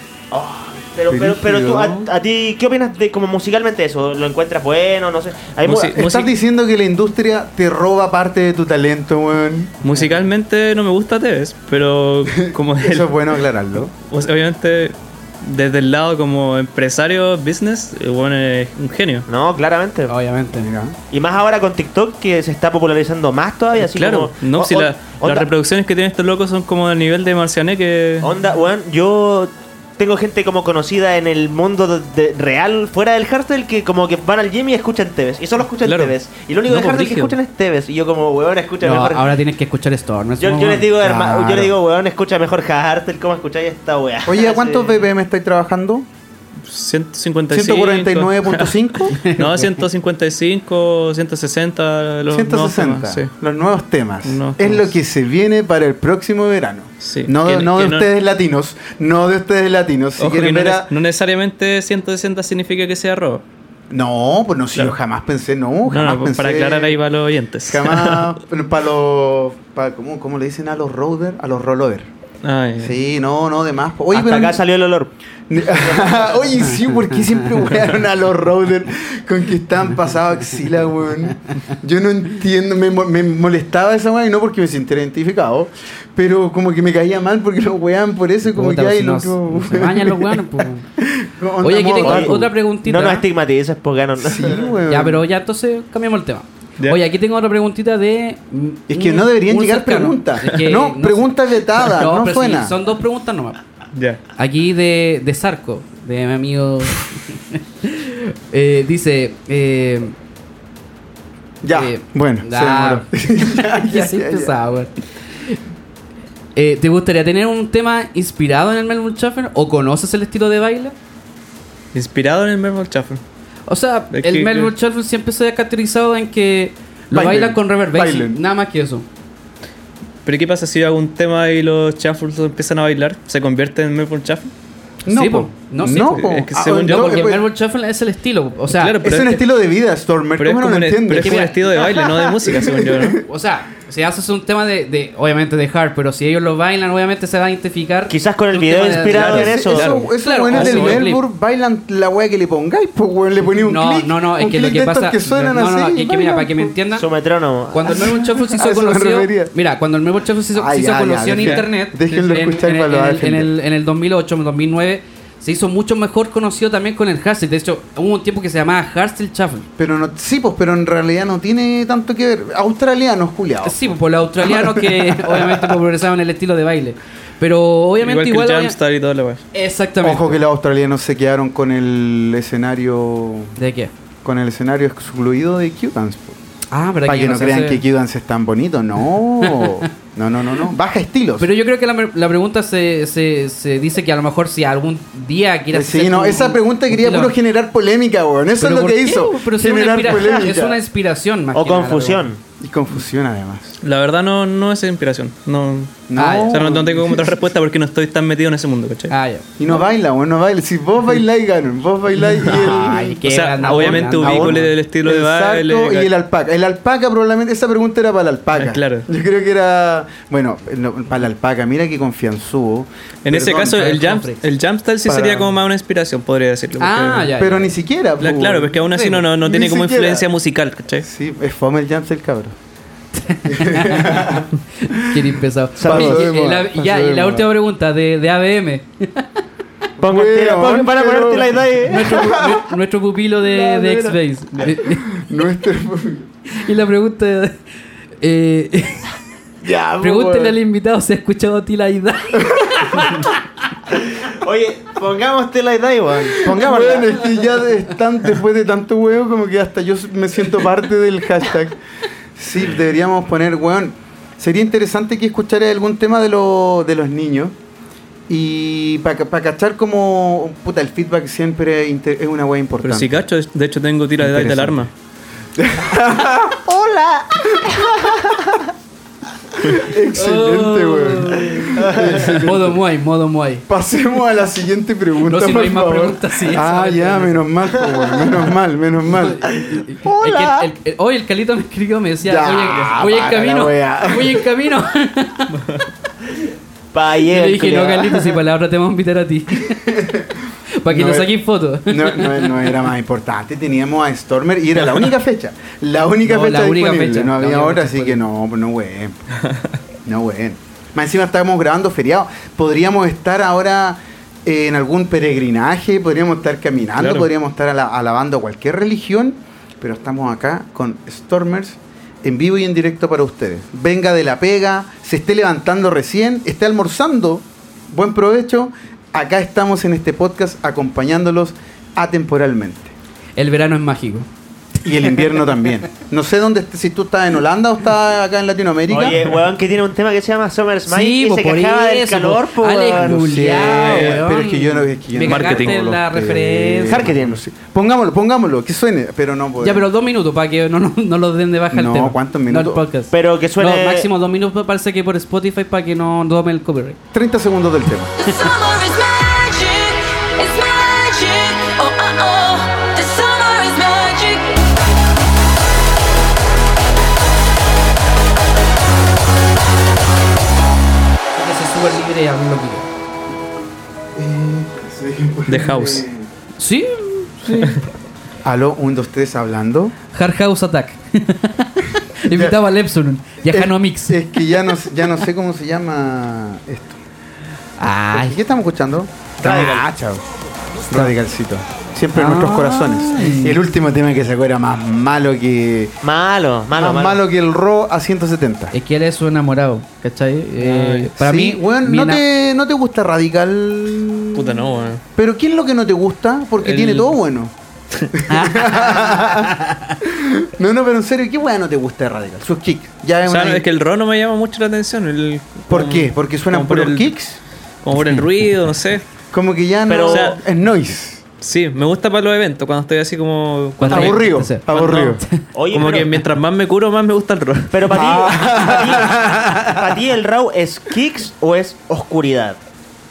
G: Pero, pero, pero tú,
E: Brígido.
G: a, a ti, ¿qué opinas de como musicalmente eso? ¿Lo encuentras bueno? No sé. A mí me-
I: Musi-
E: Estás
I: Música-
E: diciendo que la industria te roba parte de tu talento, weón.
I: Musicalmente no me gusta Tevez, pero como él-
E: Eso es bueno aclararlo.
I: o sea, obviamente desde el lado como empresario, business, el weón es un genio.
G: No, claramente.
F: Obviamente.
E: Mira.
G: Y más ahora con TikTok que se está popularizando más todavía. Así
I: Eh, claro,
G: como-
I: no,
G: o-
I: si
G: o-
I: la- las
G: onda-
I: reproducciones que tienen estos locos son como del nivel de Marciané que...
G: Onda, weón, yo tengo gente como conocida en el mundo de- de- real, fuera del hardstyle, que como que van al gym y escuchan Tevez. Y solo escuchan
I: Claro.
G: Tevez. Y lo único
I: No,
G: de
I: pues,
G: hardstyle que
I: brígido.
G: escuchan es Tevez. Y yo como, weón, escucha
F: No,
G: mejor...
F: ahora tienes que escuchar Storm. es
G: yo,
F: como-
G: yo les digo, herma- yo
E: Claro.
G: les digo, weón, escucha mejor hardstyle, ¿cómo escucháis esta weá?
E: Oye, ¿a cuántos
G: Sí.
E: BPM estáis trabajando?
I: 155...
E: 149.5?
I: No, 155, 160... Los
E: 160.
I: nuevos temas, sí.
E: Los nuevos temas.
I: Nuevos
E: es
I: temas.
E: lo que se viene para el próximo verano.
I: Sí.
E: No,
I: Que-
E: no de
I: que no-
E: ustedes latinos. No de ustedes latinos. Si
I: Ojo que
E: quieren
I: no,
E: ver
I: ne-
E: a...
I: no necesariamente 160 significa que sea robo.
E: No, pues no, si
I: Claro.
E: yo jamás pensé, no,
I: No,
E: Uh, jamás
I: no,
E: pensé.
I: para aclarar ahí para los oyentes.
E: Jamás, para los, pa- ¿cómo, cómo le dicen a los roader? A los rollover.
I: Ay,
E: Sí, no, no, de más. Oye,
G: Hasta acá salió el olor.
E: Oye, sí, porque siempre wearon a los routers con que están pasados axila, weón. Yo no entiendo, me, mo- me molestaba esa weón y no porque me sintiera identificado, pero como que me caía mal porque los wean por eso, como
F: Puta, pues
E: que hay
F: si no-
E: loco.
F: se bañan los weones, pues.
E: Onda
F: Oye, aquí tengo
E: moda.
F: otra preguntita.
G: No nos estigmatices, porque no.
E: Sí, weón.
F: Ya, pero ya entonces cambiamos el tema.
I: Ya.
F: Oye, aquí tengo otra preguntita de.
E: Es que no deberían llegar preguntas. No, preguntas vetadas, no
F: pero
E: suena.
F: son dos preguntas nomás.
I: Ya.
F: Aquí de, de Sarco, de mi amigo. Eh, dice. eh,
E: Ya,
F: eh,
E: bueno,
F: ah,
E: se demoró. Ya,
F: que
E: ya,
F: soy
E: ya, ya.
F: pesado, weón. Eh, ¿Te gustaría tener un tema inspirado en el Melbourne Shuffle o conoces el estilo de baile?
I: Inspirado en el Mermal Chaffer.
F: O sea,
I: Es
F: el
I: que- eh,
F: Melbourne Shuffle siempre se ha caracterizado en que lo
E: Bailen,
F: bailan con reverb bass,
E: bailen.
F: nada más que eso.
I: Pero ¿qué pasa si hago un tema y los chaffers empiezan a bailar? ¿Se convierte en Mermal Chaffer?
E: No,
F: Sí,
E: po.
F: po. No, sí, po.
E: po.
I: Es que
E: Ah,
I: según
E: no,
I: yo,
F: No, porque
E: eh,
F: el
E: pues,
F: Melbourne Shuffle es el estilo. O sea,
I: Claro,
E: es
I: pero
E: un
I: es que-
E: estilo de vida, Stormer.
I: Pero es
E: ¿Cómo no
I: como,
E: lo
I: un, pero
E: entiendes?
I: es como un estilo de baile, no de música, según yo, ¿no?
F: o sea, si haces un tema de, de- obviamente de hard, pero si ellos lo bailan, obviamente se va a identificar.
G: Quizás con el
F: un
G: video
F: tema de-
G: inspirado en eso.
E: Eso,
G: Claro.
E: esos
F: Claro,
E: weones
F: a
E: del
F: eso voy,
E: Melbourne bailan la weá que le pongáis, pues weón, le ponéis un
F: no,
E: clic,
F: no, no, es
E: un
F: que lo
E: clic
F: que
E: de estos
F: pasa.
E: que suenan
F: no, no,
E: así,
F: es que mira,
E: bailan,
F: para que me
E: po.
F: entiendan.
G: Su metrónomo.
F: Cuando el Melbourne Shuffle se
E: A
F: hizo
E: eso me
F: conocido.
E: refería.
F: Mira, cuando el Melbourne Shuffle se hizo,
E: Ah,
F: se hizo
E: ya, ya,
F: conocido en
E: dejen-
F: internet.
E: déjenlo
F: en,
E: escuchar
F: en,
E: para
F: en
E: lo
F: el, en,
E: defender.
F: el, en el 2008, en el 2009, se hizo mucho mejor conocido también con el Hardstyle. De hecho, hubo un tiempo que se llamaba Hardstyle Shuffle.
E: Pero no, sí, pues, pero en realidad no tiene tanto que ver. Australianos, culiados.
F: Sí, pues, por los australianos que obviamente popularizaron el estilo de baile. Pero obviamente
I: Igual
F: igual.
I: que el
F: obvia-
I: Jamstar y todo lo demás.
F: Exactamente.
E: Ojo que los australianos se quedaron con el escenario
F: ¿De qué?
E: con el escenario excluido de Q-Dance. po.
F: Ah, verdad
E: Para que
F: ya
E: no
F: se
E: crean
F: hace-
E: que Q-Dance es tan bonito, no. No, no, no, no. Baja estilos.
F: Pero yo creo que la, la pregunta se, se, se dice que a lo mejor si algún día quieras.
E: Eh, Sí,
F: hacer
E: no,
F: un-
E: esa pregunta
F: un
E: quería
F: estilo-
E: puro generar polémica, weón. Eso es
F: ¿Pero
E: lo
F: por
E: que
F: qué?
E: hizo.
F: Pero si es una
E: generar
F: inspira-
E: polémica.
F: Es una inspiración más
G: O
F: que nada, la
G: confusión.
F: pregunta.
E: Y confusión, además.
I: La verdad no, no es inspiración. No.
E: No.
F: Ah, ya.
I: O sea, no, no tengo como otra respuesta porque no estoy tan metido en ese mundo, ¿cachai?
F: Ah, ya.
E: Y no baila, weón, no baila. Si vos bailáis, ganan. Vos bailáis y el...
F: Ay, qué
I: o sea,
F: gandabona,
I: obviamente
F: gandabona.
I: ubico el estilo de
E: el sarco
I: baile.
E: y el alpaca. El alpaca probablemente, esa pregunta era para el alpaca.
I: Ah, claro.
E: Yo creo que era, bueno, no, para el alpaca, mira qué confianzudo.
I: En ese
E: Perdón,
I: caso,
F: para
I: el
F: el
I: jump,
F: Humphreys.
I: el jumpstyle sí
E: Para-
I: sería como más una inspiración, podría decirlo.
F: Ah,
I: porque-
F: ya.
E: Pero ni siquiera.
I: La-
E: pues,
I: claro,
E: weón.
I: pero es que aún así
F: Sí,
I: no, no, no
E: ni
I: tiene como
E: siquiera.
I: influencia musical, ¿cachai?
E: Sí, es fome el jump el cabrón.
F: Qué bien pesado.
E: Pasó
F: Oye,
E: de
F: eh,
E: moda,
F: la-
E: pasó
F: ya,
E: de
F: y la
E: moda.
F: última pregunta de, de ABM.
G: Pongo el tela-
E: Weón,
G: pon- Van a
E: pero-
G: ponerte la idea. eh.
F: Nuestro, nu- nuestro pupilo de, de X-Face.
E: Nuestro...
F: y la pregunta. Eh,
E: ya, pues,
F: pregúntele
E: weón.
F: al invitado si ha escuchado Tila y Dai.
G: Oye, pongamos tela y dai, weón.
E: Bueno, es que ya de- están después de tanto huevo como que hasta yo me siento parte del hashtag. Sí, deberíamos poner, weón. Sería interesante que escuchara algún tema de, lo- de los niños. Y para cachar como... Puta, el feedback siempre inter- es una wea
I: Pero
E: importante.
I: si cacho, de hecho tengo tira de edad de
E: Interesante.
I: alarma.
E: Excelente, weón.
F: Oh. modo Muay, modo Muay.
E: Pasemos a la siguiente pregunta,
F: No, si no
E: por
F: hay más
E: favor.
F: preguntas, sí, esa
E: ah,
F: es la
E: ya,
F: pregunta.
E: menos mal, po, weón. Menos mal, menos mal.
F: Hola. El, el- el- hoy el Calito me escribió, me decía,
E: Ya,
F: oye, voy en
E: para la
F: camino,
E: wea.
F: voy en camino.
G: Pa'
F: Y
G: ayer,
F: le dije, no,
G: culiao.
F: Calito, si palabra te vamos a invitar a ti. Para que
E: No
F: nos
E: era-
F: saquéis fotos.
E: No, no, no era más importante, teníamos a Stormer y era la única fecha. La única
F: No,
E: fecha
F: la única
E: disponible.
F: fecha,
E: no
F: la
E: había
F: única
E: otra,
F: fecha
E: así que no, no güey. No güey. Más encima estábamos grabando feriado. Podríamos estar ahora eh, en algún peregrinaje, podríamos estar caminando,
I: Claro.
E: podríamos estar ala- alabando cualquier religión, pero estamos acá con Stormers en vivo y en directo para ustedes. Venga de la pega, se esté levantando recién, esté almorzando, buen provecho. Acá estamos en este podcast acompañándolos atemporalmente.
F: El verano es mágico.
E: Y el invierno también. No sé dónde, est- si tú estás en Holanda o estás acá en Latinoamérica.
G: Oye, weón, que tiene un tema que se llama Summer Smile y
F: po,
G: se quejaba del
F: eso,
G: calor,
F: po.
G: po,
F: Alex
G: weón.
E: Lul.
F: Juliá,
E: Sí,
F: weón.
E: pero es que yo no- es que yo
F: Me
E: no-
F: cagaste
I: Marketing.
F: en la
E: Eh,
F: referencia.
G: Marketing.
E: sí. Pongámoslo, pongámoslo, que suene, pero no puedo.
F: Ya, pero dos minutos para que no, no, no los den de baja
E: No,
F: el tema.
E: ¿cuántos
F: No el
E: minutos?
F: podcast.
G: Pero que suene-
F: No, máximo dos minutos parece que por Spotify para que no tome el copyright.
E: 30 segundos del tema.
J: The summer is magic. It's magic. Oh, oh, oh. The summer is magic.
F: Entonces es súper libre y hablo lo que quiera.
I: The House.
F: Sí,
E: Aló, 1, 2, 3, hablando.
F: Hard House Attack. Invitaba al Epsilon y a Hanomix.
E: Es que ya no, sé- ya no sé cómo se llama esto.
F: Ay, Ah,
E: ¿Qué estamos escuchando? Radical. Ah, Radicalcito. Siempre en nuestros corazones. Y el último tema que sacó era más malo que.
G: Malo, malo,
E: más Ah, malo.
G: malo.
E: que el Raw a 170.
F: Es que él es su enamorado, ¿cachai? Eh, para
E: Sí,
F: mí,
E: weón,
F: mi
E: ¿no,
F: ena-
E: te, ¿no te gusta Radical?
I: Puta, no, weón.
E: ¿Pero qué es lo que no te gusta? Porque
I: El-
E: tiene todo bueno. no, no, pero en serio, ¿qué weá no te gusta de Radical? Sus kicks. Ya
I: O
E: es
I: sea,
E: una-
I: no, es que el rock no me llama mucho la atención. el-
E: ¿Por
I: como-
E: qué? ¿Porque suenan
I: como por
E: puros
I: el-
E: kicks?
I: Como por el ruido, no sé.
E: Como que ya no
G: Pero-
E: o sea, es noise.
I: Sí, me gusta para los eventos, cuando estoy así como...
F: Cuando-
I: como
E: Aburrido.
F: entonces,
E: Aburrido.
G: Oye,
I: que
G: pero,
I: mientras más me curo, más me gusta el rock.
G: pero para ti, para ti, para ti el Raw es kicks o es oscuridad.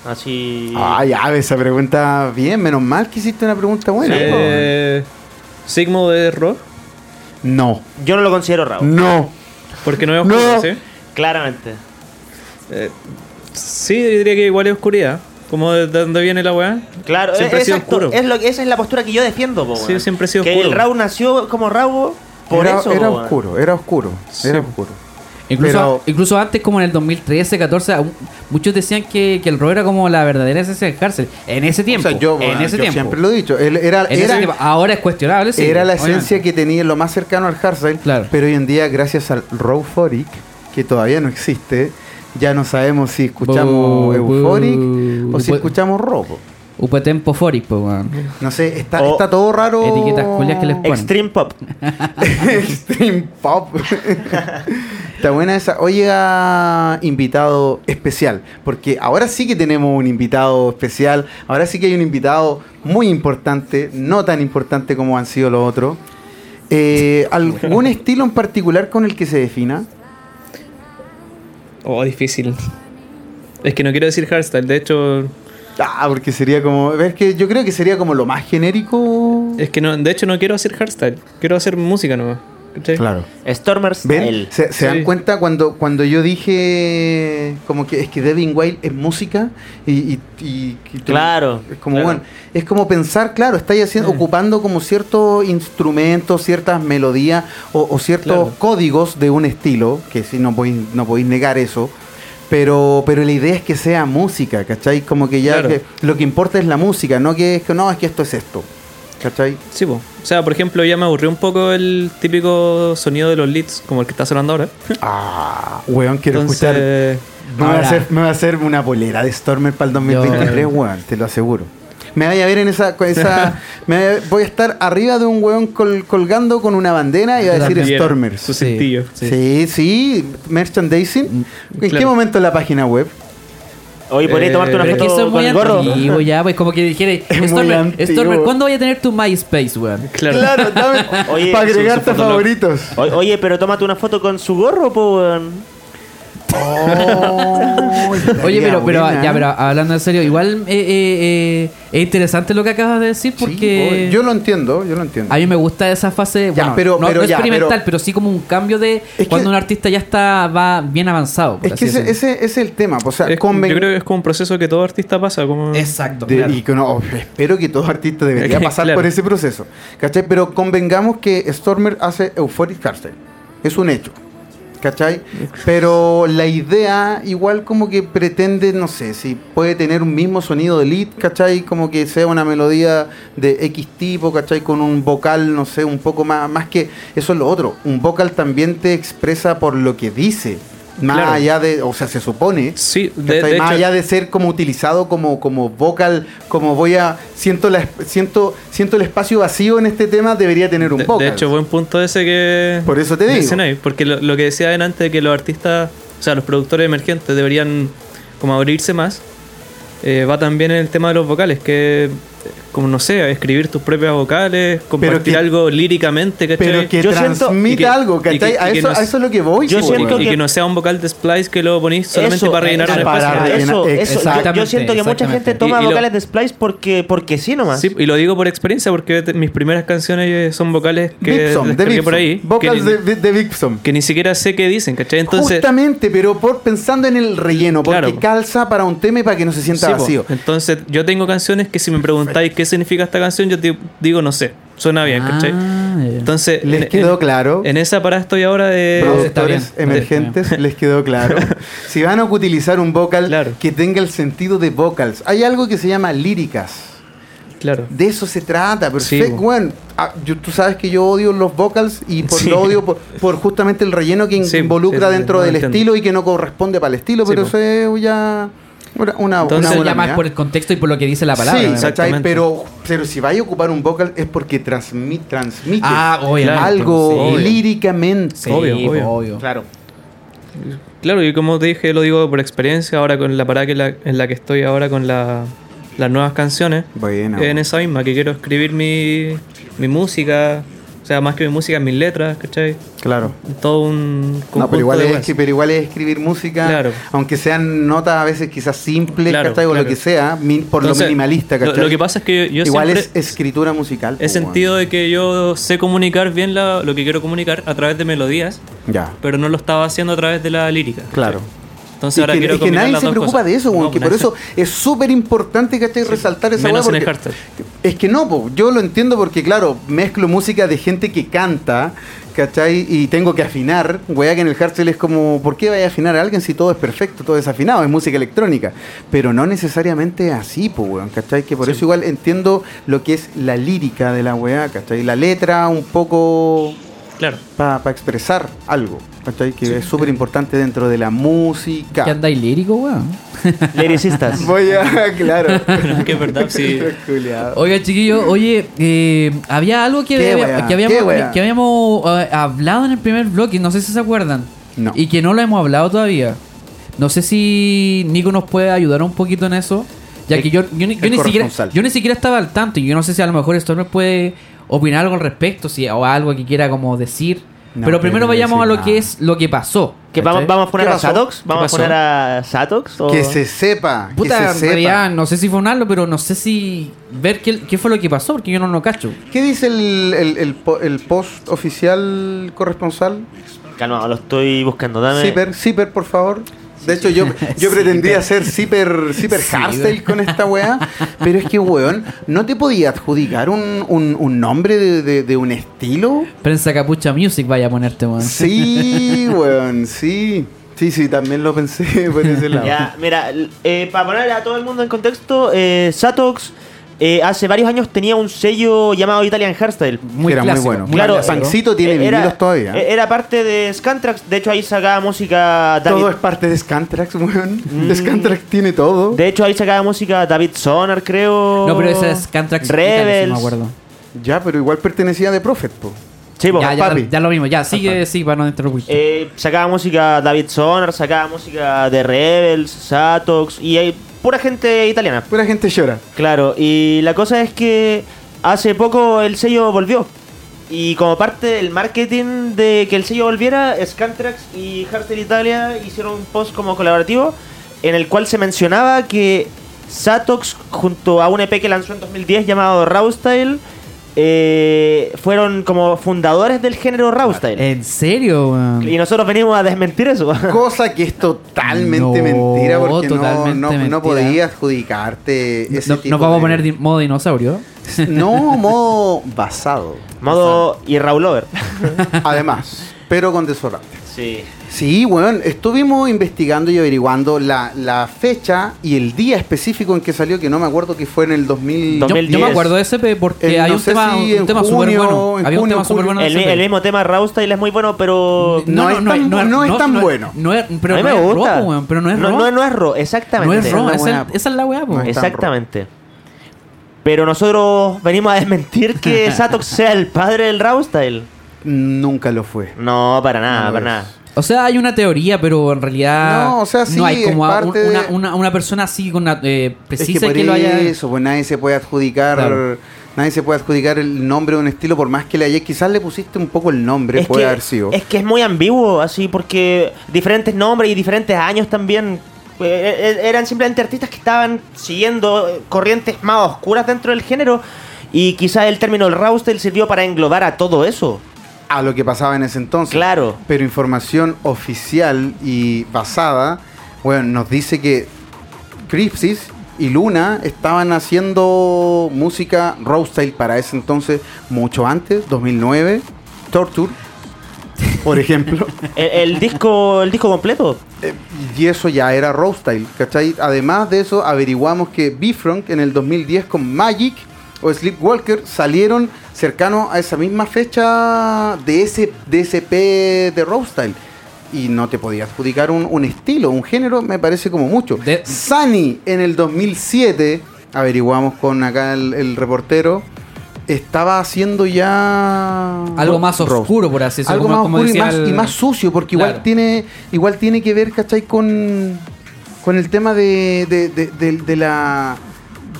G: Así.
E: Ay, ya, esa pregunta bien. Menos mal que hiciste una pregunta buena.
I: Eh, Sigmo de rock,
E: No,
G: Yo no lo considero Raw,
E: no.
I: porque no es
E: No.
I: oscuro, ¿sí?
G: claramente.
I: Sí, yo diría que igual es oscuridad. Como de de dónde viene la weá.
G: Claro,
I: Siempre
G: eh,
I: ha sido
G: exacto,
I: oscuro.
G: Es lo, esa es la postura que yo defiendo, po,
I: Sí,
G: weón.
I: siempre ha sido
G: que
I: oscuro.
G: el Raw nació como Raw por
E: era,
G: eso.
E: era
G: po, weón.
E: oscuro, era oscuro, era oscuro.
F: Incluso,
E: Pero-
F: incluso antes, como en el 2013, 14, aún- muchos decían que, que el rock era como la verdadera esencia del cárcel. En ese tiempo.
E: O sea, yo,
F: en
E: bueno,
F: ese
E: yo
F: tiempo.
E: siempre lo he dicho. Él era,
F: En ese
E: era-
F: tiempo. Ahora es cuestionable. sí,
E: era la
F: obviamente.
E: esencia que tenía lo más cercano al hardstyle.
F: Claro.
E: Pero hoy en día, gracias al Rowphoric, que todavía no existe, ya no sabemos si escuchamos
F: Bu-
E: Euphoric
F: bu-
E: o si
F: bu-
E: escuchamos Robo.
F: Upetempo Foric, pues, weón.
E: No sé, está,
G: O
E: está todo raro.
F: etiquetas culias que les Bueno.
G: Extreme Pop.
E: Extreme Pop. Está buena esa. Oiga, invitado especial. Porque ahora sí que tenemos un invitado especial. Ahora sí que hay un invitado muy importante. No tan importante como han sido los otros. Eh, ¿Algún estilo en particular con el que se defina?
I: Oh, difícil. Es que no quiero decir hardstyle, de hecho...
E: Ah, porque sería como. Es que yo creo que sería como lo más genérico.
I: Es que no, de hecho no quiero hacer hardstyle, quiero hacer música nomás. ¿cachai?
G: Stormers.
E: ¿Ven? ¿Se, se dan
I: Sí.
E: cuenta cuando, cuando yo dije como que es que Devin Wild es música? Y, y- y- y tú-
G: Claro,
E: Es como,
G: claro.
E: bueno, es como pensar, claro, estáis haciendo,
I: Eh.
E: ocupando como ciertos instrumentos, ciertas melodías o, o ciertos
I: Claro.
E: códigos de un estilo, que sí, no podéis, no podéis negar eso. Pero, pero la idea es que sea música, ¿cachai? Como que ya
I: Claro.
E: que lo que importa es la música, no que es que no, es que esto es esto. ¿Cachai?
I: Sí, po. o sea, por ejemplo, ya me aburrió un poco el típico sonido de los leads, como el que está sonando ahora.
E: Ah, weón, quiero escuchar
I: Entonces,
E: Me voy, a
F: Ahora.
E: hacer, me voy a hacer una polera de Stormer para el 2023,
F: Yo-
E: weón, te lo aseguro. Me vaya a ver en esa. con esa me vaya- voy a estar arriba de un weón col- colgando con una bandera y va a decir
I: también,
E: Stormers.
I: Su cintillo.
E: Sí, sí, merchandising. ¿En qué
I: claro.
E: momento la página web?
G: Oye, podría
I: Eh,
G: tomarte una
F: Pero es que eso
G: foto
F: es muy
G: con el gorro.
F: antiguo ya, pues como que dijere,
E: Es muy
F: Stormer,
E: antiguo.
F: Stormer, ¿cuándo voy a tener tu MySpace, weón?
I: Claro.
E: dame.
G: Oye,
E: para
G: sí,
E: agregarte
G: su fotolog.
E: favoritos.
G: O- Oye, pero tómate una foto con su gorro, po, weón.
F: Oye, pero, pero
E: Buena. ¿eh?
F: ya, pero hablando en serio, igual eh, eh, eh, es interesante lo que acabas de decir
E: Sí,
F: porque
E: oye, yo lo entiendo, yo lo entiendo.
F: a mí me gusta esa fase,
E: Ya,
F: bueno,
E: pero-
F: no,
E: pero
F: no
E: ya,
F: experimental, pero,
E: pero-
F: sí como un cambio de
E: Es
F: cuando
E: que-
F: un artista ya está va bien avanzado. por
E: es
F: así
E: que ese,
F: decirlo.
E: ese, ese es el tema. pues, O sea,
I: Es-
E: conven-
I: yo creo que es como un proceso que todo artista pasa. Como...
F: Exacto.
E: De-
F: claro.
E: Y que no, espero que todo artista debería pasar
I: Claro.
E: por ese proceso. ¿Cachai? Pero convengamos que Stormer hace Euphoric Carcel. Es un hecho. ¿Cachai? Pero la idea igual como que pretende, no sé, si puede tener un mismo sonido de lead, ¿cachai? Como que sea una melodía de X tipo, ¿cachai? Con un vocal, no sé, un poco más, más que eso es lo otro. Un vocal también te expresa por lo que dice. Más
I: Claro.
E: allá de, o sea, se supone,
I: Sí, de,
E: ¿Cachai?
I: de
E: más
I: hecho,
E: allá de ser como utilizado como, como vocal, como voy a. Siento, la, siento, siento el espacio vacío en este tema, debería tener un
I: de-
E: vocal.
I: de hecho, buen punto ese que.
E: Por eso te digo.
I: mencionáis, porque lo, lo que decía antes de que los artistas, o sea, los productores emergentes deberían como abrirse más, eh, va también en el tema de los vocales, que eh, como no sé, escribir tus propias vocales, compartir
E: que-
I: algo líricamente, ¿cachai?
E: pero que
G: Yo siento-
E: transmita
I: y que-
E: algo,
I: y que-
E: ¿cachai? a,
I: y que
E: eso,
I: nos-
E: a eso es lo que voy.
G: Yo
E: po,
G: siento
E: weón.
I: y que no sea un vocal de Splice que lo ponís solamente
G: Eso,
I: para rellenar
G: eh,
I: un
E: para
I: espacio.
E: rellenar-
G: Eso, eso, yo,
F: Exactamente,
G: yo siento que mucha
F: exactamente.
G: gente toma
I: Y- y lo-
G: vocales de Splice porque, porque sí nomás.
I: Sí, y lo digo por experiencia porque te- mis primeras canciones eh, son vocales que
E: Bipsom, de
I: descargué
E: Bipsom.
I: por ahí
E: Vocals
I: que,
E: de, de, de Bipsom.
I: que ni siquiera sé qué dicen, ¿cachai? Entonces,
E: Justamente, pero por pensando en el relleno, porque
I: Claro.
E: calza para un tema y para que no se sienta
I: Sí, po.
E: vacío.
I: Entonces, yo tengo canciones que si me preguntáis qué significa esta canción, yo te digo, no sé. Suena bien, ¿cachai?
F: Ah, ya.
I: Entonces,
E: ¿Les quedó claro?
I: En esa parada estoy ahora de.
F: Pero- está bien,
E: productores
F: está bien.
E: emergentes, les quedó claro. si van a utilizar un vocal
I: Claro.
E: que tenga el sentido de vocals, hay algo que se llama líricas.
I: Claro.
E: De eso se trata,
I: Sí,
E: perfecto.
I: po.
E: Bueno, ah, yo- tú sabes que yo odio los vocals y por
I: Sí.
E: lo odio por, por justamente el relleno que in-
I: Sí,
E: involucra
I: sí,
E: dentro
I: no
E: del
I: entiendo.
E: estilo y que no corresponde para el estilo,
I: Sí,
E: pero
I: po.
E: eso es ya una, una
I: Entonces,
E: buena
F: ya más
E: mía.
F: por el contexto y por lo que dice la palabra.
E: ¿eh? Sí,
F: ¿no?
I: exacto.
E: ¿cachai?
I: Exactamente.
E: Pero, pero si vais a ocupar un vocal es porque transmi- transmite
F: Ah, obviamente,
E: algo
I: sí.
E: líricamente.
F: Sí,
I: Obvio,
F: po,
I: obvio.
E: Claro.
I: Claro, y como te dije, lo digo por experiencia, ahora con la parada que la- en la que estoy ahora con la- las nuevas canciones.
E: Bueno.
I: En esa misma, que quiero escribir mi, mi música, o sea, más que mi música, mis letras, ¿cachai?
E: Claro.
I: Todo un
E: No, pero igual,
I: de
E: es,
I: weas.
E: que- pero igual es escribir música,
I: Claro.
E: aunque sean notas a veces quizás simples,
I: Claro,
E: ¿cachai? O lo
I: claro.
E: que sea, mi- por
I: Entonces,
E: lo minimalista,
I: lo-
E: ¿cachai?
I: lo que pasa es que yo
E: Igual
I: siempre-
E: es escritura musical.
I: He
E: pues, weón.
I: sentido de que yo sé comunicar bien la- lo que quiero comunicar a través de melodías,
E: Ya,
I: pero no lo estaba haciendo a través de la lírica. ¿cachai?
E: claro.
I: Entonces
E: Y
I: ahora
E: que-
I: quiero
E: es que
I: combinar
E: nadie
I: las
E: se
I: dos
E: preocupa
I: cosas.
E: de eso, weón,
I: No,
E: que por
I: nadie-
E: eso es súper importante, ¿cachai? Resaltar esa
I: Menos
E: weá,
I: en el
E: porque-
I: hardstyle.
E: Es que no, po, yo lo entiendo porque, claro, mezclo música de gente que canta, ¿cachai? Y tengo que afinar, weá, que en el hardstyle es como, ¿por qué vaya a afinar a alguien si todo es perfecto, todo es afinado, es música electrónica? Pero no necesariamente así, po, weón, ¿cachai? Que por eso igual entiendo lo que es la lírica de la weá, ¿cachai? La letra un poco
I: Claro.
E: para expresar algo, ¿cachai? Que es súper importante dentro de la música.
F: ¿Qué andáis lírico, weón?
G: Lyricistas.
E: Voy a, claro.
I: Es que es verdad, sí.
E: Culeado.
F: Oiga, chiquillo, oye, eh, había algo que,
E: ¿Qué,
F: había-
E: weá?
F: que habíamos,
E: ¿Qué, weá?
F: que habíamos, eh, hablado en el primer bloque, no sé si se acuerdan.
E: No.
F: Y que no lo hemos hablado todavía. No sé si Nico nos puede ayudar un poquito en eso. Ya
E: El-
F: que yo, yo, ni- yo
E: el
F: ni siquiera,
E: corresponsal.
F: yo ni siquiera estaba al tanto. Y yo no sé si a lo mejor esto nos puede opinar algo al respecto si, o algo que quiera como decir.
E: No,
F: Pero
E: que
F: primero
E: no voy a
F: vayamos a
E: decir
F: lo que
E: nada.
F: es lo que pasó.
G: ¿Que vamos,
F: ¿cachai?
G: vamos a poner
E: ¿Qué
G: a
E: pasó?
G: Satox?
I: ¿Qué
G: ¿Vamos a
I: pasó?
G: poner a Satox? o-
E: Que se sepa. que
F: Puta,
E: se
F: en
E: sepa.
F: realidad, no sé si fue un halo, pero no sé si ver qué, qué fue lo que pasó, porque yo no lo cacho.
E: ¿Qué dice el, el- el po- el post oficial corresponsal?
G: Calma, lo estoy buscando. Dame.
E: Zipper, Zipper, por favor. De hecho, yo, yo pretendía hacer Zipper, Zipper Hardstyle con esta weá, pero es que, weón, ¿no te podía adjudicar un, un- un nombre de, de- de un estilo?
F: Prensa Capucha Music vaya a ponerte, weón.
E: Sí, weón, sí. Sí, sí, también lo pensé por ese lado.
G: Ya, mira, l- eh, para poner a todo el mundo en contexto, eh, Satox eh, hace varios años tenía un sello llamado Italian Hairstyle.
F: Muy
E: Era muy
F: clásico,
E: bueno.
F: muy
E: Claro,
F: clásico.
E: Pancito- tiene
G: eh,
E: vinilos todavía.
G: eh, Era parte de Scantrax, de hecho ahí sacaba música David.
E: Todo es parte de Scantrax, weón.
F: Mm.
E: Scantrax tiene todo.
G: De hecho ahí sacaba música David Sonar, creo.
F: No, pero esa es Cantrax
G: Rebels.
F: no me acuerdo.
E: Ya, pero igual pertenecía de Prophet, po.
G: Sí, po.
F: Ya, ya,
E: papi.
F: ya lo mismo, ya, sigue, sí, para no interrumpirte.
G: Eh, sacaba música David Sonar, sacaba música de Rebels, Satox y hay pura gente italiana.
E: Pura gente llora.
G: Claro, y la cosa es que hace poco el sello volvió. Y como parte del marketing de que el sello volviera, Scantrax y Hardstyle Italia hicieron un post como colaborativo en el cual se mencionaba que Satox junto a un EP que lanzó en 2010 llamado Raustyle eh, fueron como fundadores del género Raustyle.
F: ¿En serio, weón?
G: Y nosotros venimos a desmentir eso.
E: Cosa que es totalmente
F: No,
E: mentira porque no-
F: totalmente
E: no, no,
F: mentira.
E: podía adjudicarte ese
F: No-
E: tipo
F: nos vamos
E: de-
F: a poner di- modo dinosaurio.
E: No, modo basado.
G: Modo y Raul Lover.
E: Además, pero con desodorante.
G: Sí.
E: Sí, bueno, estuvimos investigando y averiguando la, la fecha y el día específico en que salió, que no me acuerdo que fue en el 2000.
F: Yo, yo
G: 2010.
F: me acuerdo de ese pe- porque
E: En-
F: hay
E: eh, no
F: un
E: sé
F: tema,
E: si
F: un
E: en
F: tema súper
E: junio,
F: bueno.
E: en
F: Había un
E: junio, E-
F: tema súper bueno.
G: El,
F: de
G: mi-
F: ese
G: el
F: pe.
G: mismo tema Raustyle es muy bueno, pero...
E: No es tan bu- no es tan bueno.
F: No es, pero
G: a mí
F: no
G: me
F: es
G: gusta.
F: robo, weón, pero no es
G: no,
F: robo.
G: no, no es ro, exactamente.
F: No es robo,
E: Esa es la weá,
F: esa,
E: po.
F: esa es la weá, po.
E: No es-
G: Exactamente. Pero nosotros venimos a desmentir que Satox sea el padre del Raustyle.
E: Nunca lo fue.
G: No, para nada,
E: No
G: para
E: lo
G: nada.
E: es.
F: O sea, hay una teoría, pero en realidad
E: No, o sea, sí,
F: no hay como
E: es
F: a-
E: parte
F: un- una,
E: de-
F: una, una persona así con una, eh,
E: Es
F: precisa
E: que
F: que,
E: por
F: lo haya...
E: eso, pues nadie se puede adjudicar,
F: Claro.
E: nadie se puede adjudicar el nombre de un estilo por más que le hayas, quizás le pusiste un poco el nombre,
G: Es
E: puede
G: que,
E: haber sido.
G: es que es muy ambiguo, así, porque diferentes nombres y diferentes años también. eh, eh, Eran simplemente artistas que estaban siguiendo eh, corrientes más oscuras dentro del género. Y quizás el término del Raustyle sirvió para englobar a todo eso.
E: a lo que pasaba en ese entonces.
G: Claro.
E: Pero información oficial y basada, bueno, nos dice que Cripsis y Luna estaban haciendo música Roadstyle para ese entonces, mucho antes, 2009, Torture, por ejemplo.
G: El, el disco, el disco completo.
E: Eh, y eso ya era Roadstyle, ¿cachai? Además de eso, averiguamos que Bifrunk en el 2010 con Magic o Sleepwalker salieron cercano a esa misma fecha de ese DSP de Roadstyle. Y no te podía adjudicar un, un estilo, un género, me parece como mucho.
F: De-
E: Sunny en el 2007, averiguamos con acá el, el reportero, estaba haciendo ya...
F: Algo más
E: Roadstyle
F: oscuro, por así decirlo.
E: algo más
F: como- como
E: oscuro y
F: decía
E: más,
F: el-
E: y más sucio, porque igual
F: Claro.
E: tiene igual tiene que ver, ¿cachai? Con, con el tema de, de, de- de- de la...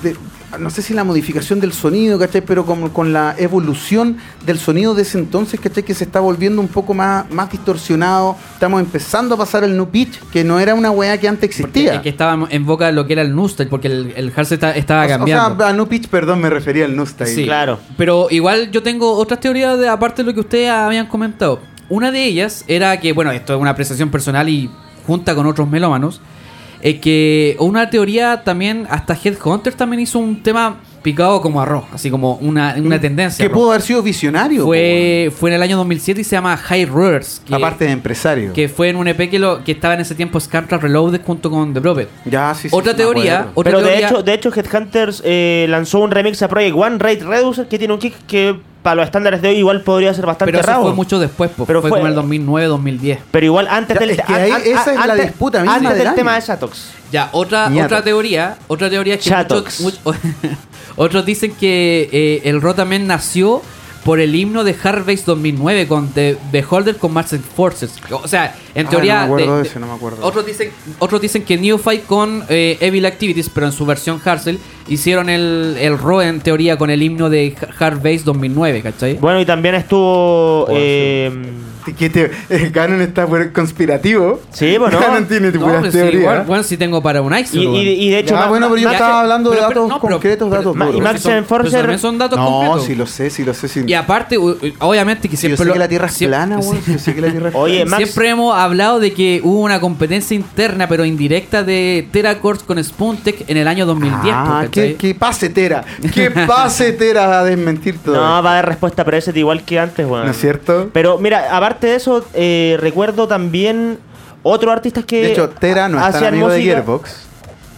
E: de- no sé si la modificación del sonido, ¿cachai? Pero con, con la evolución del sonido de ese entonces, ¿cachai? Que se está volviendo un poco más, más distorsionado. Estamos empezando a pasar el new pitch, que no era una weá que antes
F: porque
E: existía.
F: es que estaba en boca de lo que era el Nustel, porque el, el hardstyle está- estaba
E: O sea-
F: cambiando.
E: O sea, a new pitch, perdón, me refería al new style.
F: Sí.
G: Claro.
F: Pero igual yo tengo otras teorías de, aparte de lo que ustedes habían comentado. Una de ellas era que, bueno, esto es una apreciación personal y junta con otros melómanos, es que una teoría también, hasta Headhunter también hizo un tema picado como arroz, así como una, una tendencia.
E: Mm, Que
F: arroz.
E: pudo haber sido visionario.
F: fue, fue en el año 2007 y se llama High Rollers.
E: po, weón. aparte de empresario.
F: que fue en un EP que, lo, que estaba en ese tiempo Scantra Reloaded junto con The Prophet.
E: ya, sí, sí,
F: otra
E: sí, me
F: teoría,
E: acuerdo.
F: otra
G: Pero de
F: teoría-
G: hecho, de hecho Headhunters eh, lanzó un remix a Project One, Raid Reducer, que tiene un kick que para los estándares de hoy igual podría ser bastante
F: Pero eso
G: raro.
F: fue mucho después, po,
G: Pero
F: fue,
G: fue-
F: como el 2009, 2010.
G: Pero igual antes
E: Ya,
G: del
E: es que ahí esa es la disputa misma
G: antes
E: del
G: del
E: año.
G: tema de Shatox.
F: Ya, otra,
E: Ñato.
F: otra teoría, otra teoría es que
G: Chatox.
F: muchos, much- otros dicen que eh, el rock también nació por el himno de Harvest 2009 con The Beholder con Marcel Forces. O sea, en
E: Ah,
F: teoría...
E: no me acuerdo
F: de-
E: de
F: de-
E: ese, no me acuerdo.
F: Otros dicen, otros dicen que Neophyte con eh, Evil Activities, pero en su versión Harcel, hicieron el, el rock en teoría con el himno de Harvest 2009, ¿cachai?
G: Bueno, y también estuvo. eh,
E: que te, el Canon está por- conspirativo.
G: Sí, bueno.
E: Canon tiene
F: No,
E: puras
F: pues sí,
E: teorías.
F: igual- bueno, si tengo para un Ice.
G: y, y- y de hecho.
E: Ah,
G: Ma-
E: bueno, pero yo
G: Ma-
E: estaba hablando de
F: pero- pero-
E: datos
F: no, pero-
E: concretos,
F: pero-
E: datos
G: Ma- y
E: duros.
G: Max
F: Pero si son-
G: Enforcer-
F: pero también son datos
E: No,
F: concretos.
E: sí lo sé, sí lo sé. Sí.
F: Y aparte, u- u- obviamente que
E: Sí, yo
F: siempre
E: sé
F: lo-
E: que la Tierra es
F: siem-
E: plana, güey. Yo sé que la Tierra es
G: Oye,
E: plana.
G: Max.
F: Siempre hemos hablado de que hubo una competencia interna pero indirecta de Teracords con Spuntec en el año 2010.
E: Ah,
F: po,
E: que,
F: pues, ¿cachai?
E: que pase Tera. Que pase Tera a desmentir todo.
G: No, va a dar respuesta preset igual que antes, weón.
E: ¿No es cierto?
G: Pero mira, aparte de eso, eh, recuerdo también otros artistas que.
E: de hecho, Tera no es tan
G: hacían
E: amigo de
G: música-
E: Gearbox.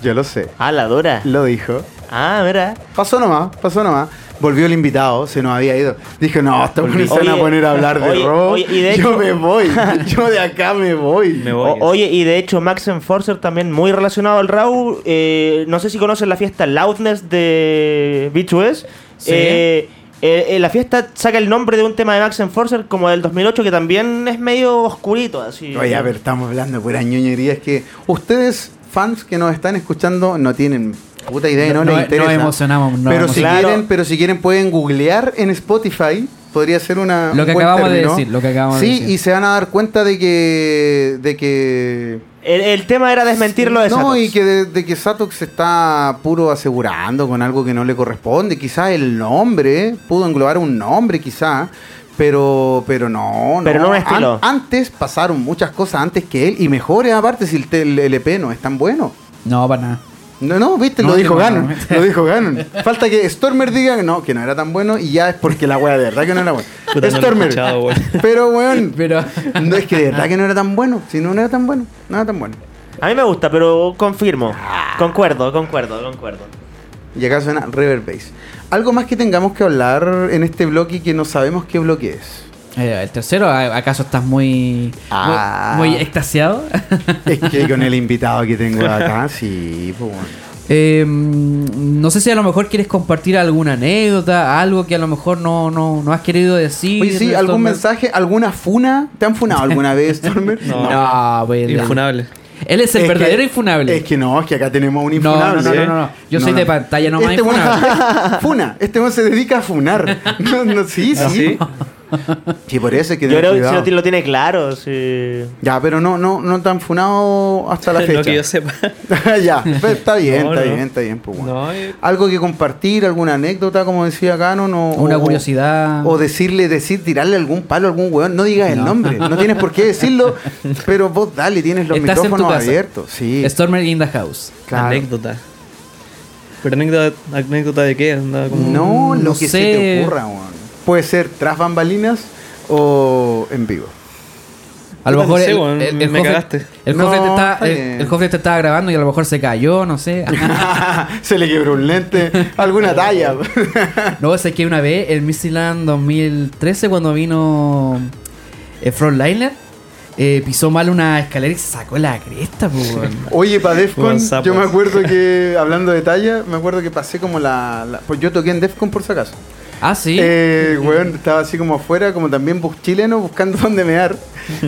E: Yo lo sé.
G: Ah, la Dora.
E: Lo dijo.
G: Ah, mira.
E: Pasó nomás, pasó nomás. Volvió el invitado, se nos había ido. Dijo, no, esta
G: Volví.
E: se van a
G: Oye,
E: poner a hablar de
G: oye,
E: rock.
G: oye, y de
E: yo
G: hecho-
E: me voy. Yo de acá me voy.
I: Me
G: O-
I: voy.
G: oye, y de hecho, Max Enforcer también muy relacionado al Raw. eh, no sé si conocen la fiesta Loudness de B2S.
F: Sí.
G: Eh, eh, eh, la fiesta saca el nombre de un tema de Max Enforcer como del 2008 que también es medio oscurito. Así.
E: Oye, a ver, estamos hablando de puras ñoñerías que ustedes, fans que nos están escuchando, no tienen puta idea, no,
F: No,
E: les
F: no
E: interesa.
F: emocionamos, no
E: pero, si
G: emocionamos.
E: quieren, pero si quieren pueden googlear en Spotify. Podría ser una.
F: Lo
E: un
F: que
E: buen
F: acabamos de
E: término.
F: decir, lo que acabamos de
E: sí,
F: decir.
E: y se van a dar cuenta de que. de que.
G: El, el tema era desmentir lo de
E: No,
G: Satox.
E: y que de, de que Satox se está puro asegurando con algo que no le corresponde. Quizás el nombre, pudo englobar un nombre quizás, pero pero no, no.
G: Pero no un estilo.
E: An- antes pasaron muchas cosas antes que él y mejores aparte si el, te- el LP no es tan bueno.
F: No, para nada.
E: No, no, viste,
F: No,
E: lo dijo
F: que no,
E: Ganon.
F: no.
E: Lo dijo Ganon. Falta que Stormer diga que no, que no era tan bueno y ya es porque la wea de verdad que no era
I: Puta,
E: buena.
I: no lo he
E: Stormer.
I: escuchado, weón.
E: Pero weón.
F: Pero-
E: No es que de verdad que no era tan bueno. Si no, no era tan bueno. No era tan bueno.
G: A mí me gusta, pero confirmo.
E: Ah.
G: Concuerdo, concuerdo, concuerdo.
E: Y acá suena River Bass. Algo más que tengamos que hablar en este bloque y que no sabemos qué bloque es.
F: Eh, el tercero, ¿a- ¿acaso estás muy,
E: Ah.
F: muy, muy extasiado?
E: Es que con el invitado que tengo acá, sí, pues bueno.
F: Eh, no sé si a lo mejor quieres compartir alguna anécdota, algo que a lo mejor no, no, no has querido decir.
E: Oye, sí, ¿algún
F: Stormer.
E: mensaje? ¿Alguna funa? ¿Te han funado alguna vez, Stormer?
I: No.
F: No, pues, no.
I: Infunable.
F: Él es el
E: que-
F: verdadero infunable.
E: Es que no, es que acá tenemos a un
F: No,
E: infunable.
F: no, no, no, no, no. Yo soy de pantalla nomás
E: Este weón-
F: infunable.
E: funa. Este weón se dedica a funar. No, no, sí,
I: ¿Ah,
E: sí. Sí, por eso es que
G: Yo
E: tener
G: creo que
E: cuidado.
G: si lo, ti- lo tiene claro, sí.
E: Ya, pero no, no, no te han funado hasta la fecha.
I: No que yo sepa.
E: ya, pero está bien,
I: No,
E: está
I: no.
E: bien, está bien. pues, bueno.
I: No, eh.
E: Algo que compartir, alguna anécdota, como decía Canon, o,
F: Una
E: o-
F: curiosidad.
E: O decirle, decir, tirarle algún palo a algún weón. No digas el
F: No.
E: nombre, no tienes por qué decirlo, pero vos dale, tienes los
F: Estás en tu
E: micrófonos
F: casa.
E: abiertos. Sí,
F: Stormer in the house.
E: claro.
I: Anécdota. Pero anécdota, anécdota de qué? Anda como-
E: No, lo
F: Mm, No
E: que se
F: sé.
E: te ocurra, weón. Puede ser tras bambalinas o en vivo.
F: A lo
I: Puta, no
F: mejor
I: sé,
F: el-
I: weón,
F: el- el
I: me
F: Jofre-
I: cagaste.
F: el
E: No,
F: Jofre te está-
E: está
F: el-
E: bien.
F: el Jofre te estaba grabando y a lo mejor se cayó, no sé.
E: Se le quebró un lente, alguna talla.
F: No, sé que una vez, el Missland 2013, cuando vino eh, Frontliner, eh, pisó mal una escalera y se sacó la cresta, pues,
E: Oye, para DEFCON,
I: Los sapos.
E: yo me acuerdo que, hablando de talla, me acuerdo que pasé como la. la- pues yo toqué en DEFCON por si acaso.
F: Ah, sí.
E: Eh, weón, estaba así como afuera, como también bus chileno, buscando dónde mear.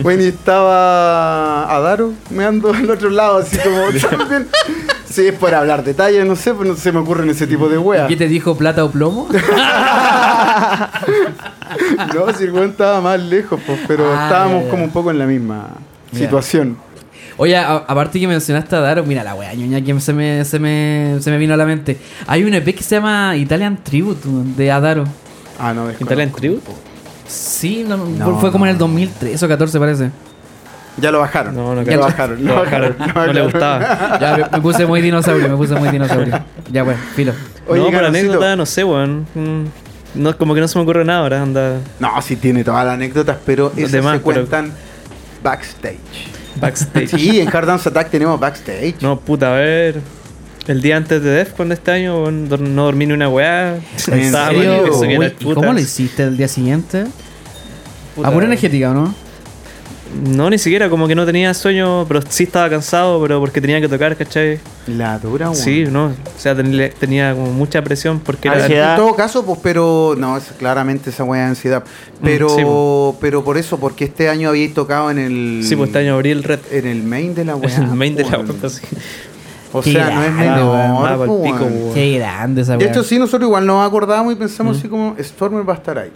E: Weón, y estaba Adaro meando al otro lado, así como también. Sí, es por hablar detalles, no sé, pues no se me ocurren ese tipo de weas.
F: ¿Qué te dijo plata o plomo?
E: No, si el weón estaba más lejos, pues, pero
F: Ah,
E: estábamos
F: ya, ya.
E: como un poco en la misma
F: Ya.
E: situación.
F: Oye, a- aparte que mencionaste a Daro, mira la wea ñoña que se me, se, me, se me vino a la mente. Hay un EP que se llama Italian Tribute weón, de Adaro.
E: Ah, no, desconozco.
I: Italian Tribute.
F: Sí, no,
E: No,
F: fue como en el
E: no.
F: 2013 o 14 parece.
E: Ya lo bajaron.
I: No, no,
E: ya lo
I: cacho.
E: bajaron.
I: Lo bajaron. No le gustaba.
F: Ya, me, me puse muy dinosaurio, me puse muy dinosaurio. Ya, bueno, filo.
E: Oye,
I: no, por
E: Carlosito.
I: anécdota, no sé, weón. Mm, No, como que no se me ocurre nada ahora, anda.
E: No, sí tiene todas las anécdotas, pero esas
I: demás,
E: se
I: pero-
E: cuentan backstage.
I: Backstage.
E: Sí, en Hard Dance Attack tenemos backstage.
I: No, puta, a ver. El día antes de DEFCON de este año, weón, dor- no dormí ni una weá.
E: ¿En
I: Estaba
E: serio?
I: mal, eso Ah, que era
F: Uy, ¿Y cómo
I: puta.
F: lo hiciste el día siguiente?
I: Puta,
F: A pura energética, ¿o no?
I: No, ni siquiera, como que no tenía sueño, pero sí estaba cansado, pero porque tenía que tocar, ¿cachai?
E: La dura, weón.
I: Sí, no, o sea, ten- tenía como mucha presión porque era...
G: Ansiedad.
E: En todo caso, pues, pero. No, es, claramente esa weá de ansiedad. Pero,
I: Mm, sí, po.
E: pero por eso, porque este año habíais tocado en el.
I: Sí, pues este año abrí el red.
E: En el main de la weá.
I: el main de la
E: weón.
I: puta, sí.
E: O sea, no es
F: Qué grande,
E: menor. pues,
I: weón. Va pa'l pico,
E: weón.
I: weón.
F: Qué grande esa Mm.
E: De
F: wea.
E: hecho, sí, nosotros igual nos acordamos y pensamos así como Stormer va a estar ahí.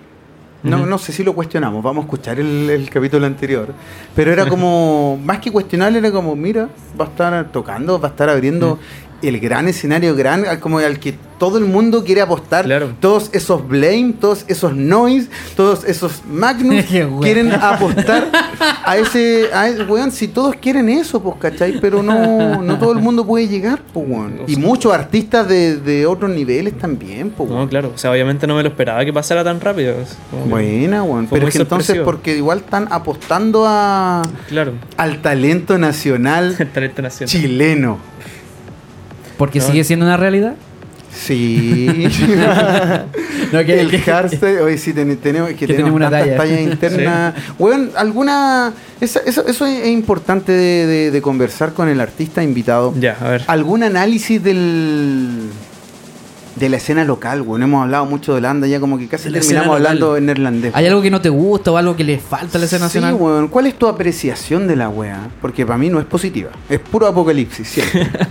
E: No, no sé si lo cuestionamos, vamos a escuchar el, el capítulo anterior. Pero era como, más que cuestionar, era como, mira, va a estar tocando, va a estar abriendo
F: Mm.
E: el gran escenario, gran, al- como al que todo el mundo quiere apostar.
I: Claro.
E: Todos esos Blame, todos esos Noise, todos esos Magnus
F: Qué wea.
E: quieren apostar a ese, a ese- weón, si todos quieren eso, pues, ¿cachai? Pero no, no todo el mundo puede llegar, pues, weón. Y muchos artistas de, de otros niveles también, pues,
I: No,
E: weón.
I: claro, o sea, obviamente no me lo esperaba que pasara tan rápido. es como que-
E: Buena, weón.
I: Fue
E: Pero
I: muy
E: es que entonces,
I: sorpresivo.
E: porque igual están apostando a,
I: Claro,
E: al talento nacional
I: el talento nacional.
E: chileno.
F: Porque
I: No.
F: sigue siendo una realidad.
E: Sí.
F: No, que-
E: el
F: que-
E: hardstyle, hoy sí ten- tenemos, que
F: Que
E: tenemos
F: tenemos una
E: tantas
F: talla.
E: tallas internas. Weón, alguna. esa- eso, eso es importante de, de- de conversar con el artista invitado.
I: Ya, a ver.
E: ¿Algún análisis del de la escena local, weón? Hemos hablado mucho de Holanda, ya como que casi
I: De la
E: terminamos
I: escena
E: hablando
I: local.
E: en neerlandés.
F: ¿Hay algo que no te gusta o algo que le falta a la escena
E: Sí,
F: nacional?
E: weón. ¿Cuál es tu apreciación de la wea? Porque para mí no es positiva. Es puro apocalipsis, siempre.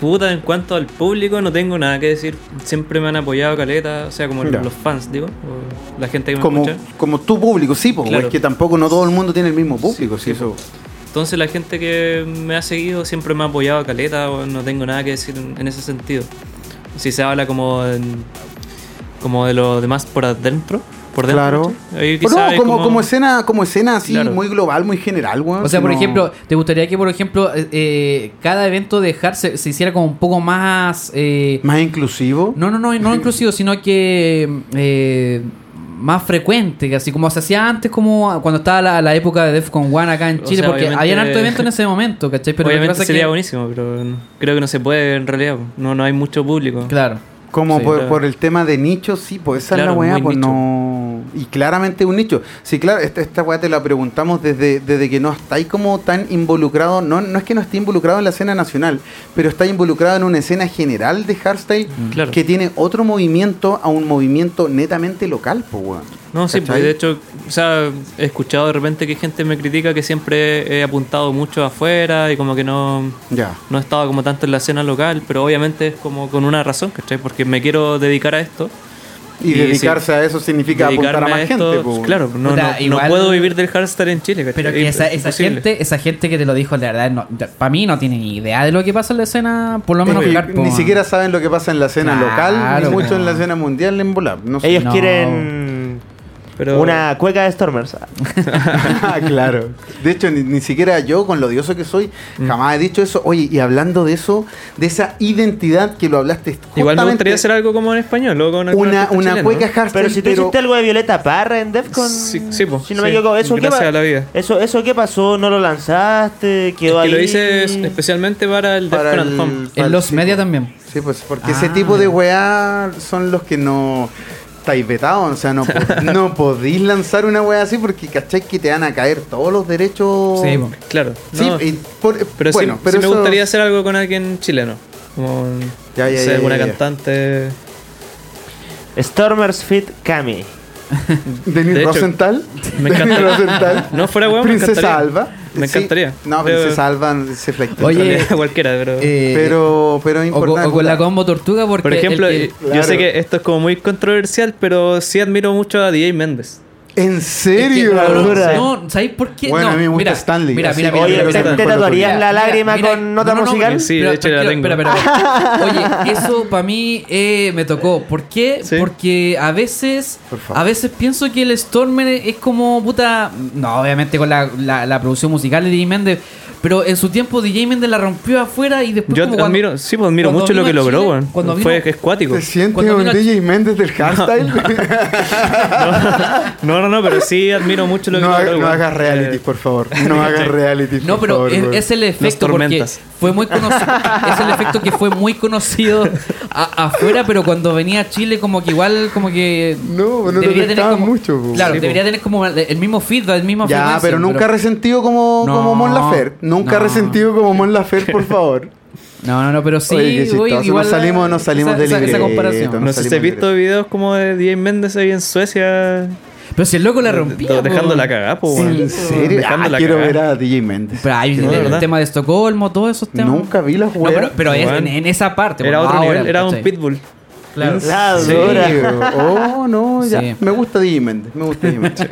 I: Puta, en cuanto al público, no tengo nada que decir. Siempre me han apoyado caleta, o sea, como
E: Ya.
I: los fans, digo, o la gente que me
E: como,
I: escucha.
E: como tu público, sí, porque
I: Claro.
E: es que tampoco no todo el mundo tiene el mismo público, sí, eso.
I: Entonces, la gente que me ha seguido siempre me ha apoyado caleta, o no tengo nada que decir en, en ese sentido. Si se habla como, en- como de lo demás por adentro, por dentro.
E: Claro.
I: ¿cachai? Ahí
E: Pero
I: quizá
E: no,
I: hay
E: como, como escena, como escena así,
I: Claro.
E: muy global, muy general, weón.
F: O sea, por
E: Ah, No.
F: ejemplo, ¿te gustaría que, por ejemplo, eh, eh, cada evento de Hard se, se hiciera como un poco más... eh,
E: Más inclusivo.
F: no, no, no, no inclusivo, sino que eh, más frecuente, así como se hacía antes, como cuando estaba la, la época de Defcon One acá en
I: O
F: Chile,
I: sea,
F: porque
I: obviamente-
F: habían harto evento en ese momento, ¿cachai? Pero lo que
I: Obviamente
F: pasa es
I: sería
F: que-
I: buenísimo, pero no- creo que no se puede en realidad. No, no hay mucho público.
F: Claro.
E: Como
F: Sí,
E: por,
I: claro.
E: por el tema de nicho, sí, pues esa es
I: Claro,
E: la weá,
I: muy
E: pues
I: nicho.
E: no. Y claramente un nicho. Sí, claro, esta, esta weá te la preguntamos desde, desde que no estáis como tan involucrado. No, no es que no esté involucrado en la escena nacional, pero está involucrado en una escena general de hardstyle
I: Claro.
E: que tiene otro movimiento a un movimiento netamente local, pues weón.
I: No, sí,
E: ¿Cachai?
I: pues, de hecho, o sea, he escuchado de repente que gente me critica que siempre he apuntado mucho afuera y como que no,
E: Ya.
I: no he estado como tanto en la escena local, pero obviamente es como con una razón, ¿cachai? Porque me quiero dedicar a esto.
E: Y,
I: Y
E: dedicarse
I: sí.
E: a eso significa apuntar a
I: Dedicarme
E: más
I: esto,
E: gente, pues. weón.
I: Claro, no,
F: Puta,
I: no- no
F: igual-
I: puedo vivir del hardstyle en Chile, ¿cachai?
F: Pero que esa, esa
I: Imposible.
F: gente, esa gente que te lo dijo, la verdad, no, para mí no tiene ni idea de lo que pasa en la escena, por lo
E: Es
F: menos
E: que
F: Carpo.
E: ni siquiera saben lo que pasa en la escena
F: Claro,
E: local, ni mucho
F: weón.
E: en la escena mundial en volar. No sé.
G: Ellos
F: No.
G: quieren
I: Pero
G: Una cueca de Stormers.
E: Ah, claro. De hecho, ni, ni siquiera yo, con lo odioso que soy,
I: Mm.
E: jamás he dicho eso. Oye, y hablando de eso, de esa identidad que lo hablaste
I: igual me
E: justamente,
I: gustaría hacer algo como en español, luego con algún
E: una,
I: artista
E: una
I: chileno,
E: cueca
I: ¿no?
E: hardstyle,
G: Pero si tú hiciste algo de Violeta Parra en Defcon.
I: Sí, sí, po,
G: si no me
I: sí.
G: equivoco, ¿eso qué,
I: Gracias
G: pa-
I: a la vida.
G: Eso, ¿eso qué pasó? ¿No lo lanzaste? ¿Quedó
I: Que lo
G: ahí?
I: hice es- especialmente para el
E: para
I: Defcon
E: el-
I: at Home.
E: para
F: En
E: el-
F: los
E: sí,
F: media
E: po.
F: también.
E: Sí, pues porque ese
F: Ah.
E: tipo de weá son los que no estáis vetados. O sea, no, po- no podéis lanzar una weá así porque cachai que te van a caer todos los derechos.
F: Sí, po.
I: Claro.
E: Sí,
I: no,
E: y por-
I: pero sí-
E: bueno,
I: sí,
E: pero
I: me
E: eso-
I: gustaría hacer algo con alguien chileno. Como
E: Ya,
I: no
E: ya,
I: sé,
E: ya, ya,
I: alguna
E: ya.
I: cantante.
G: Stormers Fit Cami.
E: Denis
I: De hecho,
E: Rosenthal.
I: me
E: Denis
I: encanta.
E: Rosenthal.
I: No, fuera weón, me
E: Princesa
I: encantaría.
E: Alba.
I: Me
E: Sí.
I: encantaría. Eh,
E: No,
I: Pero-
E: Princesa Alba se flecta.
I: en
F: Oye,
I: realidad, cualquiera, pero.
F: Eh,
E: pero, pero es
F: o, co-
E: importante.
F: o con la combo tortuga porque
I: por
F: el
I: ejemplo,
F: que-
I: eh, yo sé que esto es como muy controversial, pero sí admiro mucho a DJ Méndez.
E: ¿En
F: es que-
E: serio?
F: no, ¿sabéis por qué?
E: Bueno,
F: no,
E: a mí me gusta
F: mira,
E: Stanley,
F: Mira,
E: así
F: mira,
E: que
F: mira,
G: Oye,
I: creo
F: mira,
I: que
G: ¿te,
I: está
G: te
I: con la
G: tatuarías
F: tuya.
G: la
F: Mira,
G: lágrima
F: mira,
G: con nota
F: no, no,
G: musical?
F: mira,
I: Sí,
F: pero-
I: de hecho ya la
F: tranquilo,
I: tengo.
F: espera, espera, espera. Oye, eso para mí eh, me tocó. ¿Por qué?
I: Sí.
F: Porque a veces
E: Por favor.
F: a veces pienso que el Stormer es como puta. No, obviamente con la, la, la producción musical de DJ Méndez. Pero en su tiempo DJ Méndez la rompió afuera y después.
I: Yo
F: como cuando-
I: admiro, sí, pues admiro
F: cuando
I: mucho lo
F: vino
I: que
F: a
I: logró,
F: Chile,
I: weón.
F: cuando
I: Fue
F: vino-
I: escuático.
E: ¿Te sientes
F: Cuando
E: un
F: vino-
E: DJ Méndez del hardstyle?
I: No, no, no, pero sí admiro mucho
E: No,
I: lo que
E: ha-
I: logró.
E: no
I: weón.
E: hagas realities,
I: Eh,
E: por favor. No hagas realities,
F: No,
E: por
F: pero e-
E: favor,
F: es,
E: weón.
F: es el efecto porque
I: tormentas.
F: fue muy conocido. es el efecto que fue muy conocido a- afuera, pero cuando venía a Chile como que igual como que
E: No, no te afectaba
F: como
E: mucho, po.
F: claro
E: Sí, po.
F: debería tener como el mismo feedback, el mismo
E: Ya, pero nunca resentido como,
F: No,
E: como Mon Lafer. Nunca
F: no.
E: resentido como Mon Lafer, por favor.
F: no no no pero sí
E: Oye, qué chistoso.
F: uy,
E: Nos salimos- nos salimos
F: esa-
E: del
F: esa, esa
E: libreto.
F: comparación
I: No sé si
E: salimos
I: has visto
E: directo.
I: videos como de DJ Méndez ahí en Suecia.
F: pero si el loco la rompía
I: Eh, do-
F: po.
I: dejando la cagada, po, weón.
E: ¿En serio? Ah,
I: Dejando la
E: quiero
I: cagada.
E: ver a DJ Méndez.
F: pero hay
I: No,
F: el,
I: ¿verdad?
F: tema de Estocolmo todos esos temas
E: Nunca vi las
F: No,
E: weas.
F: pero, pero es- en,
I: Este Weón.
F: en esa parte
I: Era
F: bueno,
I: otro
F: ahora,
I: nivel, era un
F: ¿cachai?
I: pitbull.
F: claro
G: La
E: Sí.
G: dura.
E: Oh, no, ya.
F: Sí.
E: Me gusta DJ Méndez. Me gusta DJ Méndez.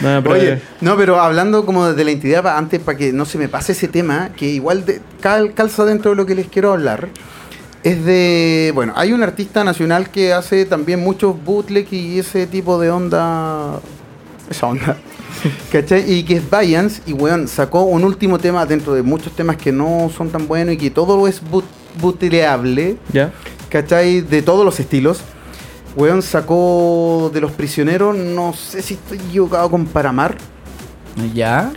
I: No, pero eh.
E: Oye, no, pero hablando como de la entidad, pa- antes para que no se me pase ese tema, que igual de- cal- calza dentro de lo que les quiero hablar, es de, bueno, hay un artista nacional que hace también muchos bootleg y ese tipo de onda, esa onda, ¿cachai? Y que es Vayans, y weón, sacó un último tema dentro de muchos temas que no son tan buenos y que todo es boot, bootleable,
I: ya.
E: ¿cachai? De todos los estilos. Weón sacó de los prisioneros, no sé si estoy equivocado con Paramar.
F: ya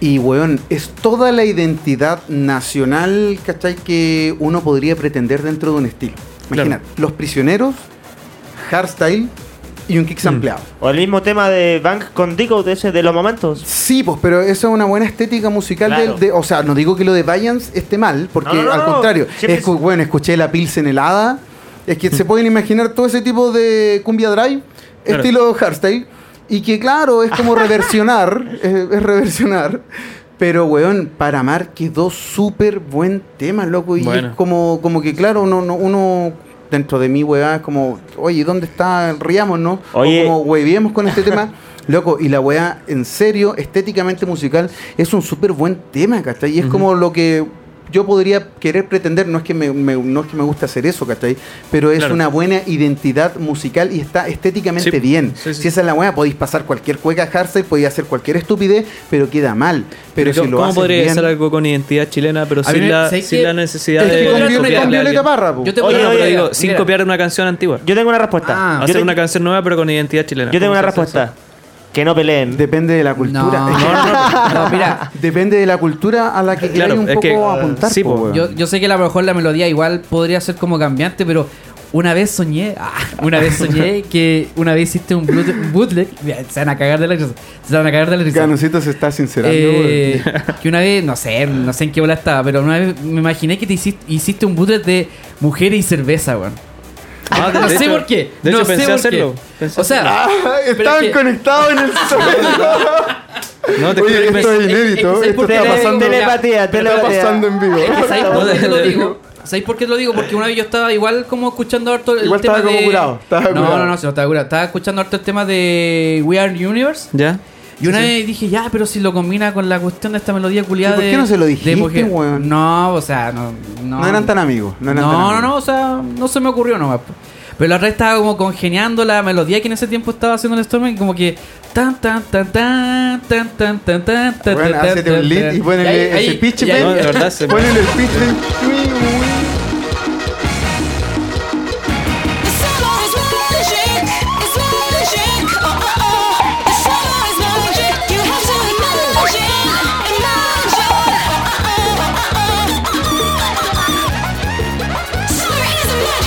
E: Y weón, es toda la identidad nacional, ¿cachai? Que uno podría pretender dentro de un estilo. Imagínate, los prisioneros, hardstyle y un kick sampleado.
G: O el mismo tema de Bank con Dico de ese de los momentos.
E: Sí, pues, pero eso es una buena estética musical
G: Claro.
E: del- de, O sea, no digo que lo de Vayans esté mal, porque
G: No, no, no,
E: al
G: no.
E: contrario,
G: Siempre
E: escu-
G: es-
E: bueno, escuché la Pilsen helada. Es que se pueden imaginar todo ese tipo de cumbia drive,
I: Claro.
E: estilo hardstyle. Y que claro, es como reversionar, eh, es, reversionar. Pero, weón, para Mar quedó súper buen tema, loco. Y es
I: Bueno.
E: como, como que, claro, uno, no- uno dentro de mí, weá, es como, oye, ¿dónde está? Riamos, ¿no?
G: Oye.
E: O como, hueviemos con este tema. Loco, y la weá, en serio, estéticamente musical, es un súper buen tema, ¿cachai? Y es como lo que yo podría querer pretender, no es que me, me- no es que me gusta hacer eso, ¿cachai? Pero es
I: Claro.
E: una buena identidad musical y está estéticamente
I: Sí,
E: bien.
I: sí, sí.
E: Si esa es la weá, podéis pasar cualquier cueca hardstyle, podéis hacer cualquier estupidez, pero queda mal. Pero si lo
I: ¿Cómo
E: haces
I: podría
E: bien-
I: hacer algo con identidad chilena, pero
F: A mí
I: sin,
F: me-
I: la,
F: sé
I: sin
F: que-
I: la necesidad
E: Es
I: de
E: que con, Viol-
I: copiarle a
E: con Violeta
I: alguien?
E: Parra, po.
F: yo te voy
G: Oye,
F: a
I: No,
G: oye,
I: pero
G: oye,
I: digo, sin
F: mira.
I: copiar una canción antigua.
G: Yo tengo una respuesta.
F: Ah.
G: yo,
I: Hacer
G: te-
I: una canción nueva, pero con identidad chilena.
G: yo tengo una
I: ¿Cómo se hace
G: respuesta. Que no peleen.
E: Depende de la cultura.
F: no,
E: Es que-
F: no, no, mira
E: Depende de la cultura a la que queráis
I: Claro,
E: un
I: es
E: poco
I: que, eh,
E: apuntar.
I: sí,
E: po,
I: po.
E: weón.
F: Yo, yo sé que a lo mejor la melodía igual podría ser como cambiante, pero una vez soñé, ah, una vez soñé que una vez hiciste un boot- un bootleg, mira, se van a cagar de la risa, se van a cagar de la risa.
E: Ganucito se está sincerando.
F: Eh,
E: weón.
F: que una vez, no sé, no sé en qué bola estaba, pero una vez me imaginé que te hiciste, hiciste un bootleg de mujeres y cerveza, weón.
I: Ah, de
F: no sé
I: hecho-
F: por qué.
I: de
F: no
I: hecho
F: sé
I: pensé
F: por
I: hacerlo,
F: qué.
I: pensé
F: o sea,
E: Ah,
F: pero
E: Estaban
F: es que-
E: conectados en el suelo.
I: No, te
E: Oye,
I: juro que me-
E: esto es inédito.
F: es- es
E: Esto
F: porque
E: está
F: te-
E: pasando,
G: telepatía,
E: está
G: telepatía.
E: pasando en vivo.
F: Es que ¿sabéis
I: No,
F: por qué te lo
I: de-
F: digo? ¿Sabéis por qué te lo digo? Porque una vez yo estaba igual como escuchando harto el
E: Igual
F: tema
E: estaba como
F: de-
E: curado, estaba
F: no,
E: curado.
F: no, no, sí, no estaba curado. Estaba escuchando harto el tema de We Are Universe.
I: ¿Ya?
F: Y una vez dije, ya, pero si lo combina con la cuestión de esta melodía culiada
E: ¿Y por
F: de.
E: qué no se lo dijiste,
F: de mujer.
E: weón?
F: No, o sea, no. No,
E: No eran tan amigos. No, eran tan
F: No, no,
E: amigos.
F: no, o sea, no se me ocurrió nomás. po. Pero la otra vez estaba como congeniando la melodía que en ese tiempo estaba haciendo el Storm y como que. Tan, tan, tan, tan, tan, tan, tan, tan, tan,
E: Bueno,
F: tan,
E: hácete
F: tan,
E: un lead
F: tan.
E: y
F: Y ahí-
E: ponele
F: ahí-
E: ese pitch,
F: y ahí-
I: No, de verdad, se-
E: Ponele el pitch, ven.
J: The summer is magic, it's magic, oh oh oh. The summer is magic, you have to imagine, imagine, oh oh oh. Summer is a magic thing.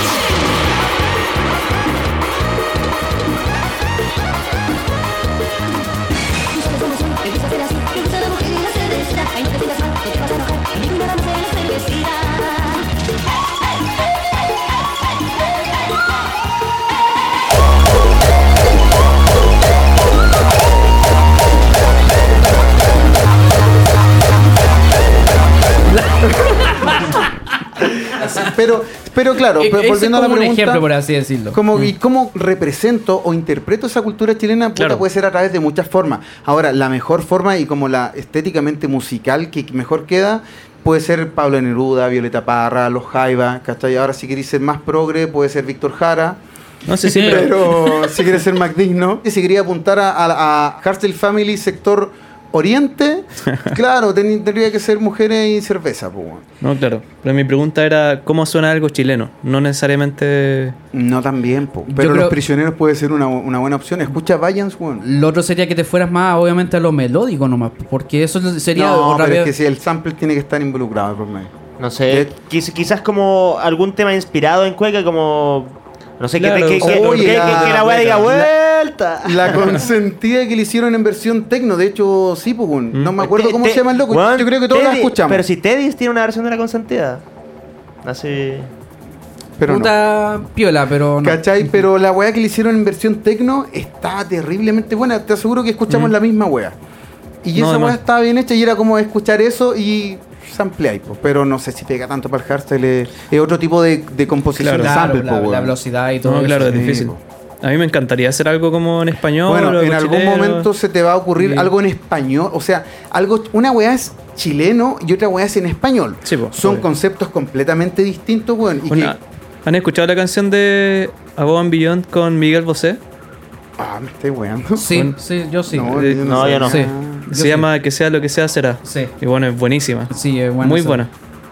E: Pero, pero claro,
F: E-
E: pero
F: ese es
E: volviendo a la
F: como un
E: pregunta.
F: ejemplo, por así decirlo. Mm.
E: Como, ¿Y cómo represento o interpreto esa cultura chilena? Puta,
I: Claro.
E: puede ser a través de muchas formas. Ahora, la mejor forma y como la estéticamente musical que mejor queda puede ser Pablo Neruda, Violeta Parra, Los Jaiba, ¿cachai? Ahora, si queréis ser más progre, puede ser Víctor Jara.
I: No sé si, pero.
E: Pero si quieres ser más digno y si quería apuntar a, a, a Hardstyle Family sector oriente, claro, teni- tendría que ser mujeres y cerveza, pues. weón.
I: No, claro. Pero mi pregunta era: ¿cómo suena algo chileno? No necesariamente.
E: No también, po.
F: Yo
E: pero
F: creo-
E: los prisioneros puede ser una, una buena opción. Escucha Vallance, weón.
F: Lo otro sería que te fueras más, obviamente, a lo melódico nomás. Porque eso sería
E: No,
F: otra
E: pero es que
F: vez.
E: si el sample tiene que estar involucrado por medio.
G: No sé,
E: ¿Qué?
G: quiz- quizás como algún tema inspirado en cueca, como. No sé, que-
I: Claro,
G: que, que, que,
E: oye,
G: que- que
E: la-
G: la weá diga
E: la-
G: vuelta.
E: La consentida que le hicieron en versión tecno, de hecho, sí, pues, weón. no me acuerdo
G: Mm. Te-
E: cómo
G: te-
E: se llama el loco.
G: weón,
E: Yo creo que todos la
G: Teddy-
E: escuchamos.
G: Pero si Teddy tiene una versión de la consentida. Hace.
E: Pero no.
F: puta piola, pero no.
E: ¿Cachai? Pero la weá que le hicieron en versión tecno está terriblemente buena. Te aseguro que escuchamos la misma weá. Y
I: No,
E: esa
I: además.
E: weá estaba bien hecha y era como escuchar eso y sample ahí, po. Pero no sé si pega tanto para el hardstyle. Es, es otro tipo de, de composición
F: Claro,
E: de sample,
F: la,
E: po,
F: la
E: weón.
F: velocidad y todo.
I: No,
F: eso.
I: claro, es
E: sí,
I: difícil.
E: po.
I: A mí me encantaría hacer algo como en español.
E: Bueno,
I: algo
E: en algún
I: chileno.
E: momento se te va a ocurrir
I: Sí.
E: algo en español. O sea, algo una weá es chileno y otra weá es en español.
I: Sí, po,
E: Son
I: obvio.
E: conceptos completamente distintos, weón. Y
I: Una-
E: que-
I: ¿Han escuchado la canción de Above and Beyond con Miguel Bosé?
E: Ah, me estoy weando.
F: Sí, sí, yo sí.
E: No,
I: eh,
E: yo
G: no, yo no.
F: Sí.
E: sabía.
I: Se
F: Yo sí.
I: llama Que sea lo que sea será.
F: Sí.
I: Y bueno, es buenísima.
F: Sí, es bueno
I: Muy
F: eso.
I: buena.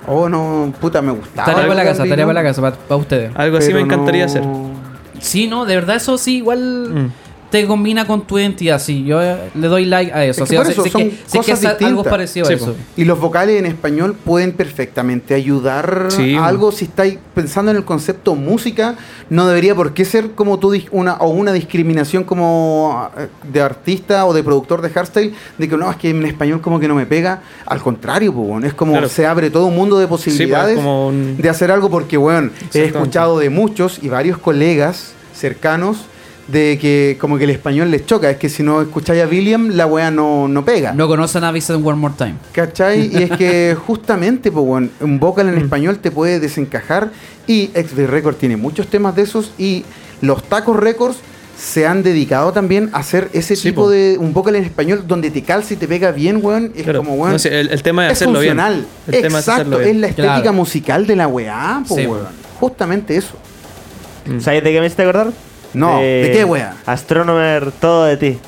E: Oh, no, puta, me gustaba.
F: Tarea para la
E: Algo
F: casa,
E: así,
F: tarea
E: ¿no?
F: para la casa, para, ustedes.
I: Algo así
E: Pero
I: me encantaría
E: no-
I: hacer.
F: Sí, no, de verdad eso sí, igual
I: Mm.
F: te combina con tu identidad, sí. Yo eh, le doy like a eso.
E: Es
F: sí,
E: que por
F: sé-
E: eso
F: sé
E: son
F: que- sé que
E: cosas
F: es a- algo
E: distintas.
F: parecido
I: Sí,
F: a eso.
I: po.
E: Y los vocales en español pueden perfectamente ayudar
I: Sí. mm.
E: a algo si estáis pensando en el concepto música. No debería por qué ser como tú dis- una o una discriminación como eh, de artista o de productor de hardstyle de que no es que en español como que no me pega. Al contrario, pues, bueno, es como
I: Claro. pues,
E: se abre todo un mundo de posibilidades
I: como un-
E: de hacer algo porque bueno he
I: Exactamente.
E: escuchado de muchos y varios colegas cercanos de que como que el español les choca, es que si no escucháis a William, la wea no, no pega.
F: No conocen a Vincent One More Time.
E: ¿Cachai? Y es que justamente, po, weón, un vocal
I: Mm.
E: en español te puede desencajar y XB Record tiene muchos temas de esos y los Tacos Records se han dedicado también a hacer ese
I: Sí,
E: tipo
I: po.
E: de un vocal en español donde te calza y te pega bien, weón. Es
I: Claro.
E: como, weón,
I: No, sí, el, el tema es, hacerlo
E: funcional.
I: bien. El tema es
E: Exacto,
I: hacerlo
E: es,
I: bien.
E: la estética
F: Claro.
E: musical de la weá, po,
F: Sí, po.
E: weón. Justamente eso.
F: Mm.
G: ¿Sabes de qué me hiciste acordar? Eh,
E: No, ¿de qué wea?
G: Astronomer, todo de ti.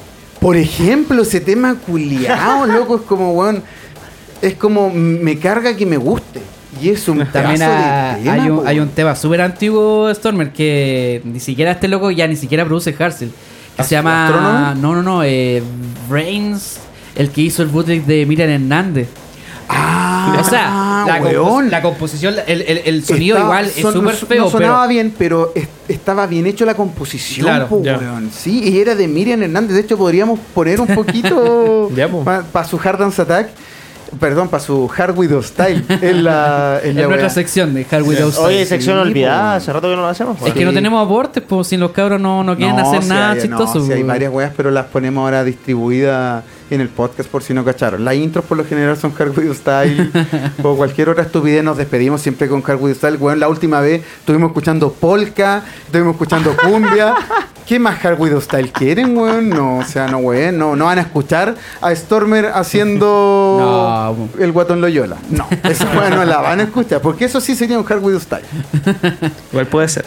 E: Por ejemplo, ese tema culiao, loco, es como, weón, es como me carga que me guste. Y es un
F: También
E: pedazo de
F: ha-
E: tema,
F: hay,
E: po,
F: un, hay
E: weón.
F: un tema súper antiguo, Stormer, que ni siquiera este loco ya ni siquiera produce Harsel. Que se llama.
E: ¿Astrónomo?
F: No, no, no. eh, Brains, el que hizo el bootleg de Miriam Hernández.
E: Ah,
F: o sea, la, compos-
E: weón.
F: la composición, el, el- el sonido
E: Estaba-
F: igual
E: son-
F: es súper
E: no-
F: feo.
E: No sonaba
F: pero,
E: bien, pero es- estaba bien hecho la composición,
F: Claro,
E: po,
I: ya.
E: weón. Sí, y era de Miriam Hernández. De hecho, podríamos poner un poquito
I: Ya, po.
E: para su Hard Dance Attack. Perdón, para su Hard Widow Style en la, en
F: en
E: la
F: nuestra
E: wea.
F: sección de Hard Without Style.
G: Oye, sección
E: sí,
G: olvidada,
E: po.
G: hace rato que no lo hacemos.
F: Es
G: weón.
F: que no
E: Sí.
F: tenemos aportes, pues si los cabros no, no quieren
E: No,
F: hacer
E: si
F: nada
E: hay- no,
F: chistoso.
E: si hay
F: pues.
E: varias weas, pero las ponemos ahora distribuidas en el podcast por si no cacharon. Las intros por lo general son Hardwood Style o cualquier otra estupidez. Nos despedimos siempre con Hardwood Style. Weón, la última vez estuvimos escuchando Polka, estuvimos escuchando Cumbia. ¿Qué más Hardwood Style quieren, weón? No, o sea, no, weón, no, no van a escuchar a Stormer haciendo
F: No.
E: el guatón Loyola. No, esa wea no la van a escuchar, porque eso sí sería un Hardwood Style.
I: Igual puede ser.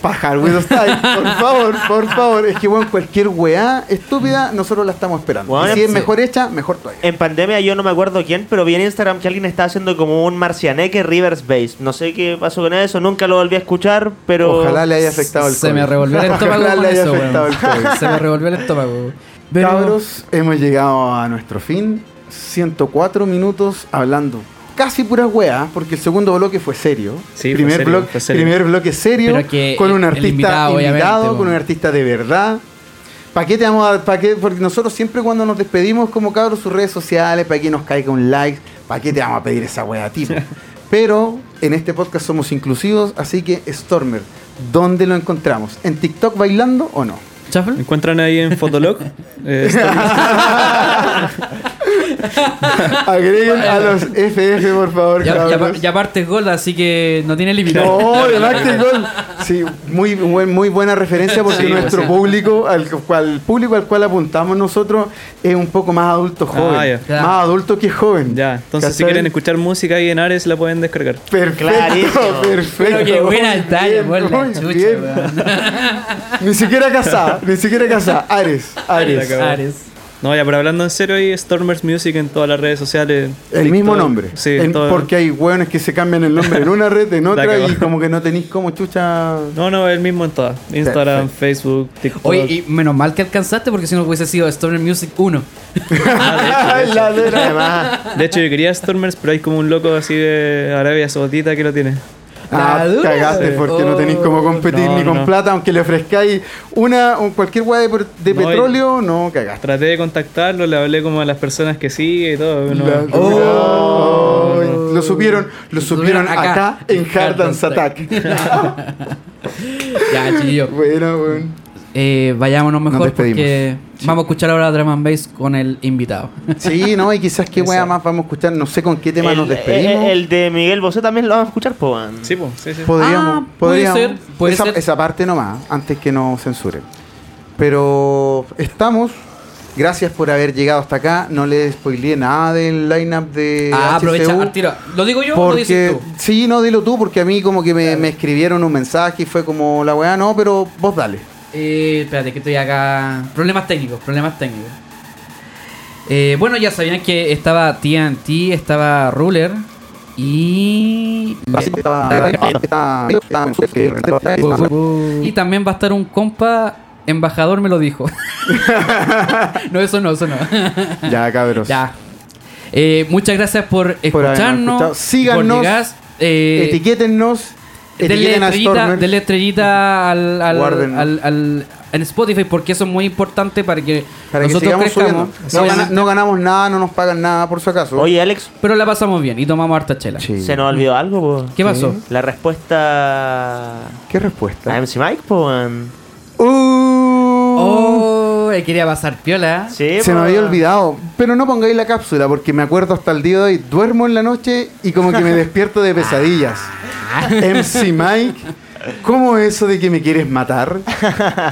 E: Pa' Hardware of Time, por favor, por favor. Es que, bueno, cualquier weá estúpida, nosotros la estamos esperando.
G: Weón,
E: y si es
G: sí.
E: mejor hecha, mejor todavía.
G: En pandemia yo no me acuerdo quién, pero vi en Instagram que alguien estaba haciendo como un marcianeque Rivers Base. No sé qué pasó con eso, nunca lo volví a escuchar, pero...
E: Ojalá le haya afectado el
F: Se me
E: COVID.
F: revolvió el estómago
E: Ojalá
F: con
E: le haya
F: eso,
E: afectado
F: weón.
E: el COVID.
F: Se me revolvió el estómago. Pero-
E: Cabros, hemos llegado a nuestro fin. 104 minutos hablando. Casi pura weá, porque el segundo bloque fue serio.
I: Sí, fue
E: primer,
I: serio,
E: bloque,
I: fue serio.
E: primer bloque serio,
F: Pero que
E: con un
F: el
E: artista
F: invitado,
E: invitado,
F: obviamente,
E: con
F: bueno.
E: un artista de verdad. ¿Para qué te vamos a.? pa' qué? Porque nosotros siempre cuando nos despedimos, como cabros, sus redes sociales, para que nos caiga un like, ¿para qué te vamos a pedir esa wea, tipo? Pero en este podcast somos inclusivos, así que Stormer, ¿dónde lo encontramos? ¿En TikTok bailando o no?
I: Me
F: ¿Shuffle?
I: encuentran ahí en Fotolog. eh, stories.
E: Agreguen a los FF, por favor,
F: Ya, ya,
E: cabros.
F: ya parte es gol, así que no tiene límite.
E: No, el Acting Gold. Sí, muy, buen- muy buena referencia porque
F: pues
I: Sí,
E: nuestro
I: sí.
E: público, al cual, público al cual apuntamos nosotros, es un poco más adulto joven.
F: ya.
E: Más adulto que joven.
I: Ah, ya, entonces si
E: ¿Cachai?
I: quieren escuchar música ahí en Ares la pueden descargar.
E: Perfecto,
G: Clarísimo.
E: perfecto.
F: Pero qué buena
E: Muy
F: el talle,
E: bien,
F: weón,
E: muy
F: la chucha,
E: bien.
F: weón.
E: Ni siquiera casada, ni siquiera casada. Ares, Ares.
I: acabó.
F: Ares.
I: No, ya, pero hablando en serio ahí, Stormers Music en todas las redes sociales.
E: El
I: TikTok,
E: mismo nombre.
I: Sí,
E: En-
I: en todo.
E: Porque hay hueones que se cambian el nombre en una red, en
I: Da
E: otra,
I: que
E: y
I: va.
E: como que no tenéis como chucha.
I: No, no, el mismo en todas. Instagram, Facebook, TikTok.
F: Oye, y menos mal que alcanzaste porque si no hubiese sido Stoner Music 1.
E: La de- además.
I: De hecho, yo quería Stormers, pero hay como un loco así de Arabia Saudita que lo tiene.
E: Ah,
F: La dura.
E: cagaste porque no tenéis como competir
I: No,
E: ni
I: no,
E: con
I: no.
E: plata, aunque le ofrezcáis una o cualquier weá de, por- de
I: No, y-
E: petróleo, no cagaste.
I: Traté de contactarlo, le hablé como a las personas que sigue y todo. no.
E: La- Ay, lo supieron, lo supieron acá, en Hard Dance Attack.
F: ya, chiquillo.
E: bueno, weón.
F: Eh, vayámonos mejor
E: despedimos.
F: porque vamos a escuchar ahora Drum and Bass con el invitado.
E: Sí, no, y quizás qué weá
I: Exacto.
E: más vamos a escuchar, no sé con qué tema nos
G: El, eh,
E: despedimos.
G: el- el de Miguel Bosé también lo vamos a escuchar, po. man.
I: Sí, pues, sí, sí.
E: Podríamos,
F: Ah, puede
E: podríamos-
F: ser, puede
E: esa,
F: ser.
E: esa parte nomás, antes que nos censuren. Pero estamos. Gracias por haber llegado hasta acá. No les spoileé nada del lineup de.
F: ah, aprovecha,
E: HCU.
F: al tiro. ¿Lo digo yo o lo dices
E: Porque,
F: tú?
E: sí, no, dilo tú, porque a mí como que me, me escribieron un mensaje y fue como la weá, no, pero vos dale.
F: Eh, espérate, que estoy acá. Problemas técnicos, problemas técnicos. Eh, bueno, ya sabían que estaba TNT, estaba Ruler y.
E: Ah,
F: Y también va a estar un compa embajador, me lo dijo. no, eso no, eso no.
E: Ya, cabros.
F: ya. Eh, muchas gracias por escucharnos.
E: escuchado. Síganos.
F: por llegar, eh,
E: Etiquétennos.
F: Denle
E: Etiqueten a
F: estrellita,
E: Stormer.
F: denle estrellita al, al-
E: Guarden.
F: al- al- en Spotify porque eso es muy importante para que
E: Para que
F: nosotros
E: sigamos subiendo.
F: crezcamos.
E: No, gana- no ganamos nada, no nos pagan nada, por si acaso.
G: Oye, Alex,
F: Pero la pasamos bien y tomamos harta chela.
E: Sí.
G: ¿se nos olvidó algo, po?
F: ¿Qué pasó?
G: La respuesta
E: ¿Qué
G: a
E: respuesta? ¡Uh!
G: MC Mike, po. man.
F: Oh, eh, quería pasar piola.
G: Sí,
E: Se me
G: po.
E: había olvidado. Pero no pongáis la cápsula, porque me acuerdo hasta el día de hoy. Duermo en la noche y como que me despierto de pesadillas.
G: Ah.
E: MC Mike, ¿cómo es eso de que me quieres matar?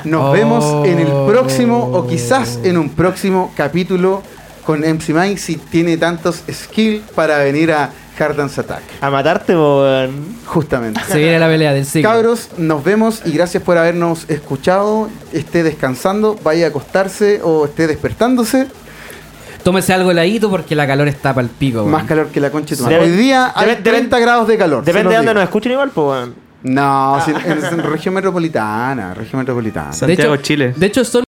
E: Nos
F: Oh.
E: vemos en el próximo, o quizás en un próximo capítulo con MC Mike, si tiene tantos skills para venir a Hard Dance Attack.
G: A matarte, po. man.
E: Justamente.
F: Se viene la pelea del siglo.
E: Cabros, nos vemos y gracias por habernos escuchado. Esté descansando, vaya a acostarse o esté despertándose.
F: Tómese algo heladito porque la calor está para el pico. weón.
E: Más calor que la concha de tu madre. Hoy
G: Debe-
E: día hay
G: debe- debe-
E: 30 grados de calor. se
G: Depende de
E: los
G: dónde nos Ah.
E: digo.
G: escuchen igual, po. man.
E: No, si- en, en región metropolitana, región metropolitana.
I: Santiago,
F: de hecho,
I: Chile.
F: De hecho, son